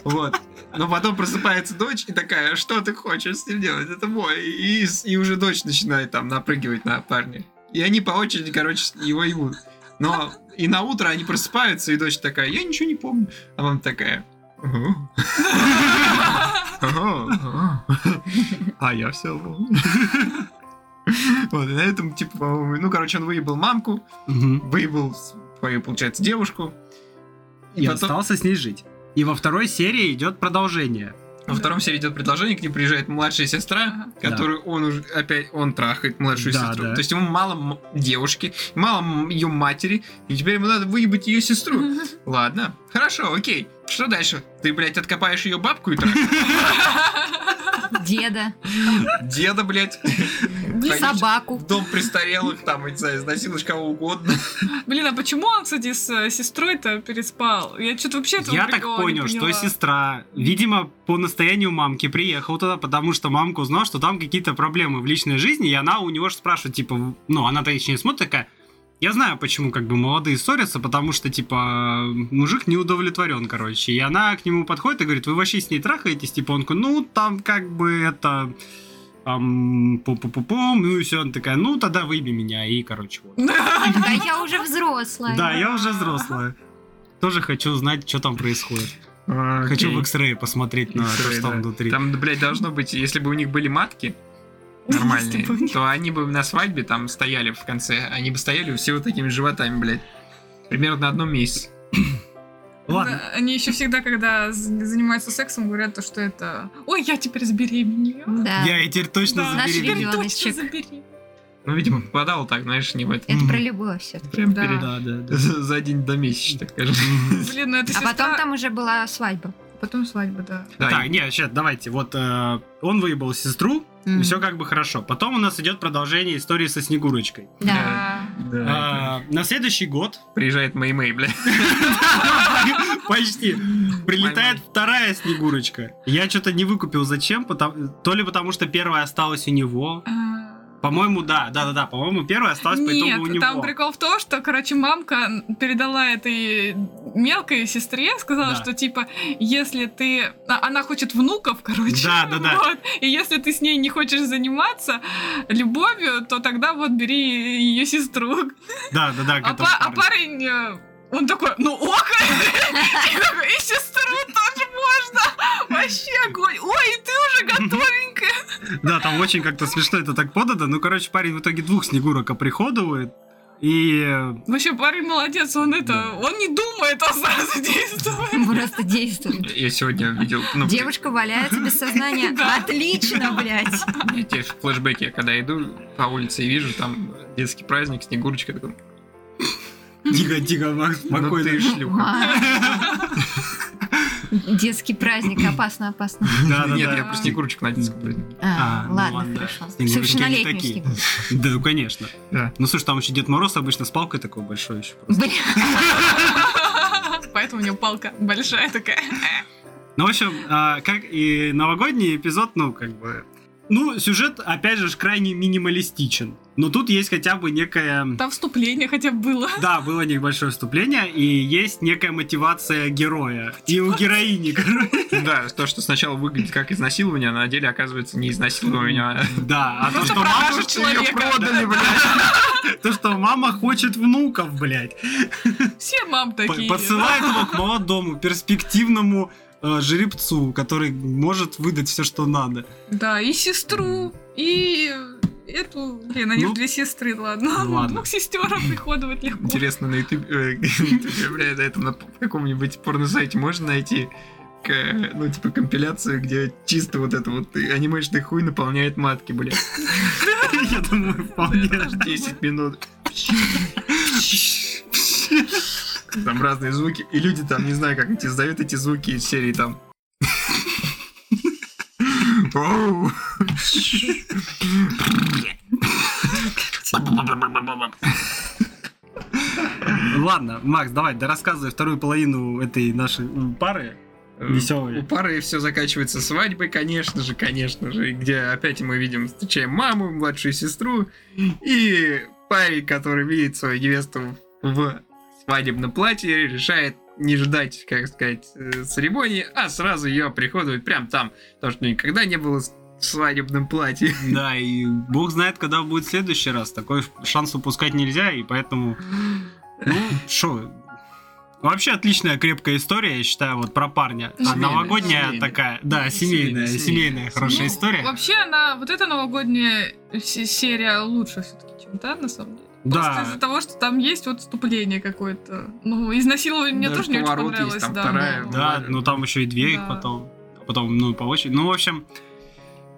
Speaker 4: Вот. Но потом просыпается дочь и такая, что ты хочешь с ним делать? Это мой. И, с- и уже дочь начинает там напрыгивать на парня. И они по очереди, короче, его ебут. Но и на утро они просыпаются, и дочь такая, я ничего не помню. А мама такая,
Speaker 1: *laughs*
Speaker 4: «Ага». Ага, ага. а я все помню. Вот, и на этом, типа, по-моему, ну, короче, он выебал мамку,
Speaker 1: Мгм.
Speaker 4: выебал свою, получается, девушку. И
Speaker 1: И
Speaker 4: потом
Speaker 1: остался с ней жить. И во второй серии идет продолжение.
Speaker 4: во втором серии идет предложение, к ним приезжает младшая сестра,
Speaker 2: Ага.
Speaker 4: которую он уже опять он трахает младшую
Speaker 1: Да,
Speaker 4: сестру.
Speaker 1: да.
Speaker 4: То есть ему мало м- девушки, мало ее матери, и теперь ему надо выебать
Speaker 1: *laughs*
Speaker 4: ее сестру. Ладно, хорошо, окей. Что дальше? Ты, блядь, откопаешь ее бабку и трахаешь
Speaker 3: *laughs* Деда.
Speaker 4: деда, блядь. *laughs* Конечно.
Speaker 3: Собаку.
Speaker 4: в дом престарелых, там, не знаю, изнасилуешь кого угодно.
Speaker 2: *laughs* Блин, а почему он, кстати, с э, сестрой-то переспал? Я что-то вообще этого
Speaker 1: Я так
Speaker 2: прикола не
Speaker 1: понял, что
Speaker 2: поняла. *laughs*
Speaker 1: сестра, видимо, по настоянию мамки приехала туда, потому что мамка узнала, что там какие-то проблемы в личной жизни, и она у него же спрашивает, типа, в- ну, она точнее смотрит такая, я знаю, почему как бы молодые ссорятся, потому что, типа, мужик не удовлетворен, короче. И она к нему подходит и говорит, вы вообще с ней трахаетесь? Типа, он такой, ну, там как бы это... ам, пу-пу-пу-пум, ну и все, она такая, ну, тогда выби меня, и, короче, вот.
Speaker 3: Да я уже взрослая.
Speaker 1: Да, я уже взрослая. Тоже хочу знать, что там происходит. Хочу в X-Ray посмотреть на то,
Speaker 4: X-Ray,
Speaker 1: Ну, что там
Speaker 4: да.
Speaker 1: внутри.
Speaker 4: Там, блядь, должно быть, если бы у них были матки нормальные,
Speaker 2: Если бы у них-
Speaker 4: то они бы на свадьбе там стояли в конце, они бы стояли все вот такими животами, блядь. Примерно на одном месте.
Speaker 1: Ладно.
Speaker 2: Да, Они еще всегда, когда з- занимаются сексом, говорят то, что это... Ой, я теперь забеременею.
Speaker 3: Да.
Speaker 1: Я и теперь точно
Speaker 2: Да,
Speaker 3: Наш
Speaker 1: забеременею.
Speaker 2: теперь точно
Speaker 3: ребёночек.
Speaker 2: забеременею.
Speaker 1: *laughs*
Speaker 4: Ну, видимо, попадало так, знаешь, не в это.
Speaker 3: Это
Speaker 1: Мгм.
Speaker 3: про любовь все.
Speaker 4: Прям
Speaker 2: Да.
Speaker 4: перед-
Speaker 1: Да, да, да.
Speaker 4: *laughs* за за день до месяца, так скажем.
Speaker 2: Блин, ну это
Speaker 3: А
Speaker 2: сестра...
Speaker 3: потом там уже была свадьба.
Speaker 2: Потом свадьба, да.
Speaker 4: Да,
Speaker 1: Так,
Speaker 4: и-
Speaker 1: нет, сейчас давайте. Вот э, он выебал сестру, и
Speaker 3: Мгм.
Speaker 1: все как бы хорошо. Потом у нас идет продолжение истории со Снегурочкой.
Speaker 3: Да.
Speaker 4: да,
Speaker 1: А, на следующий *laughs* год
Speaker 4: это- Приезжает Мэй-Мэй, блядь.
Speaker 1: почти прилетает
Speaker 4: Май-май.
Speaker 1: вторая Снегурочка. Я что-то не выкупил зачем, потом- то ли потому что первая осталась у него,
Speaker 2: А,
Speaker 1: По-моему, да, да, да, да. По-моему, первая осталась по итогу у
Speaker 2: Нет,
Speaker 1: него.
Speaker 2: там прикол в том, что, короче, мамка передала этой мелкой сестре, сказала,
Speaker 1: Да.
Speaker 2: что, типа, если ты... а, Она хочет внуков, короче.
Speaker 1: Да, да, да.
Speaker 2: Вот. И если ты с ней не хочешь заниматься любовью, то тогда вот бери ее сестру.
Speaker 1: Да, да, да.
Speaker 2: А,
Speaker 1: готов
Speaker 2: па- а
Speaker 1: парень.
Speaker 2: парень... э, Он такой, ну ох! И такой, и сестру тоже можно! Вообще огонь! Ой, и ты уже готовенькая!
Speaker 1: Да, там очень как-то смешно это так подано. Ну, короче, парень в итоге двух снегурок оприходовывает. И э,
Speaker 2: Вообще, парень молодец, он это...
Speaker 1: Да.
Speaker 2: Он не думает, он сразу
Speaker 3: *laughs*
Speaker 2: действует.
Speaker 3: Просто действует.
Speaker 4: Я сегодня видел, ну,
Speaker 3: Девушка валяется без сознания.
Speaker 2: *laughs* Да.
Speaker 3: Отлично,
Speaker 1: *laughs*
Speaker 3: блядь.
Speaker 4: те- те флешбеки, я когда иду по улице и вижу там детский праздник, Снегурочка, такой,
Speaker 1: тихо, тихо, Макс,
Speaker 4: ну
Speaker 1: спокойно.
Speaker 4: ты шлюха.
Speaker 1: *laughs*
Speaker 3: Детский праздник. Опасно, опасно.
Speaker 1: Да, да,
Speaker 4: Ну, Нет,
Speaker 1: да.
Speaker 4: я про Снегурочку на детском празднике.
Speaker 3: А,
Speaker 1: А, ну
Speaker 3: Ладно,
Speaker 1: ладно.
Speaker 3: хорошо.
Speaker 1: Снегурочки, они
Speaker 3: Совершеннолетний
Speaker 1: такие.
Speaker 3: снегурочки.
Speaker 1: Да, ну конечно.
Speaker 4: Да.
Speaker 1: Ну слушай, там еще Дед Мороз обычно с палкой такой большой еще. просто.
Speaker 3: Бля,
Speaker 2: *laughs* Поэтому у него палка большая такая.
Speaker 1: Ну, в общем, а, как и новогодний эпизод, ну, как бы... Ну, сюжет, опять же, ж, крайне минималистичен. Но тут есть хотя бы некая...
Speaker 2: Там вступление хотя бы было. *laughs*
Speaker 1: Да, было небольшое вступление, и есть некая мотивация героя. И у героини, короче.
Speaker 4: Да, то, что сначала выглядит как изнасилование, а на деле оказывается не изнасилование, а
Speaker 1: Да, а то,
Speaker 2: Просто
Speaker 1: что
Speaker 2: продажа
Speaker 1: мама...
Speaker 4: Что её
Speaker 2: человека.
Speaker 4: продали, блядь.
Speaker 1: То, что мама хочет внуков, блядь.
Speaker 2: Все мам
Speaker 1: По-
Speaker 2: такие.
Speaker 1: Посылает его к молодому, перспективному э, жеребцу, который может выдать все, что надо.
Speaker 2: Да, и сестру, и эту... Блин, они
Speaker 1: Ну,
Speaker 2: же две сестры, ладно.
Speaker 1: ну ладно.
Speaker 2: Двух сестер приходовать легко.
Speaker 4: Интересно, на YouTube, э, *laughs* YouTube, бля, на этом, на каком-нибудь порно-сайте можно найти к- ну, типа, компиляцию, где чисто вот это вот э, анимешный хуй наполняет матки, бля.
Speaker 1: Я думаю, вполне.
Speaker 4: 10 минут. Там разные звуки. И люди там, не знаю, как эти издают эти звуки из серии там. Оу.
Speaker 1: Ладно, Макс, давай, да рассказывай вторую половину этой нашей м, пары. Весёлые.
Speaker 4: Э, У пары все заканчивается свадьбой, конечно же, конечно же, где опять мы видим, встречаем маму, младшую сестру и парень, который видит свою невесту в свадебном платье, решает не ждать, как сказать, э, церемонии, а сразу ее приходует прям там, потому что никогда не было с- в свадебном платье. *laughs*
Speaker 1: Да, и бог знает, когда будет в следующий раз. Такой шанс упускать нельзя, и поэтому... Ну, шо... Вообще отличная крепкая история, я считаю, вот про парня. А
Speaker 4: Семейная,
Speaker 1: новогодняя
Speaker 4: семейная.
Speaker 1: такая, да, семейная,
Speaker 4: Семейная,
Speaker 1: семейная,
Speaker 4: семейная.
Speaker 1: хорошая
Speaker 2: Ну,
Speaker 1: история.
Speaker 2: Вообще, она, вот эта новогодняя се- серия лучше все-таки, чем та, на самом деле. Просто
Speaker 1: Да.
Speaker 2: из-за того, что там есть вот вступление какое-то. Ну, изнасилование мне
Speaker 4: Даже
Speaker 2: тоже не очень
Speaker 4: поворот есть,
Speaker 2: понравилось.
Speaker 4: там
Speaker 2: да.
Speaker 4: вторая,
Speaker 2: Ну,
Speaker 1: Да, ну там еще и две их
Speaker 2: Да.
Speaker 1: потом. Потом, ну, по очереди. Ну, в общем,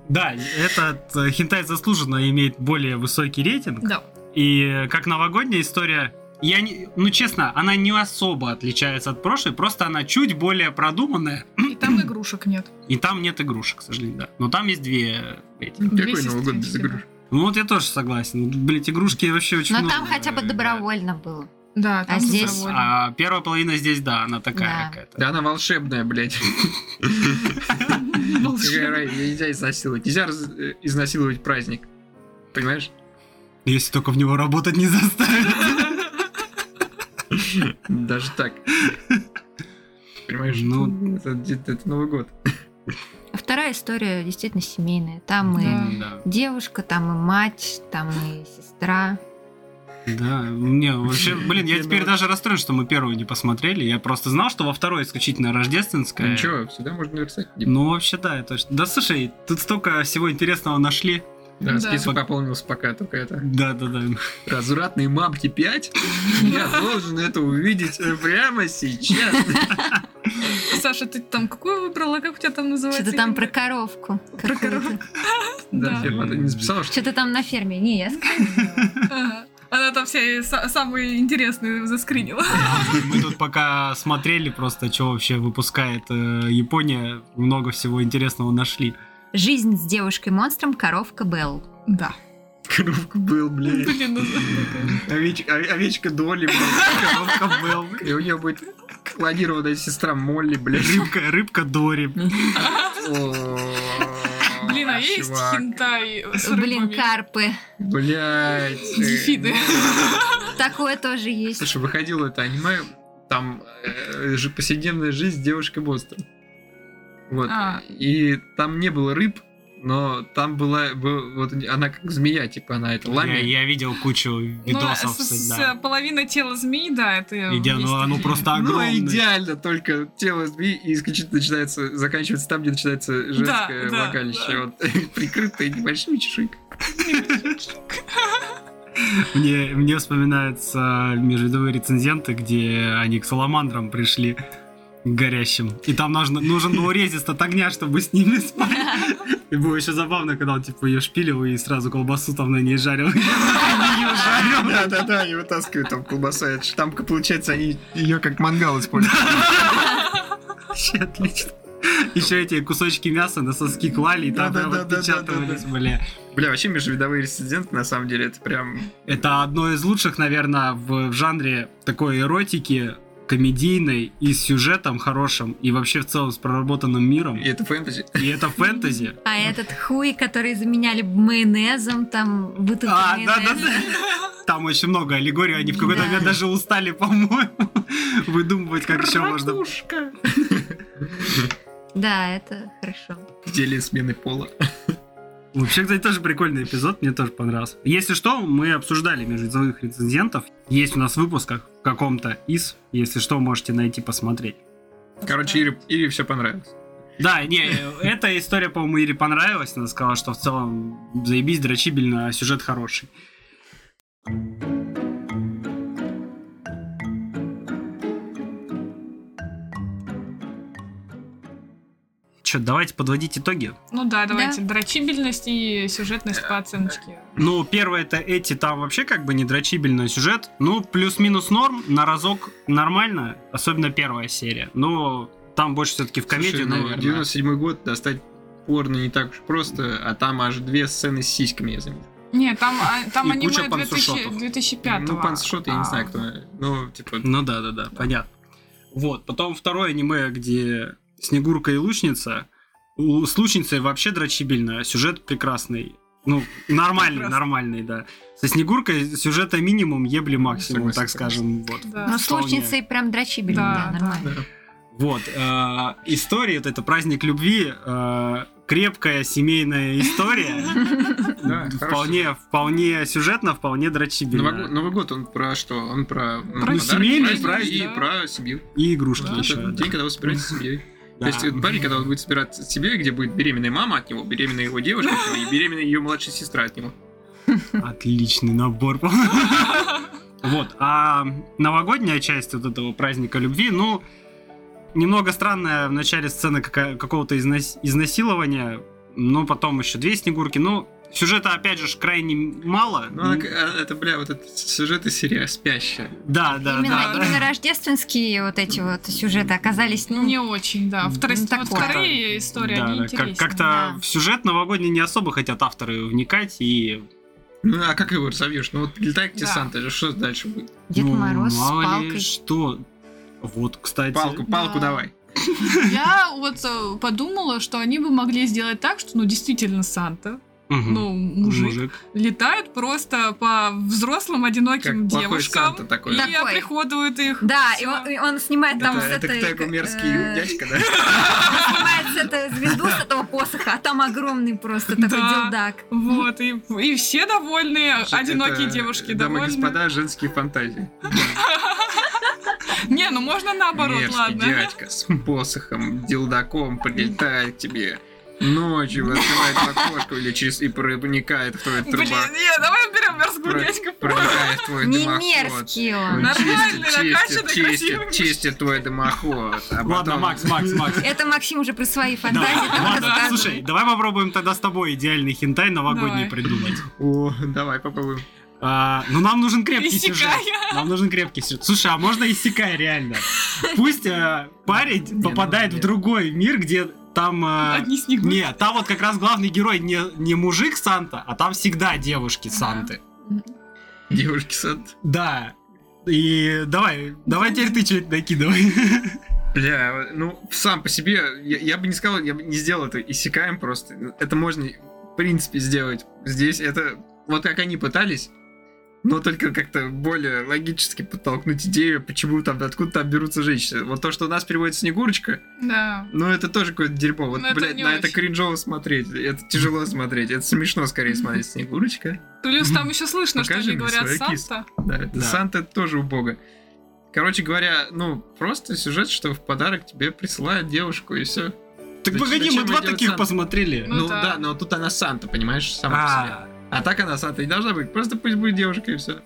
Speaker 1: да, этот э, хентай заслуженно имеет более высокий рейтинг.
Speaker 2: Да.
Speaker 1: И э, как новогодняя история, я не, ну честно, она не особо отличается от прошлой, просто она чуть более продуманная.
Speaker 2: И там игрушек нет.
Speaker 1: И там нет игрушек, к сожалению, да. Но там есть две эти.
Speaker 2: Две
Speaker 4: Какой Новый год без
Speaker 2: сестрички, да.
Speaker 4: игрушек?
Speaker 1: Ну вот я тоже согласен. Блять, игрушки вообще очень
Speaker 3: Но
Speaker 1: много.
Speaker 3: там хотя бы добровольно было.
Speaker 2: Да, там
Speaker 3: здесь-
Speaker 2: добровольно.
Speaker 1: А первая половина здесь, да, она такая
Speaker 3: Да.
Speaker 1: какая-то.
Speaker 4: Да она волшебная, блядь.
Speaker 2: Волшебно.
Speaker 4: Нельзя изнасиловать. Нельзя раз- э, изнасиловать праздник. Понимаешь?
Speaker 1: Если только в него работать не заставят.
Speaker 4: Даже
Speaker 2: *laughs*
Speaker 4: так. Понимаешь?
Speaker 1: Ну.
Speaker 4: это, это- это Новый год.
Speaker 3: А Вторая история действительно семейная. Там и
Speaker 2: Да.
Speaker 1: Да.
Speaker 3: девушка, там и мать, там и сестра.
Speaker 1: Да, не,
Speaker 4: *laughs*
Speaker 1: вообще, блин, я
Speaker 4: Не,
Speaker 1: теперь
Speaker 4: ну-
Speaker 1: даже расстроен, что мы первую не посмотрели. Я просто знал, что во второй исключительно
Speaker 2: Э,
Speaker 1: рождественская.
Speaker 4: Ничего, всегда можно версать.
Speaker 1: Ну, вообще, да, это... ж- Да, слушай, тут столько всего интересного нашли.
Speaker 4: Да,
Speaker 2: Да.
Speaker 4: э, список пополнился пока только это.
Speaker 1: Да-да-да.
Speaker 4: Развратные мамки 5. Я должен это увидеть э, прямо
Speaker 2: *laughs*
Speaker 4: сейчас.
Speaker 2: Саша, ты там какую выбрала? Как у тебя там называется?
Speaker 3: Что-то там
Speaker 2: игра?
Speaker 3: про коровку.
Speaker 2: Про коровку.
Speaker 4: Да,
Speaker 2: Да.
Speaker 4: фирма ты не записала, что
Speaker 3: Что-то там на ферме. Не, я сказала.
Speaker 2: Ага. Она там все са- самые интересные заскринила.
Speaker 1: *laughs* Мы тут пока смотрели просто, что вообще выпускает э, Япония. Много всего интересного нашли.
Speaker 3: Жизнь с девушкой-монстром коровка Белл.
Speaker 2: Да.
Speaker 4: коровка был, блядь.
Speaker 2: Блин, ну,
Speaker 4: Овеч- о- Овечка Долли, блядь. Коровка был. И у нее будет клонированная сестра Молли, блядь.
Speaker 1: Рыбка, рыбка Дори.
Speaker 4: О.
Speaker 2: *laughs* Блин, а есть
Speaker 4: чувак.
Speaker 2: хентай с
Speaker 3: Блин,
Speaker 2: рыбами.
Speaker 3: карпы.
Speaker 4: Блять.
Speaker 2: Дельфины.
Speaker 3: Такое тоже есть.
Speaker 4: Слушай, выходило это аниме, там э, же повседневная жизнь девушка монстра. Вот.
Speaker 2: А.
Speaker 4: И там не было рыб, но там была, бы- вот она как змея, типа она это
Speaker 1: Я,
Speaker 4: ламя.
Speaker 1: я видел кучу
Speaker 2: Ну,
Speaker 1: видосов.
Speaker 2: с- с-
Speaker 1: да.
Speaker 2: половина тела змеи, да, это...
Speaker 1: Идя,
Speaker 2: есть
Speaker 1: ну, оно
Speaker 2: такие.
Speaker 1: просто
Speaker 4: Ну,
Speaker 1: огромное.
Speaker 4: идеально, только тело змеи и исключительно начинается, заканчивается там, где начинается женское
Speaker 2: да,
Speaker 4: влагалище.
Speaker 2: да.
Speaker 4: Вот, *laughs* прикрытое небольшим *laughs* чешуйкой.
Speaker 1: Мне, мне вспоминаются межвидовые рецензенты, где они к саламандрам пришли к горящим. И там нужно, нужен был резист от огня, чтобы с ними спать. И было еще забавно, когда он типа ее шпилил и сразу колбасу там на ней жарил. *laughs*
Speaker 4: Да-да-да, они вытаскивают там колбаса. Это ж там, получается, они ее как мангал используют.
Speaker 1: Вообще отлично. Еще эти кусочки мяса на соски клали и там прям
Speaker 4: Да-да-да-да-да-да.
Speaker 1: отпечатывались, бля.
Speaker 4: Бля, вообще межвидовые рециденты, на самом деле, это прям
Speaker 1: Это одно из лучших, наверное, в, в жанре такой эротики, комедийной и с сюжетом хорошим, и вообще в целом с проработанным миром.
Speaker 4: И это фэнтези.
Speaker 1: И это фэнтези.
Speaker 3: А этот хуй, который заменяли майонезом, там бутылка
Speaker 1: А, да, да,
Speaker 3: майонеза.
Speaker 1: да. Там очень много аллегорий, они в какой-то
Speaker 3: Да.
Speaker 1: момент даже устали, по-моему, *laughs* выдумывать, как еще можно.
Speaker 3: Да, это хорошо.
Speaker 4: Теле смены пола.
Speaker 1: Вообще, кстати, тоже прикольный эпизод, мне тоже понравился. Если что, мы обсуждали межвидовых рецензентов. Есть у нас в выпусках в каком-то из. Если что, можете найти, посмотреть.
Speaker 4: Короче, Ире, Ире все понравилось.
Speaker 1: Да, не, эта история, по-моему, Ире понравилась. Она сказала, что в целом заебись, дрочибельно, а сюжет хороший. Че, давайте подводить итоги.
Speaker 2: Ну да, давайте, дрочибельность и сюжетность
Speaker 1: Э,
Speaker 2: по оценочке.
Speaker 1: Ну, первое это эти, там вообще как бы не дрочибельный сюжет. Ну, плюс-минус норм, на разок нормально, особенно первая серия. Но там больше все-таки в комедию,
Speaker 4: Слушай, ну,
Speaker 1: наверное.
Speaker 4: 97 год достать порно не так уж просто, а там аж две сцены с сиськами, я заметил.
Speaker 2: Не, там, а, там
Speaker 1: И
Speaker 2: аниме
Speaker 1: куча
Speaker 2: 2000,
Speaker 1: пансушотов.
Speaker 2: 2005
Speaker 4: Ну, панцшот,
Speaker 2: А,
Speaker 4: я не знаю, кто. Ну, типа,
Speaker 1: Ну да, да, да, понятно. Вот, потом второе аниме, где Снегурка и Лучница. У, с Лучницей вообще дрочибельно, сюжет прекрасный. Ну, нормальный,
Speaker 2: Прекрасно.
Speaker 1: нормальный, да. Со Снегуркой сюжета минимум, ебли максимум,
Speaker 4: Согласен,
Speaker 1: так скажем. Вот.
Speaker 2: Да.
Speaker 3: Но Ну, с
Speaker 1: Вполне.
Speaker 3: лучницей прям дрочибельно,
Speaker 2: Да,
Speaker 3: да,
Speaker 2: да.
Speaker 3: нормально.
Speaker 1: Вот. э, история, вот это праздник любви, э, крепкая семейная история.
Speaker 4: *laughs* да, хороший.
Speaker 1: Вполне, вполне сюжетно, вполне дрочибельно.
Speaker 4: Нового- Новый, год, он про что? Он про, ну, подарки,
Speaker 1: семейный
Speaker 4: праздники
Speaker 1: праздник,
Speaker 4: и
Speaker 2: да.
Speaker 4: про семью.
Speaker 1: И игрушки
Speaker 4: Да,
Speaker 1: еще.
Speaker 4: это
Speaker 1: да.
Speaker 4: день, когда вы собираетесь с
Speaker 1: *laughs*
Speaker 4: семьей.
Speaker 1: Да.
Speaker 4: То есть парень, когда он будет собираться с семьей, где будет беременная мама от него, беременная его девушка от него и беременная ее младшая сестра от него.
Speaker 1: Отличный набор. *laughs* Вот. А новогодняя часть вот этого праздника любви, ну, немного странная в начале сцена кака- какого-то изнас- изнасилования, но потом еще две снегурки. Ну, сюжета, опять же, ж, крайне мало.
Speaker 4: Ну, она- а, это, бля, вот этот сюжет из серии «Спящая».
Speaker 1: Да, да,
Speaker 3: именно,
Speaker 1: да. да.
Speaker 3: именно рождественские вот эти вот сюжеты оказались, ну,
Speaker 2: Не очень, да. Вторые,
Speaker 3: Ну,
Speaker 2: вот
Speaker 3: такое.
Speaker 2: вторые истории,
Speaker 1: Да,
Speaker 2: они
Speaker 1: да, как-
Speaker 2: интереснее.
Speaker 1: Как-то
Speaker 3: Да.
Speaker 1: в сюжет новогодний не особо хотят авторы вникать, и
Speaker 4: Ну, а как его разовьешь? Ну, вот прилетай к тебе
Speaker 2: Да.
Speaker 4: Санта, же, что дальше будет?
Speaker 3: Дед
Speaker 1: ну,
Speaker 3: Мороз с
Speaker 1: мало ли
Speaker 3: палкой.
Speaker 1: что. Вот, кстати.
Speaker 4: Палку, палку
Speaker 2: Да.
Speaker 4: давай.
Speaker 2: Я вот э, подумала, что они бы могли сделать так, что, ну, действительно, Санта,
Speaker 1: Мгм.
Speaker 2: ну, мужик, летает просто по взрослым одиноким
Speaker 4: Как плохой
Speaker 2: девушкам
Speaker 4: Санта такой.
Speaker 2: и
Speaker 3: Такой.
Speaker 2: оприходует их.
Speaker 3: Да, и
Speaker 2: Всё.
Speaker 3: он, и он снимает там
Speaker 4: Это,
Speaker 3: с
Speaker 4: это
Speaker 3: этой...
Speaker 4: такой мерзкий
Speaker 3: э,
Speaker 4: дядька, да?
Speaker 2: *laughs*
Speaker 3: он снимает с этой звезду, с этого посоха, а там огромный просто такой
Speaker 2: Да.
Speaker 3: делдак.
Speaker 2: Вот, и, и все довольные, одинокие
Speaker 4: Это,
Speaker 2: девушки
Speaker 4: Дамы и
Speaker 2: довольны.
Speaker 4: господа, женские фантазии.
Speaker 2: Не, ну можно наоборот,
Speaker 4: Мерзкий
Speaker 2: ладно.
Speaker 4: дядька с посохом, делдаком прилетает к тебе. Ночью открывает окошко или через и проникает в твой
Speaker 2: *laughs* Блин,
Speaker 4: трубак.
Speaker 2: не, давай берем мерзкую
Speaker 4: Про-
Speaker 2: дядьку. *laughs*
Speaker 4: Проникает в твой
Speaker 3: Не
Speaker 4: дымоход.
Speaker 3: мерзкий
Speaker 4: Ой,
Speaker 3: он.
Speaker 2: Нормальный,
Speaker 4: чистит,
Speaker 2: накачанный, красивый
Speaker 4: чистит,
Speaker 2: мужчина.
Speaker 4: чистит твой дымоход. а
Speaker 1: Ладно,
Speaker 4: потом-
Speaker 1: Макс, Макс, Макс.
Speaker 3: Это Максим уже про свои
Speaker 1: Да,
Speaker 3: фантазии там
Speaker 1: ладно,
Speaker 3: рассказывает.
Speaker 1: слушай, давай попробуем тогда с тобой идеальный хентай новогодний
Speaker 2: Давай.
Speaker 1: придумать.
Speaker 4: О, давай попробуем.
Speaker 1: А, ну нам нужен крепкий
Speaker 2: Иссякая.
Speaker 1: сюжет. Нам нужен крепкий сюжет. Слушай, а можно иссякая реально? Пусть э,
Speaker 4: Не,
Speaker 1: парень
Speaker 4: ну,
Speaker 1: попадает в
Speaker 4: нет.
Speaker 1: другой мир, где там... э,
Speaker 2: Одни снегурки.
Speaker 1: Нет, там вот как раз главный герой не, не мужик Санта, а там всегда девушки Санты.
Speaker 4: Девушки сад.
Speaker 1: Да. И давай,
Speaker 2: Ну,
Speaker 1: давай теперь ты что-нибудь накидывай. *laughs*
Speaker 4: Бля, ну сам по себе, я, я бы не сказал, я бы не сделал это иссякаем просто. Это можно принципе сделать. Здесь это вот как они пытались, но только как-то более логически подтолкнуть идею, почему там, откуда там берутся женщины. Вот то, что у нас переводится Снегурочка,
Speaker 2: Да.
Speaker 4: ну это тоже какое-то дерьмо. Вот,
Speaker 2: Ну, это
Speaker 4: блядь,
Speaker 2: не
Speaker 4: на это
Speaker 2: очень.
Speaker 4: кринжово смотреть, это тяжело смотреть, это смешно скорее смотреть Снегурочка.
Speaker 2: Плюс там еще слышно, что
Speaker 4: Покажи
Speaker 2: они
Speaker 4: мне
Speaker 2: говорят
Speaker 4: свою кисть.
Speaker 2: Санта.
Speaker 4: Да, это
Speaker 1: Да.
Speaker 4: Санта это тоже убого. Короче говоря, ну, просто сюжет, что в подарок тебе присылают девушку, и все.
Speaker 1: Так
Speaker 4: Зачем-
Speaker 1: погоди, мы
Speaker 4: зачем
Speaker 1: два
Speaker 4: идет
Speaker 1: таких
Speaker 4: Санта?
Speaker 1: посмотрели.
Speaker 2: Ну
Speaker 4: Ну,
Speaker 2: да.
Speaker 4: да. но тут она Санта, понимаешь, сама по себе.
Speaker 1: А,
Speaker 4: А так она Санта не должна быть, просто пусть будет девушка, и все.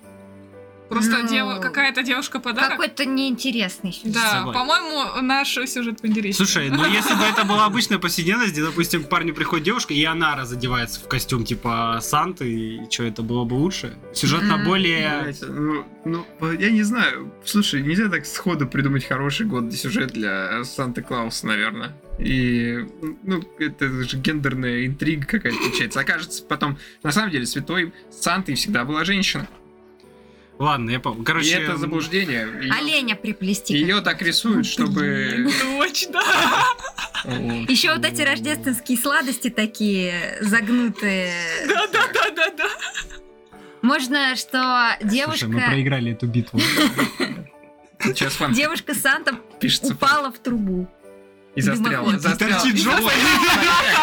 Speaker 2: Просто
Speaker 3: Ну,
Speaker 2: дева- какая-то девушка подарок.
Speaker 3: Какой-то неинтересный сюжет.
Speaker 2: Да,
Speaker 1: Согласен.
Speaker 2: по-моему, наш сюжет поинтереснее.
Speaker 1: Слушай, ну если бы это была обычная повседневность, где, допустим, к парню приходит девушка, и она разодевается в костюм типа Санты, и что, это было бы лучше? Сюжетно
Speaker 3: М,
Speaker 1: более...
Speaker 4: Понимаете, Ну, ну, я не знаю. Слушай, нельзя так сходу придумать хороший год сюжет для э, Санта-Клауса, наверное. И, ну, это же гендерная интрига какая-то получается. Окажется потом, на самом деле, святой Сантой всегда была женщина.
Speaker 1: Ладно, я помню.
Speaker 4: И
Speaker 1: Короче,
Speaker 4: это заблуждение. Её-
Speaker 3: Оленя приплести.
Speaker 4: Ее так рисуют, чтобы...
Speaker 2: Точно. *laughs*
Speaker 3: Еще вот эти рождественские сладости такие загнутые.
Speaker 2: Да, да, да, да, да.
Speaker 3: Можно, что
Speaker 1: Слушай, ну мы
Speaker 3: девушка,
Speaker 1: проиграли эту
Speaker 2: *laughs*
Speaker 1: битву.
Speaker 4: Сейчас фан
Speaker 3: девушка Санта
Speaker 4: пишется.
Speaker 3: упала в трубу.
Speaker 4: И застряла.
Speaker 3: дымоход.
Speaker 4: Застряла.
Speaker 1: Торчит жопа.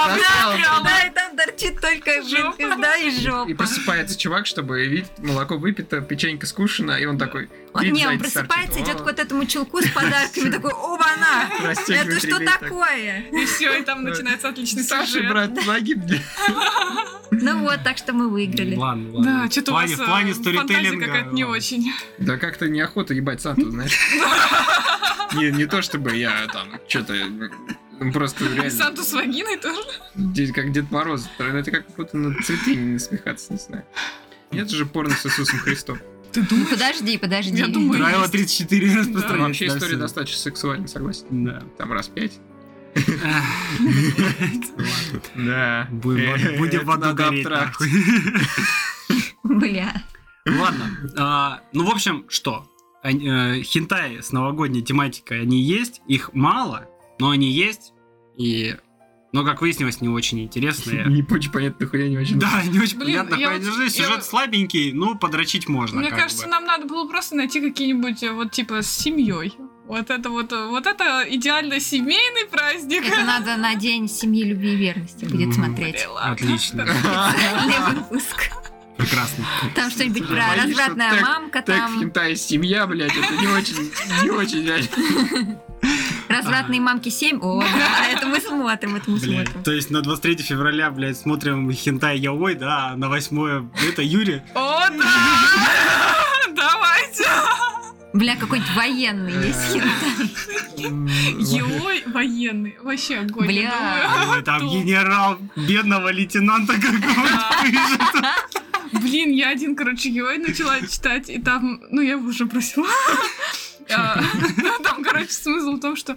Speaker 4: Застряла.
Speaker 3: Да, и там торчит только блин,
Speaker 2: Жопа.
Speaker 3: пизда и
Speaker 4: И
Speaker 3: жопа.
Speaker 4: просыпается чувак, чтобы видеть, молоко выпито, печенька скушена, и он такой...
Speaker 3: Он,
Speaker 4: видит,
Speaker 3: не, он
Speaker 4: заяц торчит.
Speaker 3: просыпается, идет
Speaker 4: О,
Speaker 3: к вот этому
Speaker 2: *laughs*
Speaker 3: чулку с подарками, такой, оба-на!
Speaker 4: растягивает
Speaker 3: Это что
Speaker 4: ремень так.
Speaker 3: такое?
Speaker 2: И все, и там начинается отличный
Speaker 4: Саша,
Speaker 2: сюжет.
Speaker 4: брат, погиб.
Speaker 3: Ну вот, так что мы выиграли.
Speaker 1: Ладно, ладно.
Speaker 2: Да, что-то
Speaker 1: в
Speaker 2: у вас
Speaker 1: плане, в плане
Speaker 2: э, фантазия
Speaker 1: сторителлинга.
Speaker 2: какая-то не очень.
Speaker 4: Да как-то неохота ебать Санту,
Speaker 3: *laughs*
Speaker 4: знаешь. Не, не то чтобы я там что-то... Просто реально,
Speaker 2: *laughs* Санту с вагиной тоже.
Speaker 4: де- как Дед Мороз, это как будто на цветы не насмехаться, не знаю. Нет же порно с Иисусом Христом.
Speaker 2: Ты
Speaker 3: Ну,
Speaker 2: думаешь?
Speaker 3: Подожди, подожди.
Speaker 2: Я
Speaker 1: *laughs*
Speaker 2: думаю,
Speaker 1: Правило
Speaker 2: есть.
Speaker 1: 34
Speaker 4: Да,
Speaker 1: распространяется.
Speaker 4: Ну, вообще
Speaker 1: на
Speaker 4: история
Speaker 1: всё.
Speaker 4: достаточно сексуальна, согласен.
Speaker 1: Да. *laughs*
Speaker 4: Там раз пять.
Speaker 1: Ладно.
Speaker 4: Да. Э,
Speaker 1: Будем *laughs* будем в одну гореть. нахуй.
Speaker 3: Бля.
Speaker 1: Ладно. а, Ну, в общем, что? Они, э, Хентай с новогодней тематикой, они есть. Их мало, но они есть. И... Но, как выяснилось, не очень интересные.
Speaker 4: *laughs* Не очень понятно, хуя не очень. *laughs*
Speaker 1: Да, не очень
Speaker 2: Блин,
Speaker 1: понятно.
Speaker 2: я
Speaker 1: хуй
Speaker 2: вот-
Speaker 1: держи, Сюжет
Speaker 2: я-
Speaker 1: слабенький, но подрочить можно.
Speaker 2: Мне
Speaker 1: как
Speaker 2: кажется,
Speaker 1: бы.
Speaker 2: нам надо было просто найти какие-нибудь э, вот типа с семьей. Вот это вот, э, вот это идеально семейный *laughs* праздник.
Speaker 3: Это надо на день семьи, любви и верности будет
Speaker 1: Мгм.
Speaker 3: смотреть.
Speaker 2: ну Ладно.
Speaker 1: Отлично.
Speaker 2: *laughs*
Speaker 3: Левый выпуск.
Speaker 1: Прекрасно.
Speaker 3: Там что-нибудь
Speaker 4: Слушай,
Speaker 3: про
Speaker 4: боюсь, что
Speaker 3: развратная
Speaker 4: так-
Speaker 3: мамка,
Speaker 4: Так, в
Speaker 3: там
Speaker 4: хентае семья, блядь, это не очень, не очень, реально.
Speaker 2: *laughs*
Speaker 3: развратные мамки 7. О, да, это мы смотрим, это мы
Speaker 1: Блядь,
Speaker 3: смотрим.
Speaker 1: То есть на 23 февраля, блядь, смотрим Хентай Яой, да, а на 8 это
Speaker 2: *laughs*
Speaker 1: Юрий.
Speaker 2: О, да! *laughs* Давайте!
Speaker 3: Бля, какой-нибудь военный есть хер.
Speaker 2: Ой, военный. Вообще огонь.
Speaker 3: Бля.
Speaker 2: я думаю.
Speaker 1: Ой, Там
Speaker 2: Топ.
Speaker 1: генерал бедного лейтенанта какого-то
Speaker 2: *laughs*
Speaker 1: пишет.
Speaker 2: Блин, я один, короче, Йой начала читать, и там, ну, я его уже бросила. А, ну, Там, короче, смысл в том, что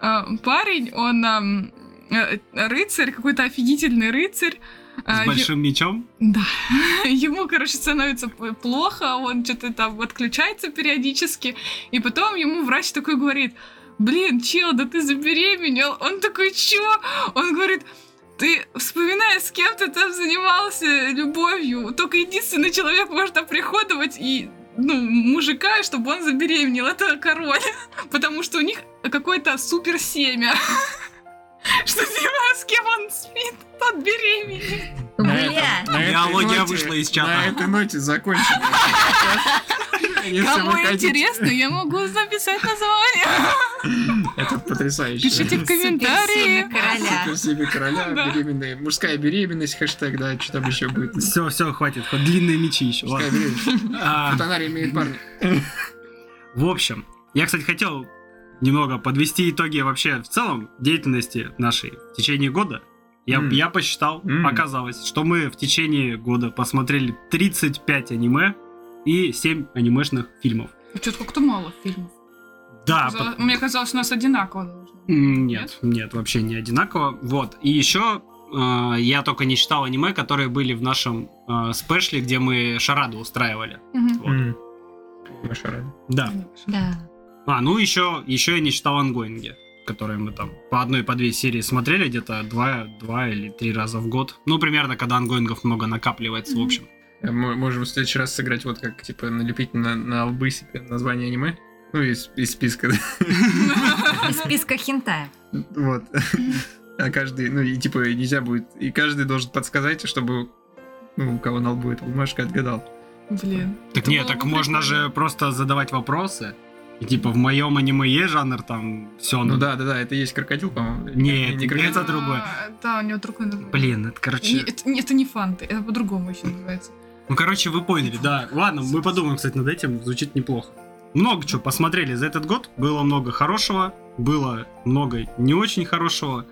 Speaker 2: а, парень, он ам, э, рыцарь, какой-то офигительный рыцарь. А,
Speaker 1: С
Speaker 2: е-
Speaker 1: большим мечом.
Speaker 2: Да. *laughs* Ему, короче, становится п- плохо, он что-то там отключается периодически, и потом ему врач такой говорит, блин, чел, да ты забеременел. Он такой, чё? Он говорит, ты вспоминай, с кем ты там занимался любовью. Только единственный человек может оприходовать и ну, мужика, чтобы он забеременел. Это король. *laughs* Потому что у них какое-то супер семя. *laughs* Что зима, с кем он спит, тот беременеет.
Speaker 3: Бля,
Speaker 4: На этой
Speaker 1: Биология
Speaker 4: ноте-
Speaker 1: вышла из чата.
Speaker 4: На этой ноте
Speaker 2: *laughs*
Speaker 4: закончим. Если
Speaker 2: Кому
Speaker 4: вы хотите-
Speaker 2: интересно, я могу записать название.
Speaker 4: Это потрясающе.
Speaker 2: Пишите в
Speaker 3: суперсемя
Speaker 2: комментарии.
Speaker 3: короля.
Speaker 4: Супер себе короля,
Speaker 2: Да.
Speaker 4: беременная, мужская беременность, хэштег, да, что там еще будет.
Speaker 1: Все, все, хватит. хоть Длинные мечи еще.
Speaker 4: Мужская
Speaker 1: ладно.
Speaker 4: беременность.
Speaker 1: А,
Speaker 4: Фотонарий имеет парня.
Speaker 1: В общем, я, кстати, хотел немного подвести итоги вообще в целом деятельности нашей в течение года. Я,
Speaker 4: М.
Speaker 1: я посчитал,
Speaker 4: М.
Speaker 1: оказалось, что мы в течение года посмотрели 35 аниме и 7 анимешных фильмов.
Speaker 2: Что-то как-то А мало фильмов.
Speaker 1: Да,
Speaker 2: Казалось-
Speaker 1: по-
Speaker 2: Мне казалось, у нас одинаково должно быть.
Speaker 1: М, Нет, нет, вообще не одинаково. Вот. И еще э, я только не читал аниме, которые были в нашем э, спешле, где мы шараду устраивали.
Speaker 2: Мгм.
Speaker 4: М. Маша рада.
Speaker 1: Да.
Speaker 3: Да.
Speaker 1: А, ну еще, еще я не читал ангоинги. которые мы там по одной, по две серии смотрели где-то два, два или три раза в год. Ну, примерно, когда ангоингов много накапливается, в общем.
Speaker 4: Э, Мы можем в следующий раз сыграть вот как, типа, налепить на, на лбы себе название аниме. Ну, из, из списка. *laughs*
Speaker 3: Из списка хентая.
Speaker 4: Вот. А каждый, ну и типа нельзя будет, и каждый должен подсказать, чтобы ну, у кого на лбу эта бумажка отгадал.
Speaker 2: Блин.
Speaker 1: Так
Speaker 2: Это
Speaker 1: не,
Speaker 2: было
Speaker 1: так
Speaker 2: бы
Speaker 1: можно
Speaker 2: прикольно.
Speaker 1: же просто задавать вопросы. И типа, в моем аниме есть жанр там все.
Speaker 4: Ну да, да, да, это и есть крокодил, по-моему.
Speaker 1: Нет,
Speaker 4: не
Speaker 1: это
Speaker 4: крокодил.
Speaker 2: А,
Speaker 1: другое.
Speaker 2: Да, у него другое название.
Speaker 1: Блин, это
Speaker 2: Не,
Speaker 1: короче...
Speaker 2: это, не- это не фанты, это по-другому еще называется.
Speaker 1: Ну, короче, вы поняли, да. Ладно, мы подумаем, кстати, над этим. Звучит неплохо. Много чего посмотрели за этот год. Было много хорошего, было много не очень хорошего.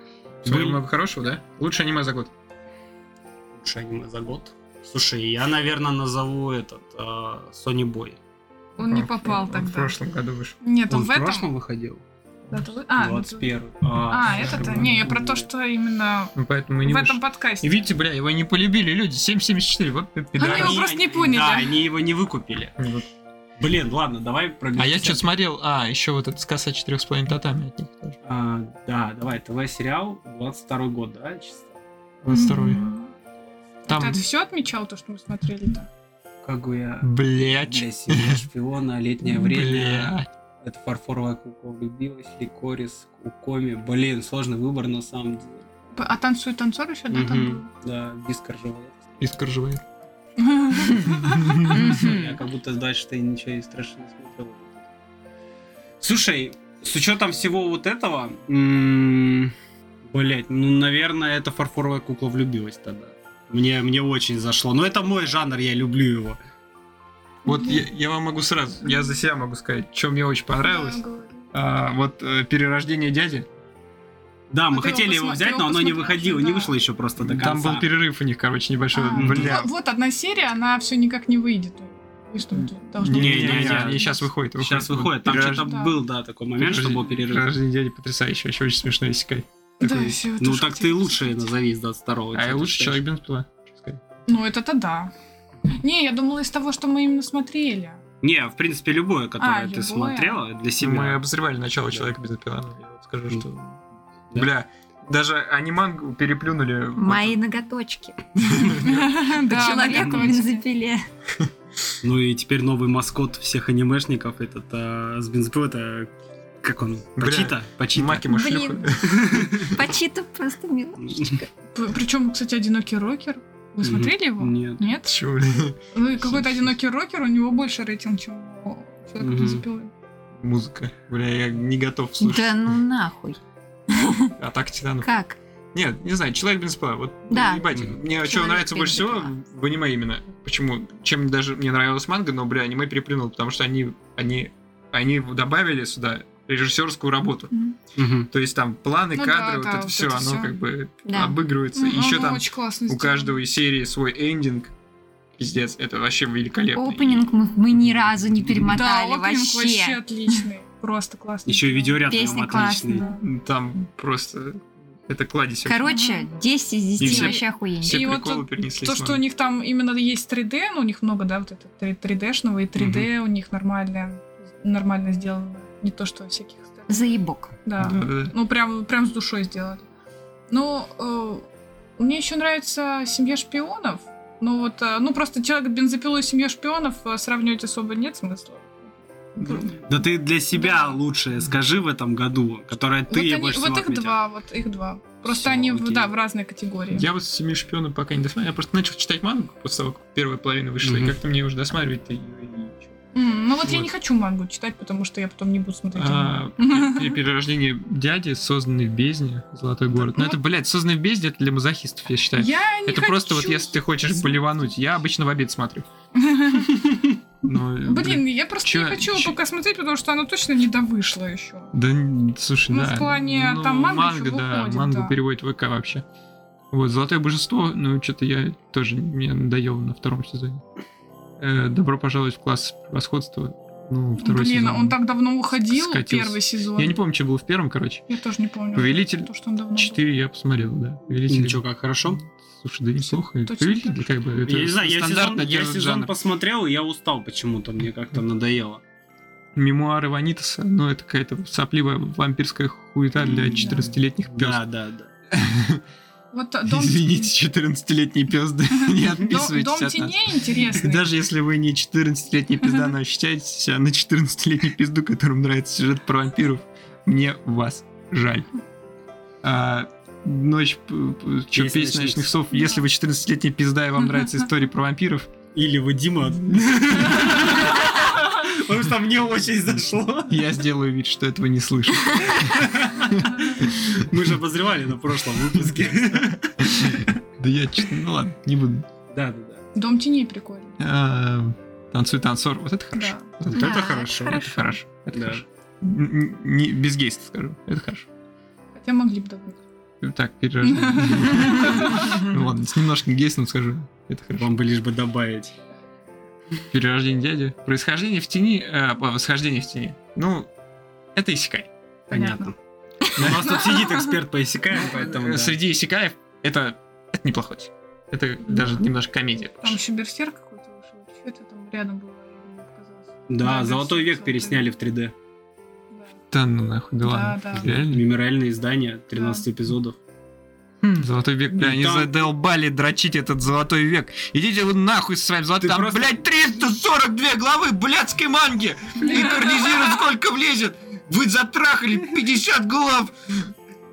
Speaker 4: Смотрим
Speaker 1: Был-
Speaker 4: много хорошего, да? Лучше аниме за год.
Speaker 1: Лучшее аниме за год. Слушай, я, наверное, назову этот а, Sony Boy.
Speaker 2: Он не
Speaker 4: В-
Speaker 2: попал
Speaker 4: в-
Speaker 2: тогда.
Speaker 4: В прошлом году вышел.
Speaker 2: Нет, он,
Speaker 1: Он
Speaker 2: в
Speaker 1: в
Speaker 2: этом.
Speaker 1: прошлом выходил?
Speaker 2: Да, то- А, ну, то-
Speaker 1: 21
Speaker 2: а, это-то. Не, я про то, что именно
Speaker 4: Ну, поэтому и не
Speaker 2: в
Speaker 4: вышел.
Speaker 2: этом подкасте.
Speaker 4: И видите, бля, его не полюбили люди. 7.74, вот ты
Speaker 2: Они его
Speaker 4: пидорас.
Speaker 2: просто не поняли.
Speaker 1: Да, они его не выкупили.
Speaker 4: Вот.
Speaker 1: Блин, ладно, давай пробежимся.
Speaker 7: А я что-то смотрел, а, еще вот этот скаса четырех с половиной татами от них тоже.
Speaker 1: А, да, давай, ТВ-сериал, 22 год, да, чисто?
Speaker 7: Вот второй.
Speaker 2: М.
Speaker 7: Там,
Speaker 2: Ты это все отмечал, то, что мы смотрели там?
Speaker 1: Как бы я...
Speaker 7: блядь, *laughs*
Speaker 1: Для семьи шпиона, а летнее время,
Speaker 7: блядь.
Speaker 1: это фарфоровая кукла влюбилась, ликорис, укоми. Блин, сложный выбор на самом деле.
Speaker 2: П- А танцует танцор еще, да,
Speaker 1: Мгм,
Speaker 2: там
Speaker 1: Да, бискар живой.
Speaker 7: Искр живой.
Speaker 2: был?
Speaker 1: Я как будто дальше ты ничего и страшно не смотрел. Слушай, с учетом всего вот этого, блять, ну, наверное, эта фарфоровая кукла влюбилась тогда. Мне, мне очень зашло. Но это мой жанр, я люблю его.
Speaker 4: Вот я, я вам могу сразу, я за себя могу сказать, что мне очень понравилось. А, вот э, перерождение дяди.
Speaker 1: Да, мы
Speaker 2: Ну, ты его
Speaker 1: хотели его,
Speaker 2: посмотри-
Speaker 1: взять,
Speaker 2: его
Speaker 1: но оно не
Speaker 2: посмотри,
Speaker 1: выходило,
Speaker 2: да.
Speaker 1: не вышло еще просто до конца.
Speaker 4: Там был перерыв у них, короче, небольшой.
Speaker 2: А,
Speaker 4: бля.
Speaker 2: ну, Вот одна серия, она все никак не выйдет. И что тут должно
Speaker 1: Не,
Speaker 2: быть?
Speaker 1: не, не,
Speaker 4: они сейчас выходят.
Speaker 1: Сейчас выходит. Там
Speaker 4: Перерож-
Speaker 1: что-то
Speaker 2: Да.
Speaker 1: был, да, такой момент, что был перерыв.
Speaker 4: Перерождение дяди потрясающе, вообще очень смешной иссякай.
Speaker 2: Да,
Speaker 4: Такой-
Speaker 2: всё, это
Speaker 1: Ну
Speaker 2: ж
Speaker 1: так ты
Speaker 2: хотела
Speaker 1: лучше
Speaker 2: посмотреть.
Speaker 1: назови из 22-го.
Speaker 4: А я
Speaker 1: Что
Speaker 4: лучше
Speaker 1: ты считаешь?
Speaker 4: человек бензопила. пускай.
Speaker 2: Ну, это-то да. Не, я думала из того, что мы именно
Speaker 1: *laughs*
Speaker 2: смотрели.
Speaker 1: Не, в принципе, любое, которое
Speaker 2: А,
Speaker 1: ты
Speaker 2: любое.
Speaker 1: смотрела для
Speaker 4: Мы
Speaker 1: себя.
Speaker 4: обозревали начало
Speaker 1: Да.
Speaker 4: человека бензопила. но Я вот скажу,
Speaker 1: Мгм.
Speaker 4: что.
Speaker 1: Да.
Speaker 4: Бля, даже анимангу переплюнули.
Speaker 3: Мои ноготочки.
Speaker 2: Да,
Speaker 3: Человек в
Speaker 2: наверное.
Speaker 3: бензопиле.
Speaker 1: Ну и теперь новый маскот всех анимешников, этот а, с бензопилой, это как он?
Speaker 4: Бля,
Speaker 1: Пачита? Пачита.
Speaker 4: Маки
Speaker 3: Блин. Почита
Speaker 1: *laughs*
Speaker 3: просто милашечка.
Speaker 2: Причем, кстати, одинокий рокер. Вы
Speaker 1: Мгм.
Speaker 2: смотрели его?
Speaker 1: Нет.
Speaker 4: *laughs*
Speaker 2: Нет?
Speaker 4: Чё, бля?
Speaker 2: Ну и какой-то одинокий рокер, у него больше рейтинг, чем у человека
Speaker 1: Мгм.
Speaker 2: в бензопилой.
Speaker 4: Музыка. Бля, я не готов слушать.
Speaker 3: Да ну нахуй.
Speaker 4: Атака титанов.
Speaker 3: Как?
Speaker 4: Нет, не знаю, человек бензопила. Вот
Speaker 3: Да.
Speaker 4: ебать, мне что
Speaker 3: Человек
Speaker 4: нравится больше всего
Speaker 3: бензопила.
Speaker 4: в аниме именно. Почему? Чем даже мне нравилась манга, но, бля, аниме переплюнул, потому что они, они, они добавили сюда режиссерскую работу.
Speaker 3: М.
Speaker 1: Мгм.
Speaker 4: То есть там планы,
Speaker 2: Ну да,
Speaker 4: кадры, вот
Speaker 2: да,
Speaker 4: это
Speaker 2: вот
Speaker 4: все,
Speaker 2: это
Speaker 4: оно
Speaker 2: всё.
Speaker 4: как бы
Speaker 1: А,
Speaker 3: Да.
Speaker 4: обыгрывается.
Speaker 2: Мгм,
Speaker 4: Еще
Speaker 2: Ну, он
Speaker 4: там
Speaker 2: очень классно
Speaker 4: у
Speaker 2: сделан.
Speaker 4: каждого из серии свой эндинг. Пиздец, это вообще великолепно.
Speaker 3: Опенинг мы, мы ни разу не
Speaker 2: Да,
Speaker 3: перемотали
Speaker 2: опенинг
Speaker 3: вообще.
Speaker 2: вообще отличный. Просто классный.
Speaker 1: Еще и видеоряд
Speaker 3: Песня
Speaker 1: там отличный.
Speaker 3: классная.
Speaker 4: И Там просто это кладезь. вообще.
Speaker 3: Короче, 10 из
Speaker 4: И
Speaker 3: 10
Speaker 4: все-
Speaker 3: вообще охуенно.
Speaker 4: Все
Speaker 2: и вот
Speaker 4: приколы
Speaker 2: тут
Speaker 4: перенесли.
Speaker 2: То, что у них там именно есть 3D, ну, у них много, да, вот это 3D-шного, и 3D у них нормально, нормально сделано. Не то, что всяких стен.
Speaker 3: Заебок.
Speaker 2: Да. Ну, прям, прям с душой сделали. Ну, э, мне еще нравится «Семья шпионов». Ну, вот, э, ну, просто «Человек бензопилу» и «Семья шпионов» э, сравнивать особо нет смысла.
Speaker 1: Да ты для себя
Speaker 2: Да.
Speaker 1: лучшее скажи в этом году, которое ты
Speaker 2: вот они-
Speaker 1: больше
Speaker 2: вот
Speaker 1: всего
Speaker 2: их
Speaker 1: отметил.
Speaker 2: два, вот их два.
Speaker 1: Всё,
Speaker 2: Просто они, в-
Speaker 1: окей.
Speaker 2: да, в разной категории.
Speaker 4: Я вот семи шпионов пока не досмотрел. Я просто начал читать мангу после того, как первая половина вышла, и
Speaker 1: Мгм.
Speaker 4: как-то мне уже досматривать-то её и ничего.
Speaker 2: М, ну, вот, я
Speaker 4: Вот.
Speaker 2: не хочу мангу читать, потому что я потом не буду смотреть.
Speaker 4: А,
Speaker 2: *laughs* аниме.
Speaker 4: пер- перерождение дяди, созданный в бездне, Золотой город. Ну
Speaker 2: ну
Speaker 4: это,
Speaker 2: вот-
Speaker 4: блядь, созданный в бездне, это для мазохистов, я считаю.
Speaker 2: Я не
Speaker 4: Это
Speaker 2: хочу.
Speaker 4: просто вот если ты хочешь поливануть, я обычно в обед смотрю.
Speaker 2: *laughs*
Speaker 4: Но,
Speaker 2: Блин, я просто
Speaker 4: чё-
Speaker 2: не хочу
Speaker 4: чё-
Speaker 2: пока смотреть, потому что оно точно не довышло еще.
Speaker 4: Да, н- слушай,
Speaker 2: Ну,
Speaker 4: да.
Speaker 2: в плане, там манга ещё
Speaker 4: да,
Speaker 2: выходит,
Speaker 4: мангу
Speaker 2: да.
Speaker 4: переводит ВК вообще. Вот, Золотое Божество, ну, что-то я тоже, мне надоело на втором сезоне. Э, Добро пожаловать в класс превосходства, ну, второй
Speaker 2: Блин,
Speaker 4: сезон.
Speaker 2: он так давно уходил,
Speaker 4: скатился.
Speaker 2: первый сезон.
Speaker 4: Я не помню, что было в первом, короче.
Speaker 2: Я тоже не помню.
Speaker 4: Повелитель
Speaker 2: То, что он давно
Speaker 4: 4 я посмотрел, да. Повелитель...
Speaker 1: Ничего, как хорошо.
Speaker 4: Слушай, да неплохо.
Speaker 2: Точно
Speaker 4: Повелитель,
Speaker 2: так
Speaker 4: как бы, это
Speaker 1: Я не знаю, я сезон,
Speaker 4: стандартно
Speaker 1: я
Speaker 4: держит
Speaker 1: сезон
Speaker 4: жанр.
Speaker 1: посмотрел, и я устал почему-то, мне как-то надоело.
Speaker 4: мемуары Ванитаса, но это какая-то сопливая вампирская хуета для
Speaker 1: М,
Speaker 4: 14-летних пёс.
Speaker 1: Да, да, да.
Speaker 2: Вот э, дом,
Speaker 4: *laughs* Извините, 14-летний пес, да, *laughs* не
Speaker 2: дом,
Speaker 4: отписывайтесь
Speaker 2: дом
Speaker 4: от нас.
Speaker 2: теней интересный.
Speaker 4: Даже если вы не 14-летний пизда, но ощущаете себя на 14-летний пизду, которому нравится сюжет про вампиров, мне вас жаль. А, Ночь, п- п- чё,
Speaker 1: Песня
Speaker 4: песня
Speaker 1: ночных
Speaker 4: ночных сов. Если вы 14-летний пизда и вам
Speaker 2: *laughs*
Speaker 4: нравятся истории про вампиров,
Speaker 1: Или вы Дима. Потому что мне очень зашло.
Speaker 4: я сделаю вид, что этого не слышу.
Speaker 2: *laughs*
Speaker 1: Мы же обозревали на прошлом
Speaker 4: *laughs*
Speaker 1: выпуске.
Speaker 4: Да я, честно, ну ладно, не буду.
Speaker 1: Да, да, да.
Speaker 2: Дом теней прикольный.
Speaker 4: А, Танцуй танцор, вот это хорошо.
Speaker 2: Да.
Speaker 4: Вот
Speaker 3: Да,
Speaker 4: это
Speaker 3: это
Speaker 4: хорошо. Это хорошо. Это
Speaker 1: Да.
Speaker 4: хорошо. Н- н- не- Без гейста скажу. Это хорошо.
Speaker 2: Хотя могли бы добавить.
Speaker 4: Ну Так, перерождение. Ну ладно, с немножким гейсом скажу. Это хорошо.
Speaker 1: Вам бы лишь бы добавить.
Speaker 4: Перерождение дяди. Происхождение в тени. э, а, Восхождение в тени. Ну, это Исикай.
Speaker 1: Понятно. У нас тут сидит эксперт по Исекаю, поэтому... да.
Speaker 4: Среди Исикаев это это неплохой. тип. Это даже немножко комедия.
Speaker 2: Там еще берсерк какой-то вышел. Что это там рядом было? Я не показалось.
Speaker 1: Да,
Speaker 2: Да,
Speaker 1: «Золотой
Speaker 2: «Золотой
Speaker 1: век» пересняли в 3D.
Speaker 2: Да.
Speaker 4: Да ну нахуй, да
Speaker 2: Да,
Speaker 4: ладно.
Speaker 2: да.
Speaker 4: Реально?
Speaker 1: Мемориальное издание, 13 эпизодов.
Speaker 4: Хм, Золотой век, бля,
Speaker 1: И
Speaker 4: они
Speaker 1: там-
Speaker 4: задолбали дрочить этот золотой век. Идите вы нахуй со своим золотым...
Speaker 1: Ты
Speaker 4: Там,
Speaker 1: просто-
Speaker 4: блядь, 342 главы блядской манги! Экранизируют сколько влезет! Вы затрахали 50 глав!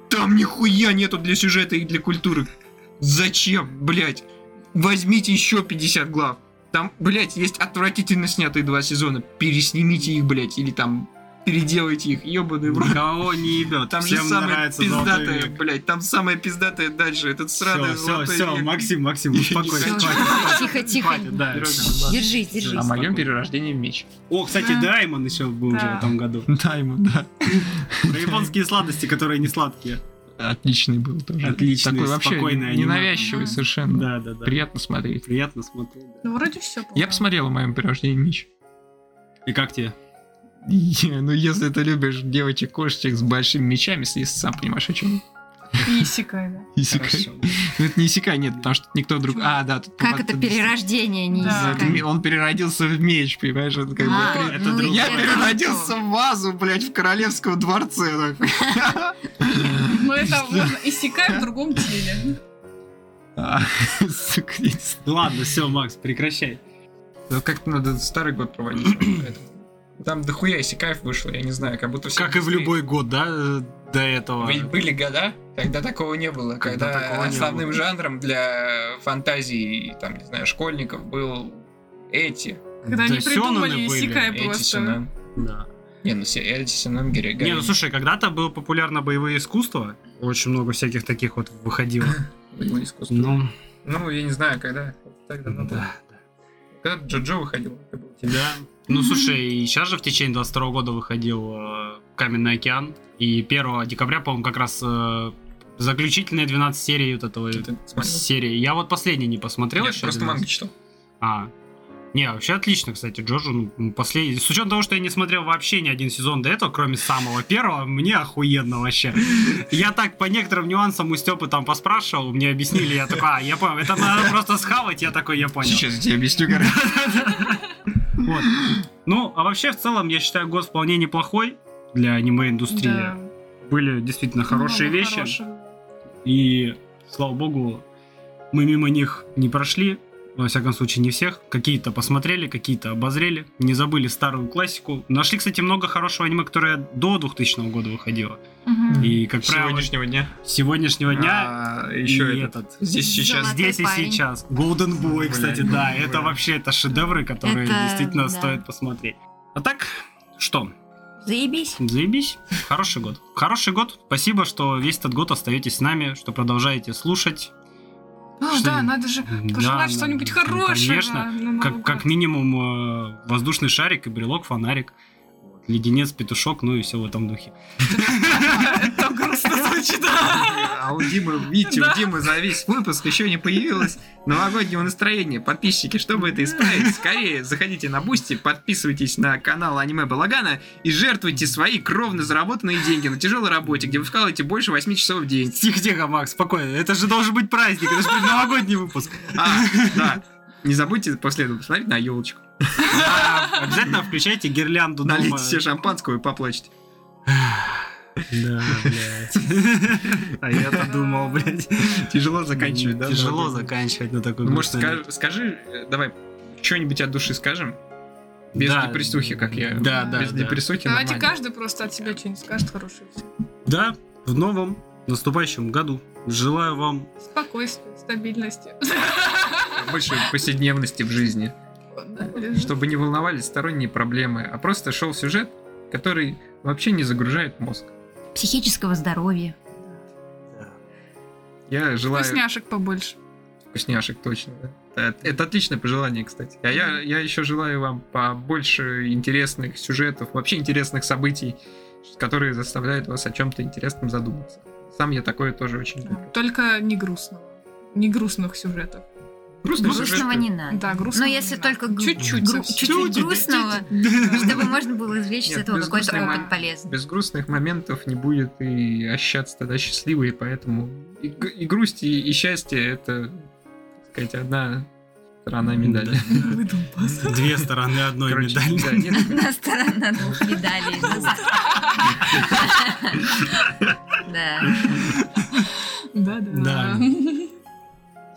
Speaker 4: Там нихуя нету для сюжета и для культуры. Зачем, блядь? Возьмите еще 50 глав. Там, блядь, есть отвратительно снятые два сезона. Переснимите их, блядь, или там переделайте их, ебаный
Speaker 1: Ну
Speaker 4: в рот.
Speaker 1: Никого не ебет.
Speaker 4: Там
Speaker 1: Всем
Speaker 4: же самое
Speaker 1: нравится «Золотой
Speaker 4: пиздатое,
Speaker 1: век».
Speaker 4: блядь, там самое пиздатое дальше, этот
Speaker 1: Все,
Speaker 4: сраный
Speaker 1: все,
Speaker 4: золотой
Speaker 1: все,
Speaker 4: век.
Speaker 1: Максим, Максим,
Speaker 4: Я не
Speaker 1: успокойся.
Speaker 4: хочу.
Speaker 1: хватит.
Speaker 3: Тихо, тихо.
Speaker 1: Хватит, да.
Speaker 4: Перерождение.
Speaker 3: Держись, держись.
Speaker 1: А моё
Speaker 4: перерождение в меч.
Speaker 1: О, кстати,
Speaker 2: Да.
Speaker 1: Даймон еще был же
Speaker 2: Да.
Speaker 1: в этом году.
Speaker 4: Таймон, да.
Speaker 1: Про японские сладости, которые не сладкие.
Speaker 4: Отличный был тоже.
Speaker 1: Отличный,
Speaker 4: Такой вообще
Speaker 1: спокойный аниме.
Speaker 4: ненавязчивый
Speaker 2: Мгм.
Speaker 4: совершенно.
Speaker 1: Да, да, да.
Speaker 4: Приятно смотреть.
Speaker 1: Приятно смотреть. да.
Speaker 2: Ну, вроде все.
Speaker 4: Я посмотрел о моем перерождении в меч.
Speaker 1: И как тебе?
Speaker 4: Е, Ну, если ты любишь девочек-кошечек с большими мечами, если сам понимаешь, о чем.
Speaker 2: Исикай, да.
Speaker 4: Исекай.
Speaker 1: Хорошо.
Speaker 4: Ну, это не Исекай, нет, потому что никто друг... А, да. тут-
Speaker 3: Как это
Speaker 4: тут-
Speaker 3: перерождение не
Speaker 2: Да.
Speaker 4: Это
Speaker 3: иссякает?
Speaker 4: ми- Он переродился в меч, понимаешь? Это как бы...
Speaker 3: А,
Speaker 4: при-
Speaker 1: это
Speaker 3: ну
Speaker 1: друг.
Speaker 4: Я
Speaker 3: это
Speaker 4: переродился
Speaker 3: что?
Speaker 4: в вазу, блядь, в королевском дворце. нахуй.
Speaker 2: Но Ну, это
Speaker 4: Что?
Speaker 2: можно Исикай в другом теле.
Speaker 4: А, Сука, я не знаю.
Speaker 1: Ну Ладно, все, Макс, прекращай.
Speaker 8: Ну, как-то надо старый год проводить. поэтому. Там дохуя если кайф вышел, я не знаю, как будто... все
Speaker 1: Как и в
Speaker 8: быстрее.
Speaker 1: любой год, да, э, до этого.
Speaker 8: Ведь были года, когда такого не было,
Speaker 1: Когда
Speaker 8: когда,
Speaker 1: такого не
Speaker 8: основным
Speaker 1: было.
Speaker 8: жанром для фантазии, там, не знаю, школьников был эти.
Speaker 2: Когда они
Speaker 1: Да,
Speaker 2: придумали
Speaker 1: сёнэны были.
Speaker 2: Исикай
Speaker 8: Эти
Speaker 2: просто.
Speaker 8: синон.
Speaker 1: Да.
Speaker 8: Не, ну все, эти синон Гири-
Speaker 1: Не, ну
Speaker 8: Гарри.
Speaker 1: слушай, когда-то было популярно боевое искусство. Очень много всяких таких вот *laughs* выходило.
Speaker 8: Боевое искусство.
Speaker 1: Ну,
Speaker 8: Ну, я не знаю, когда. Так давно было.
Speaker 1: да.
Speaker 8: Когда Джо-Джо выходил, это было.
Speaker 1: Да. Ну слушай, и сейчас же в течение 22 года выходил э, Каменный океан. И 1 декабря, по-моему, как раз э, заключительные 12 серий вот этого
Speaker 8: Ты смотрел?
Speaker 1: серии. Я вот последний не посмотрел
Speaker 8: Нет,
Speaker 1: еще.
Speaker 8: просто
Speaker 1: 12.
Speaker 8: мангу читал.
Speaker 1: А. Не, вообще отлично, кстати, Джорджу. Ну, последний. С учетом того, что я не смотрел вообще ни один сезон до этого, кроме самого первого, мне охуенно вообще. Я так по некоторым нюансам у Степы там поспрашивал, мне объяснили, я такой, а, я понял, это надо просто схавать, я такой, я понял.
Speaker 4: Сейчас я тебе объясню, короче.
Speaker 1: Вот. Ну, а вообще, в целом, я считаю, год вполне неплохой для аниме-индустрии.
Speaker 2: Да.
Speaker 1: Были действительно хорошие
Speaker 2: Много
Speaker 1: вещи.
Speaker 2: хорошего.
Speaker 1: И, слава богу, мы мимо них не прошли. Во всяком случае, не всех. Какие-то посмотрели, какие-то обозрели. Не забыли старую классику. Нашли, кстати, много хорошего аниме, которое до 2000 года выходило.
Speaker 2: Мгм.
Speaker 1: И, как правило,
Speaker 8: Сегодняшнего дня.
Speaker 1: с сегодняшнего дня...
Speaker 8: еще
Speaker 1: и
Speaker 8: этот.
Speaker 1: А, этот.
Speaker 8: Здесь сейчас.
Speaker 3: Золотой
Speaker 1: Здесь и
Speaker 3: парень.
Speaker 1: сейчас. Golden Boy,
Speaker 8: Блядь,
Speaker 1: кстати,
Speaker 8: Golden
Speaker 1: да.
Speaker 8: Boy.
Speaker 1: Это вообще это шедевры, которые
Speaker 3: Это,
Speaker 1: действительно
Speaker 3: да.
Speaker 1: стоит посмотреть. А так, что?
Speaker 3: Заебись.
Speaker 1: Заебись. Хороший год. Хороший год. Спасибо, что весь этот год остаетесь с нами, что продолжаете слушать.
Speaker 2: А,
Speaker 1: что-
Speaker 2: да, надо же
Speaker 1: Да,
Speaker 2: пожелать что-нибудь ну,
Speaker 1: ну,
Speaker 2: хорошее.
Speaker 1: Конечно.
Speaker 2: на- на Новый
Speaker 1: Как, как
Speaker 2: год.
Speaker 1: минимум э, воздушный шарик, и брелок, фонарик, вот, леденец, петушок, ну и все в этом духе.
Speaker 2: Это грустно звучит. да.
Speaker 8: А у Димы, видите,
Speaker 2: Да.
Speaker 8: у Димы за весь выпуск еще не появилось новогоднего настроения. Подписчики, чтобы это исправить, скорее заходите на Бусти, подписывайтесь на канал Аниме Балагана и жертвуйте свои кровно заработанные деньги на тяжелой работе, где вы вкалываете больше 8 часов в день.
Speaker 1: Тихо-тихо, Макс, спокойно. Это же должен быть праздник, это же будет новогодний выпуск.
Speaker 8: А, да. Не забудьте после этого посмотреть на елочку.
Speaker 1: Да, обязательно включайте гирлянду
Speaker 4: Налейте
Speaker 1: дома.
Speaker 4: себе шампанского и поплачьте.
Speaker 1: Да, блядь. А я-то думал, блядь.
Speaker 4: Тяжело заканчивать, да?
Speaker 1: Тяжело
Speaker 4: Новый год?
Speaker 1: заканчивать на такой
Speaker 4: Ну, Может,
Speaker 1: грустной
Speaker 4: скажи, скажи, э, давай, что-нибудь от души скажем? Без
Speaker 1: Да.
Speaker 4: депрессухи, как я.
Speaker 1: Да, да,
Speaker 4: Без
Speaker 1: да.
Speaker 4: депрессухи
Speaker 2: Давайте
Speaker 4: нормально.
Speaker 2: каждый просто от себя что-нибудь скажет хорошее.
Speaker 1: Да, в новом наступающем году желаю вам *laughs*
Speaker 2: Спокойствие, стабильности.
Speaker 4: Больше повседневности в жизни.
Speaker 2: *laughs*
Speaker 4: Чтобы не волновались сторонние проблемы, а просто шел сюжет, который вообще не загружает мозг.
Speaker 3: Психического здоровья.
Speaker 4: Я желаю...
Speaker 2: Вкусняшек побольше.
Speaker 4: Вкусняшек, точно, да. Это, это отличное пожелание, кстати. А я, я еще желаю вам побольше интересных сюжетов, вообще интересных событий, которые заставляют вас о чем-то интересном задуматься. Сам я такое тоже очень люблю.
Speaker 2: Только не грустного. Не грустных сюжетов.
Speaker 1: Ну,
Speaker 4: Грустные
Speaker 3: Грустного
Speaker 4: сюжеты.
Speaker 3: не надо.
Speaker 2: Да,
Speaker 3: Но
Speaker 2: грустного. не
Speaker 3: А, если
Speaker 2: надо.
Speaker 3: только гру-
Speaker 2: Чуть-чуть
Speaker 3: гру-
Speaker 2: совсем.
Speaker 3: чуть-чуть грустного,
Speaker 1: *laughs*
Speaker 3: чтобы можно было извлечь из
Speaker 4: Нет,
Speaker 3: этого
Speaker 4: без
Speaker 3: какой-то
Speaker 4: грустного.
Speaker 3: опыт полезный.
Speaker 4: э, Без грустных моментов не будет и ощаться тогда счастливой, поэтому и, г- и грусть, и, и счастье это, так сказать, одна сторона медали.
Speaker 2: Вы Донбасс.
Speaker 1: *laughs*
Speaker 2: *laughs*
Speaker 1: две стороны одной
Speaker 4: Короче,
Speaker 1: медали.
Speaker 4: да, нет,
Speaker 3: Одна сторона двух медалей. Ну, Да.
Speaker 2: Да-да.
Speaker 1: Да.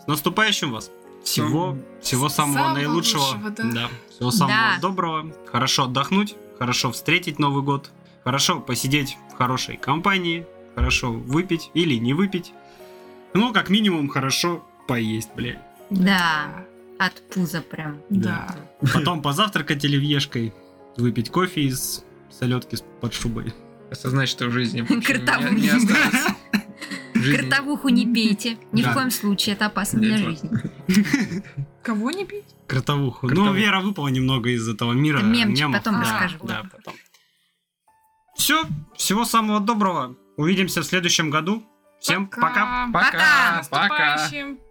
Speaker 1: С наступающим вас! Всего, всего самого,
Speaker 2: Самого
Speaker 1: наилучшего.
Speaker 2: лучшего, да.
Speaker 1: Всего самого
Speaker 3: Да.
Speaker 1: доброго. Хорошо отдохнуть, хорошо встретить Новый год, хорошо посидеть в хорошей компании, хорошо выпить или не выпить. Ну, как минимум, хорошо поесть, блядь.
Speaker 3: Да. От пуза прям.
Speaker 2: Да.
Speaker 1: Потом позавтракать оливьешкой, выпить кофе из солетки под шубой.
Speaker 4: осознать, что в жизни вообще
Speaker 3: Картавую.
Speaker 4: не- не осталось. В жизни-
Speaker 3: Кротовуху не пейте. Ни в
Speaker 1: Да.
Speaker 3: коем случае. Это опасно для
Speaker 4: Нет,
Speaker 3: жизни.
Speaker 2: Кого не пить?
Speaker 1: Кротовуху. Ну,
Speaker 4: Кротовуху.
Speaker 1: Вера выпала немного из этого мира.
Speaker 3: Это мемчик,
Speaker 1: мемов.
Speaker 3: потом
Speaker 1: Да,
Speaker 3: расскажу.
Speaker 1: Да, потом. Все, всего самого доброго. Увидимся в следующем году. Всем пока.
Speaker 4: Пока,
Speaker 2: С
Speaker 4: пока.
Speaker 2: наступающим.